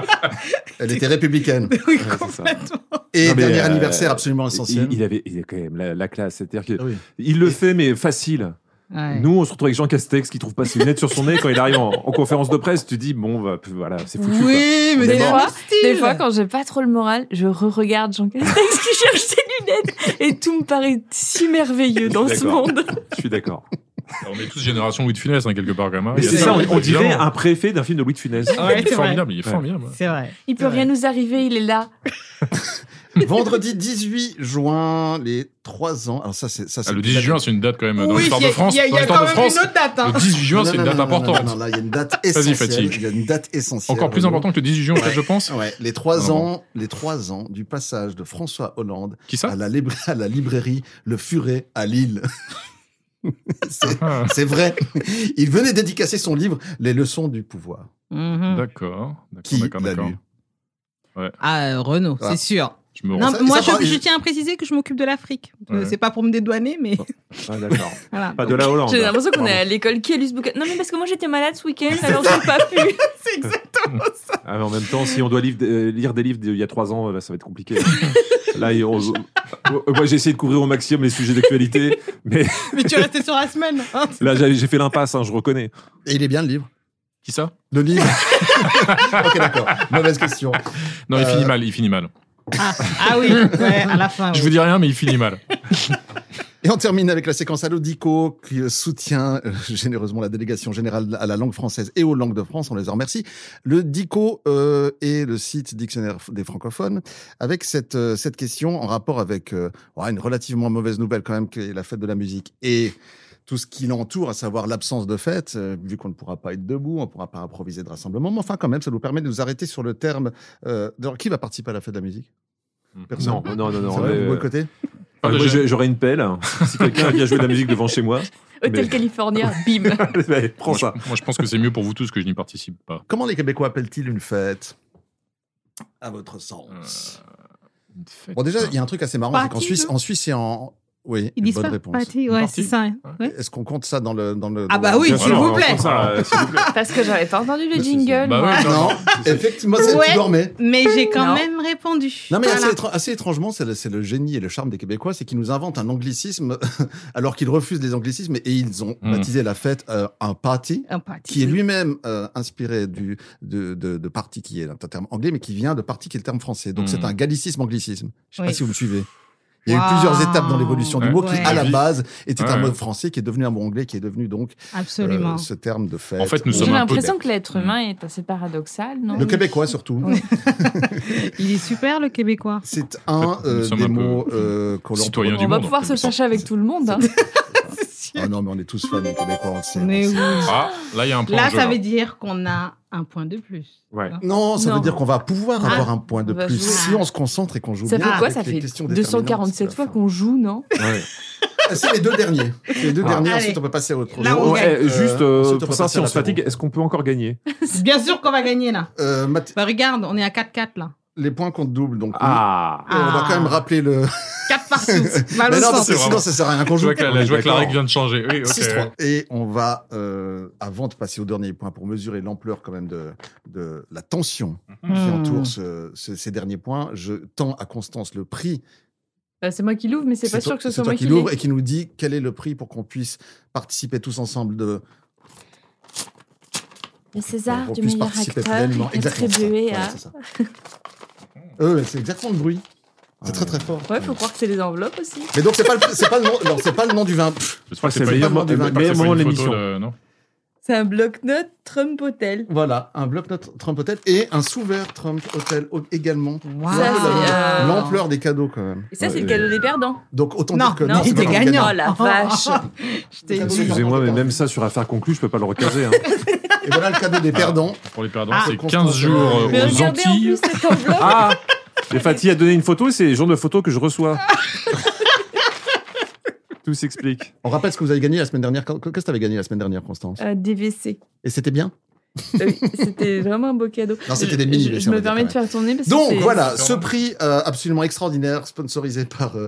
elle était républicaine.
oui,
c'est ça.
complètement.
Et
Non, mais,
dernier
euh,
anniversaire absolument essentiel.
Il, il avait, il a quand même la, la classe. C'est-à-dire qu'il
Ah oui.
le fait, mais facile.
Ouais.
Nous, on se retrouve avec Jean Castex qui trouve pas ses lunettes sur son nez quand il arrive en, en conférence de presse. Tu dis, bon, bah, voilà, c'est foutu.
hein.
oui, mais
Des
c'est
fois,
leur style.
Des fois, quand j'ai pas trop le moral, je re-regarde Jean Castex qui cherche ses lunettes et tout me paraît si merveilleux dans ce
D'accord.
monde.
quoi. Je suis d'accord.
Alors, On est tous génération Louis de Funès, hein, quelque part, quand même. hein.
Mais
Il y a
c'est ça, on, on dirait
évidemment.
un préfet d'un film de Louis de Funès.
Ah, il
Ouais,
est
c'est
formidable, il est
Ouais.
formidable. ouais.
C'est vrai.
Il peut
Ouais.
rien nous arriver, il est là.
Vendredi 18 juin, les 3 ans. Alors ça, c'est ça.
Ah,
c'est
le 18 juin, c'est une date quand même dans
Oui,
l'histoire
il y
de
a-
France.
Il y a, il y
Dans
a
l'histoire
quand
de
même
France,
une autre date. hein.
le 18 juin,
Non,
c'est
non,
une
non,
date
non, non, Non,
importante.
non, là, il y a une date essentielle.
fatigue.
Il y a une date essentielle.
Encore plus
Renaud.
importante que le 18 juin, en fait, je pense.
Ouais, les trois
Vraiment.
ans, les trois ans du passage de François Hollande
Qui ça
à la, libra- à la librairie Le Furet à Lille. c'est,
Ah,
c'est vrai. Il venait dédicacer son livre Les leçons du pouvoir.
Mhm.
D'accord. d'accord,
Qui
d'accord,
l'a
d'accord.
lu
Ah, euh, Renault,
Ah.
c'est sûr.
Je me
Non,
ça-
moi,
ça
je,
prend-
je tiens à préciser que je m'occupe de l'Afrique. Euh,
Ouais.
C'est pas pour me dédouaner, mais
Ah, d'accord.
voilà.
Pas de la Hollande.
J'ai l'impression qu'on est
Pardon.
à l'école qui a lu ce bouquin. Non, mais parce que moi j'étais malade ce week-end, alors j'ai pas pu.
C'est exact.
Ah, mais en même temps, si on doit livre- euh, lire des livres d'il y a trois ans, euh, là, ça va être compliqué. là, et on- Euh, moi, j'ai essayé de couvrir au maximum les sujets d'actualité, mais
Mais tu es resté sur la semaine. hein.
là, j'ai j'ai fait l'impasse, hein, je reconnais.
Et il est bien le livre.
Qui ça
Le livre. ok, d'accord. Mauvaise question.
Non, il
Euh,
finit mal, il finit mal.
Ah, ah oui, ouais, à la fin.
Je
ah oui.
vous dis rien, mais il finit mal.
Et on termine avec la séquence à l'Odico qui euh, soutient euh, généreusement la délégation générale à la langue française et aux langues de France. On les en remercie. Le Dico euh, est le site dictionnaire des francophones avec cette, euh, cette question en rapport avec euh, ouais, une relativement mauvaise nouvelle quand même qui est la fête de la musique et tout ce qui l'entoure, à savoir l'absence de fête, euh, vu qu'on ne pourra pas être debout, on ne pourra pas improviser de rassemblement. Mais enfin, quand même, ça nous permet de nous arrêter sur le terme. euh, de- qui va participer à la fête de la musique Personne.
Non, non, non, non.
Ça va,
mais,
vous
euh,
boycottez
enfin, moi, j'ai- j'aurais une pelle. Si quelqu'un vient jouer de la musique devant chez moi,
Hôtel
Mais-
California, bim.
allez, prends
Moi, je-
ça.
Moi, je pense que c'est mieux pour vous tous que je n'y participe pas.
Comment les Québécois appellent-ils une fête à votre sens.
fête.
Bon, déjà, il y a un truc assez marrant, c'est qu'en
Party,
Suisse,
non
en Suisse, c'est en. Oui,
Ils
une
disent
bonne
pas
réponse.
party, ouais, c'est ça. hein. ouais.
Est-ce qu'on compte ça dans le. Dans le
Ah
dans
bah
la-
oui, Bien s'il sûr, vous on plaît. compte ça,
euh, s'il vous plaît.
Parce que j'avais pas entendu le
Bah
jingle. moi.
ouais, non, effectivement, c'est-
Ouais,
tu dormais.
Mais j'ai quand
Non.
même répondu.
Non, mais
Voilà.
assez, étran- assez étrangement, c'est le, c'est le génie et le charme des Québécois, c'est qu'ils nous inventent un anglicisme alors qu'ils refusent les anglicismes et ils ont
Mm.
baptisé la fête euh, un party,
Un party,
qui est
oui.
lui-même euh, inspiré du, de, de, de party qui est un terme anglais, mais qui vient de party qui est le terme français. Donc
Mm.
c'est un gallicisme-anglicisme. Je sais pas
Oui.
Ah, si vous me suivez. Il y a eu
Wow.
plusieurs étapes dans l'évolution du
Ouais.
mot qui,
Ouais.
à la
Oui.
base, était un
Ouais.
mot français qui est devenu un mot anglais, qui est devenu donc
Absolument.
euh, ce terme de fête.
En fait, nous
J'ai l'impression que l'être humain est assez paradoxal, non
Mm. Le Québécois surtout.
Il est super, le Québécois.
C'est un euh, des mots euh, que l'on
citoyens
peut-
On va pouvoir se fâcher avec tout le monde. hein.
Ah non, mais on est tous fans des Québécois, on le sait.
Mais oui.
Ah, là, il y a un point.
Là,
en jeu,
ça
hein.
veut dire qu'on a un point de plus.
Non, ça
Non.
veut dire qu'on va pouvoir
Ah.
avoir un point de
On va
plus
jouer.
si on se concentre et qu'on joue
Ça
bien.
fait quoi
avec
Ça
les
fait
questions déterminantes.
247 fois qu'on joue, non
Ah, C'est les deux derniers. C'est les deux
Ah.
derniers,
Allez.
ensuite on peut passer à autre chose.
Là, on Ouais, gagne. euh, juste, euh, pour ça, si on se fatigue,
est-ce qu'on peut encore gagner
Bien sûr qu'on va gagner, là.
euh, Math-
Bah, regarde, on est à 4-4, là.
Les points comptent double, donc.
Ah.
oui. Euh, On va quand même rappeler le.
4 partout. Mal
Mais non,
au centre.
parce que sinon ça sert à rien qu'on
Je
joue.
vois que la-
On est
je vois que la
d'accord.
règle vient de changer. Oui, ok.
6-3. Et on va, euh, avant de passer au dernier point, pour mesurer l'ampleur quand même de, de la tension qui
Mhm.
Hmm.
entoure ce- ce- ces derniers points, je tends à Constance le prix
Bah, C'est moi qui l'ouvre, mais c'est pas
toi-
sûr que ce
c'est
soit
toi
moi
qui
qui
l'ouvre
l'ouvre.
et qui nous dit quel est le prix pour qu'on puisse participer tous ensemble de
Le César
Pour
du
qu'on puisse
meilleur
participer
acteur
pleinement.
est
Exactement ça.
attribué
Voilà,
à...
c'est ça. Euh, c'est exactement le bruit. C'est très très fort.
Ouais, faut croire que c'est des enveloppes aussi.
Mais donc c'est pas le c'est pas le nom non, c'est pas le nom du vin. Pff,
Je crois que c'est le
pas
meilleur
du vin.
meilleur moment de l'émission. Non
C'est un bloc-notes Trump Hotel.
Voilà, un bloc-notes Trump Hotel et un sous-verre Trump Hotel au- également.
Ça, c'est, euh,
L'ampleur des cadeaux quand même.
Et ça, c'est
Ouais,
le
et-
cadeau des perdants.
Donc autant
Non,
dire que
non,
c'est
c'était
pas le
gagnant.
cadeau.
Oh la vache. Je t'ai dit.
Excusez-moi, mais même ça sur affaire conclue, je peux pas le recaser. hein.
Et voilà le cadeau des perdants.
Pour les perdants,
Ah,
c'est
Constance,
15 jours
euh,
euh,
Mais
aux
regardez, en
Antilles.
Ah Et Fatih a donné une photo et c'est le genre de photo que je reçois. Tout s'explique.
On rappelle ce que vous avez gagné la semaine dernière. Qu'est-ce que tu avais gagné la semaine dernière, Constance
Euh, DVC.
Et c'était bien
Ah Oui, c'était vraiment un beau cadeau.
Non, c'était
Je-
des mini
Je,
DVC,
je
on va
me
dire,
permets de
quand
faire tourner parce que
Donc
c'est-
voilà, ce prix euh, absolument extraordinaire, sponsorisé par euh,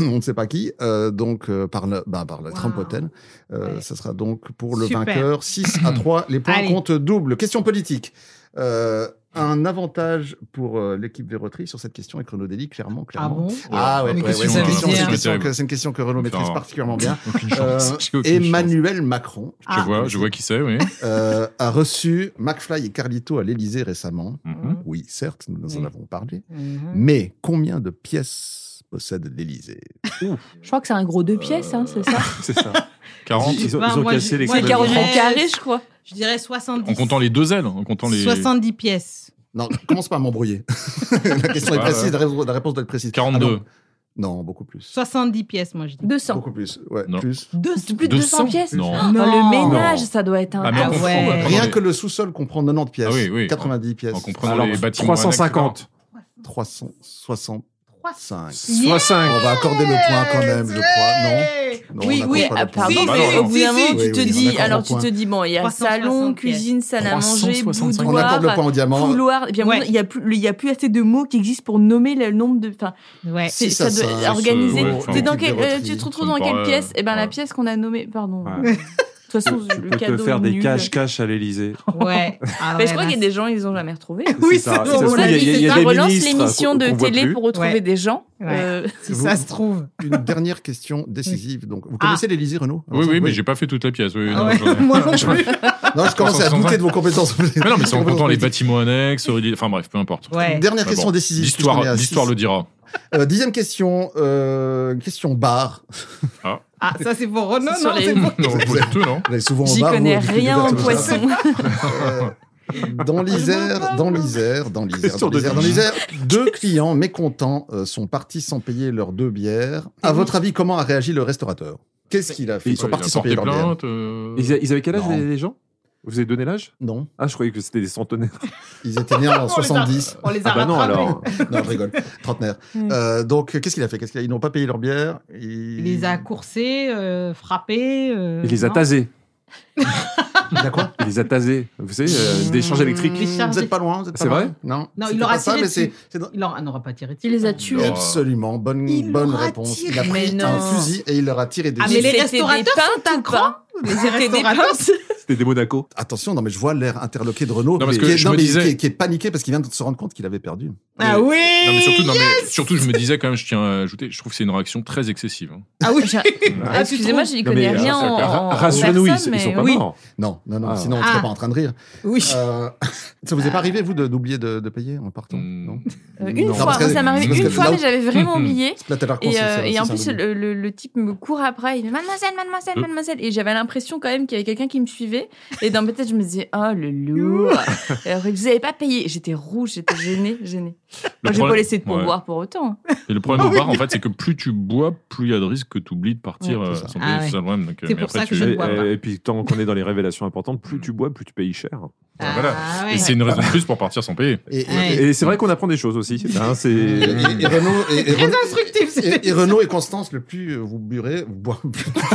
on ne sait pas qui, euh, donc euh, par le, bah, par le Trump Hotel. Euh, Ça sera donc pour le
Super.
vainqueur 6 à 3. Les points
Allez.
comptent double. Question politique. Euh, un avantage pour euh, l'équipe Verroterie sur cette question est chronodélique, clairement, clairement.
bon
ah ouais,
Mais
ouais, ouais,
qu'est-ce que
c'est une
c'est
question, c'est une
terrible.
question que, c'est une question que Renaud
Putain,
maîtrise particulièrement bien.
aucune chance.
Euh,
J'ai aucune chance.
Emmanuel Macron,
Je vois, je vois qui c'est, oui.
euh, a reçu McFly et Carlito à l'Élysée récemment.
Mmh.
Oui, certes, nous en avons parlé.
Mm.
Mais combien de pièces possède l'Élysée
Je crois que c'est un gros
Euh,
deux pièces, hein, c'est ça
C'est ça.
40.
Ils ont-
Bah,
ils ont
moi,
cassé
je-
les
moi,
codes
je
de
dirais-
genre.
Carré, je crois.
Je dirais
En
70.
comptant les deux ailes, en comptant les.
70 pièces.
Non, commence pas à m'embrouiller. la question est
Ouais,
précise,
ouais.
la réponse- la réponse doit être précise. Ah
42.
non. non, beaucoup plus.
70 pièces, moi, je dis.
200.
Beaucoup plus. Ouais, plus.
Plus de 200, pièces Bah,
Non.
Oh,
Non.
Le ménage, ça doit être un...
Ah, mais on
un
confond,
fou.
on comprend
Rien
les-
que le sous-sol comprend 90 pièces.
Ah oui, oui.
90 pièces.
En comprenant Alors, les bâtiments
350.
365.
Yeah
65. On va accorder le point quand même, je crois. Non. Non,
oui,
on
oui,
accorde pas Bah,
ah,
le point.
pardon, mais au bout d'un moment, tu te dis, alors tu te dis, bon, il y a
360
salon, cuisine, salle à manger,
365.
boudoir,
On accorde le point au diamant.
couloir, et puis à un moment, il n'y a, plus- il y a plus assez de mots qui existent pour nommer le nombre de... Enfin, c'est-
Si,
ça,
ça,
doit
ça,
organiser.
c'est- ouais,
T'es dans
enfin,
quel-
des
euh,
retraits.
tu te retrouves
Ça
dans
me
quelle
paraît-
pièce Eh ben la pièce qu'on a nommée, pardon.
Ouais.
De toute façon,
Tu peux
le
te
cadeau
faire
est
des
nul.
cache-cache à l'Elysée.
Ouais.
Mais je crois
Ah,
qu'il y a des gens, ils ont jamais retrouvé.
Oui, ça. c'est ça.
On
Il y a-
a dit,
il y a
c'est
des
ça, relance
ministres
l'émission
qu'on-
de
qu'on voit
télé
plus.
pour retrouver
Ouais.
des gens. Euh,
Ouais. Si
Vous-
ça se trouve.
Une dernière question décisive. Donc,
Ah.
vous connaissez l'Élysée, Renaud
Oui, oui, mais j'ai pas fait toute la pièce. Oui, oui,
Ah
non,
ouais,
j'en ai-
moi non plus. Non, je commençais à douter de vos compétences.
Mais non, mais c'est en
Vos
comptant les
compétences.
bâtiments annexes, Aurélie- enfin bref, peu importe.
Ouais. Dernière
Mais
question décisive, puisqu'on est à
L'histoire,
six.
l'histoire le dira.
Euh, dixième question, euh, question bar.
Ah.
Ah, ça, c'est pour Renaud,
C'est sur
non
les-
c'est pour-
Non, pas du tout, non.
Vous allez souvent au
J'y
bar,
connais
vous, vous
rien en
débattez comme ça.
poisson.
Euh, Dans l'Isère, dans l'Isère, dans l'Isère,
Question
dans
de
l'Isère, dans
biche.
l'Isère, deux clients mécontents euh, sont partis sans payer leurs deux bières. À votre avis, comment a réagi le restaurateur Qu'est-ce qu'il a fait Ils sont
Il a
partis sans
porté
payer leurs bières.
plainte, euh,
Ils, a- ils avaient quel âge
Non.
les, les gens Vous avez donné l'âge
Non.
Ah, je croyais que c'était des centenaires.
Ils étaient nés en 70.
on les
Ah
a
bah non,
rattrapés.
alors.
Euh,
Non, je rigole. Trentenaire. Euh, donc, qu'est-ce qu'il a fait Qu'est-ce qu'il a- Ils n'ont pas payé leurs bières.
Il
Il...
les a coursés, euh, frappés. euh,
Il les a
non
tasés.
Il a quoi
les a tasés. Vous savez, euh, des charges électriques.
Les charges Vous êtes pas loin, vous êtes pas
C'est
loin.
vrai
Non.
Non,
c'était
il aura
pas ça,
tiré
mais
dessus.
c'est- c'est dans-
Il aura- non, on aura pas tiré dessus.
Il les a tués.
Absolument, bonne, bonne réponse. Il a
tiré.
pris
Mais
un
non.
fusil et il leur a tiré des
Ah, mais les restaurateurs sont à cran.
hein.
Les restaurateurs
C'était des Monaco.
Attention, non mais je vois l'air interloqué de Renault
Non, parce
mais
que
qui, est,
je
non,
me
mais
disais-
qui est- qui est paniqué parce qu'il vient de se rendre compte qu'il avait perdu.
Ah oui
Non, mais surtout, non, mais
yes
surtout, je me disais quand même, je tiens à ajouter, je trouve que c'est une réaction très excessive. hein.
Ah oui
Ah, Excusez-moi, je n'y
Non,
connais
mais,
rien
euh,
en,
ra-
en- en
rassurez-nous, ils-
personne,
ils sont
mais
pas
oui.
morts.
Non, non, non,
Ah.
sinon on serait
Ah.
pas en train de rire.
Oui.
Euh, ça vous est pas arrivé, vous, de- d'oublier de, de payer en partant
Hmm.
non
Euh, une
Non,
fois,
parce que-
moi, ça m'est arrivé
parce
une
que
fois,
là où-
mais j'avais vraiment oublié.
Là, t'as l'air con,
Et,
c'est-
euh,
c'est-
et en
c'est un
plus,
oubli.
le, le- le type me court après, il me dit Mademoiselle, mademoiselle,
Euh.
mademoiselle. Et j'avais l'impression quand même qu'il y avait quelqu'un qui me suivait. Et dans ma tête, je me disais Oh le lourd Et Alors, il disait, vous avez pas payé. J'étais rouge, j'étais gênée, gênée. Moi, j'ai
problème-
pas laissé de
ouais.
pourboire pour autant.
Et le problème
Ah
au
oui.
bar, en fait, c'est que plus tu bois, plus il y a de risque que tu oublies de partir.
Ouais,
euh,
c'est ça.
sans
Ah
payer,
ouais.
c'est ça le problème. Donc, euh,
C'est
mais
pour
après,
ça que
tu-
je ne
Et,
bois Mm.
et- et puis tant qu'on est dans les révélations importantes, plus tu bois, plus tu payes cher.
Ah,
voilà. Et c'est une raison de plus pour partir sans payer.
Et,
Et c'est vrai qu'on apprend des choses aussi. hein, c'est-
Mm.
Et, et Renaud et, et Renaud- et- et Renaud et Constance, le plus euh, vous burez, vous boivez.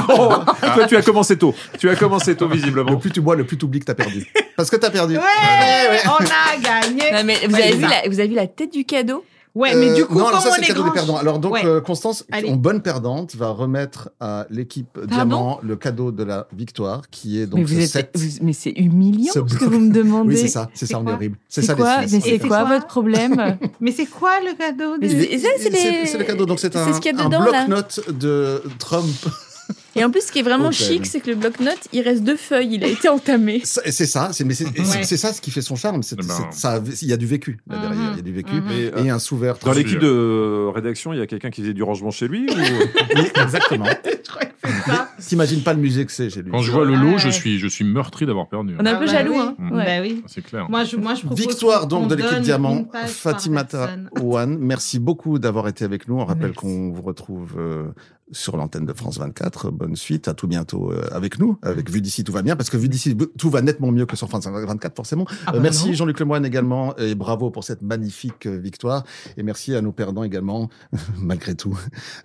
Oh, toi, tu as commencé tôt. Tu as commencé tôt, visiblement.
Le plus tu bois, le plus tu oublies que t'as perdu. Parce que t'as perdu. Ah
On a gagné.
Non, mais vous,
Ouais,
avez
c'est
vu
ça.
la, vous avez vu la tête du cadeau
Ouais, mais
Euh,
du coup,
non, alors
comment
ça, c'est
on
le
est
cadeau des
grand
perdants. Alors donc,
Ouais.
euh, Constance,
Allez.
en bonne perdante, va remettre à l'équipe Diamant le cadeau de la victoire, qui est donc
Mais vous
ce set.
êtes- vous- mais c'est humiliant
Ce
ce que
bloc.
vous me demandez.
Oui, c'est ça, c'est ça, on est horrible. C'est
C'est
ça,
quoi
les
Mais
Suisses.
c'est quoi votre problème
Mais c'est quoi le cadeau de...
Mais c'est- ça, c'est les-
C'est le cadeau, donc c'est
c'est
un,
ce qu'il y a
un
dedans, là.
bloc-notes de Trump.
Et en plus, ce qui est vraiment
Hôtel.
chic, c'est que le bloc-notes, il reste deux feuilles, il a été entamé.
Ça- C'est ça, c'est mais c'est et c'est-
Ouais.
c'est ça ce qui fait son charme. c'est- c'est- ça a- Il y a du vécu là
Mm-hmm.
derrière, il y a du vécu
Mhm. Mais,
et un souverain.
Dans l'équipe de euh, rédaction, il y a quelqu'un qui faisait du rangement chez lui ou...
Exactement. Mais T'imagines pas le musée que c'est chez lui.
Quand je vois le lot, je suis, je suis meurtri d'avoir perdu.
On est un peu jaloux,
Ah oui.
hein.
Mm.
Ouais.
Bah oui.
C'est clair.
Moi, je, moi, je propose
Victoire
qu'on-
donc
qu'on
de l'équipe
donne
Diamant,
une page par
Fatimata
personne.
Ouane, merci beaucoup d'avoir été avec nous. On rappelle qu'on vous retrouve euh, sur l'antenne de France 24. Bonne suite, à tout bientôt euh, avec nous, avec Vue d'ici tout va bien, parce que Vue d'ici tout va nettement mieux que sur France 24 forcément.
Ah
Euh,
bah
merci
non.
Jean-Luc Lemoyne également, et bravo pour cette magnifique euh, victoire. Et merci à nos perdants également, malgré tout,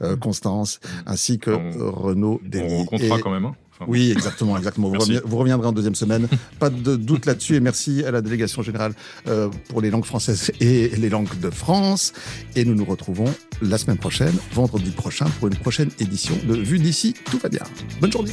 euh, Constance, ainsi que euh, Renaud Dely.
Mm. On comptera
Et-
quand même. hein. Enfin,
oui, exactement, exactement. Vous,
Merci.
reveni- vous reviendrez en deuxième semaine. Pas de doute là-dessus. Et merci à la délégation générale euh, pour les langues françaises et les langues de France. Et nous nous retrouvons la semaine prochaine, vendredi prochain, pour une prochaine édition de Vue d'ici. Tout va bien. Bonne journée.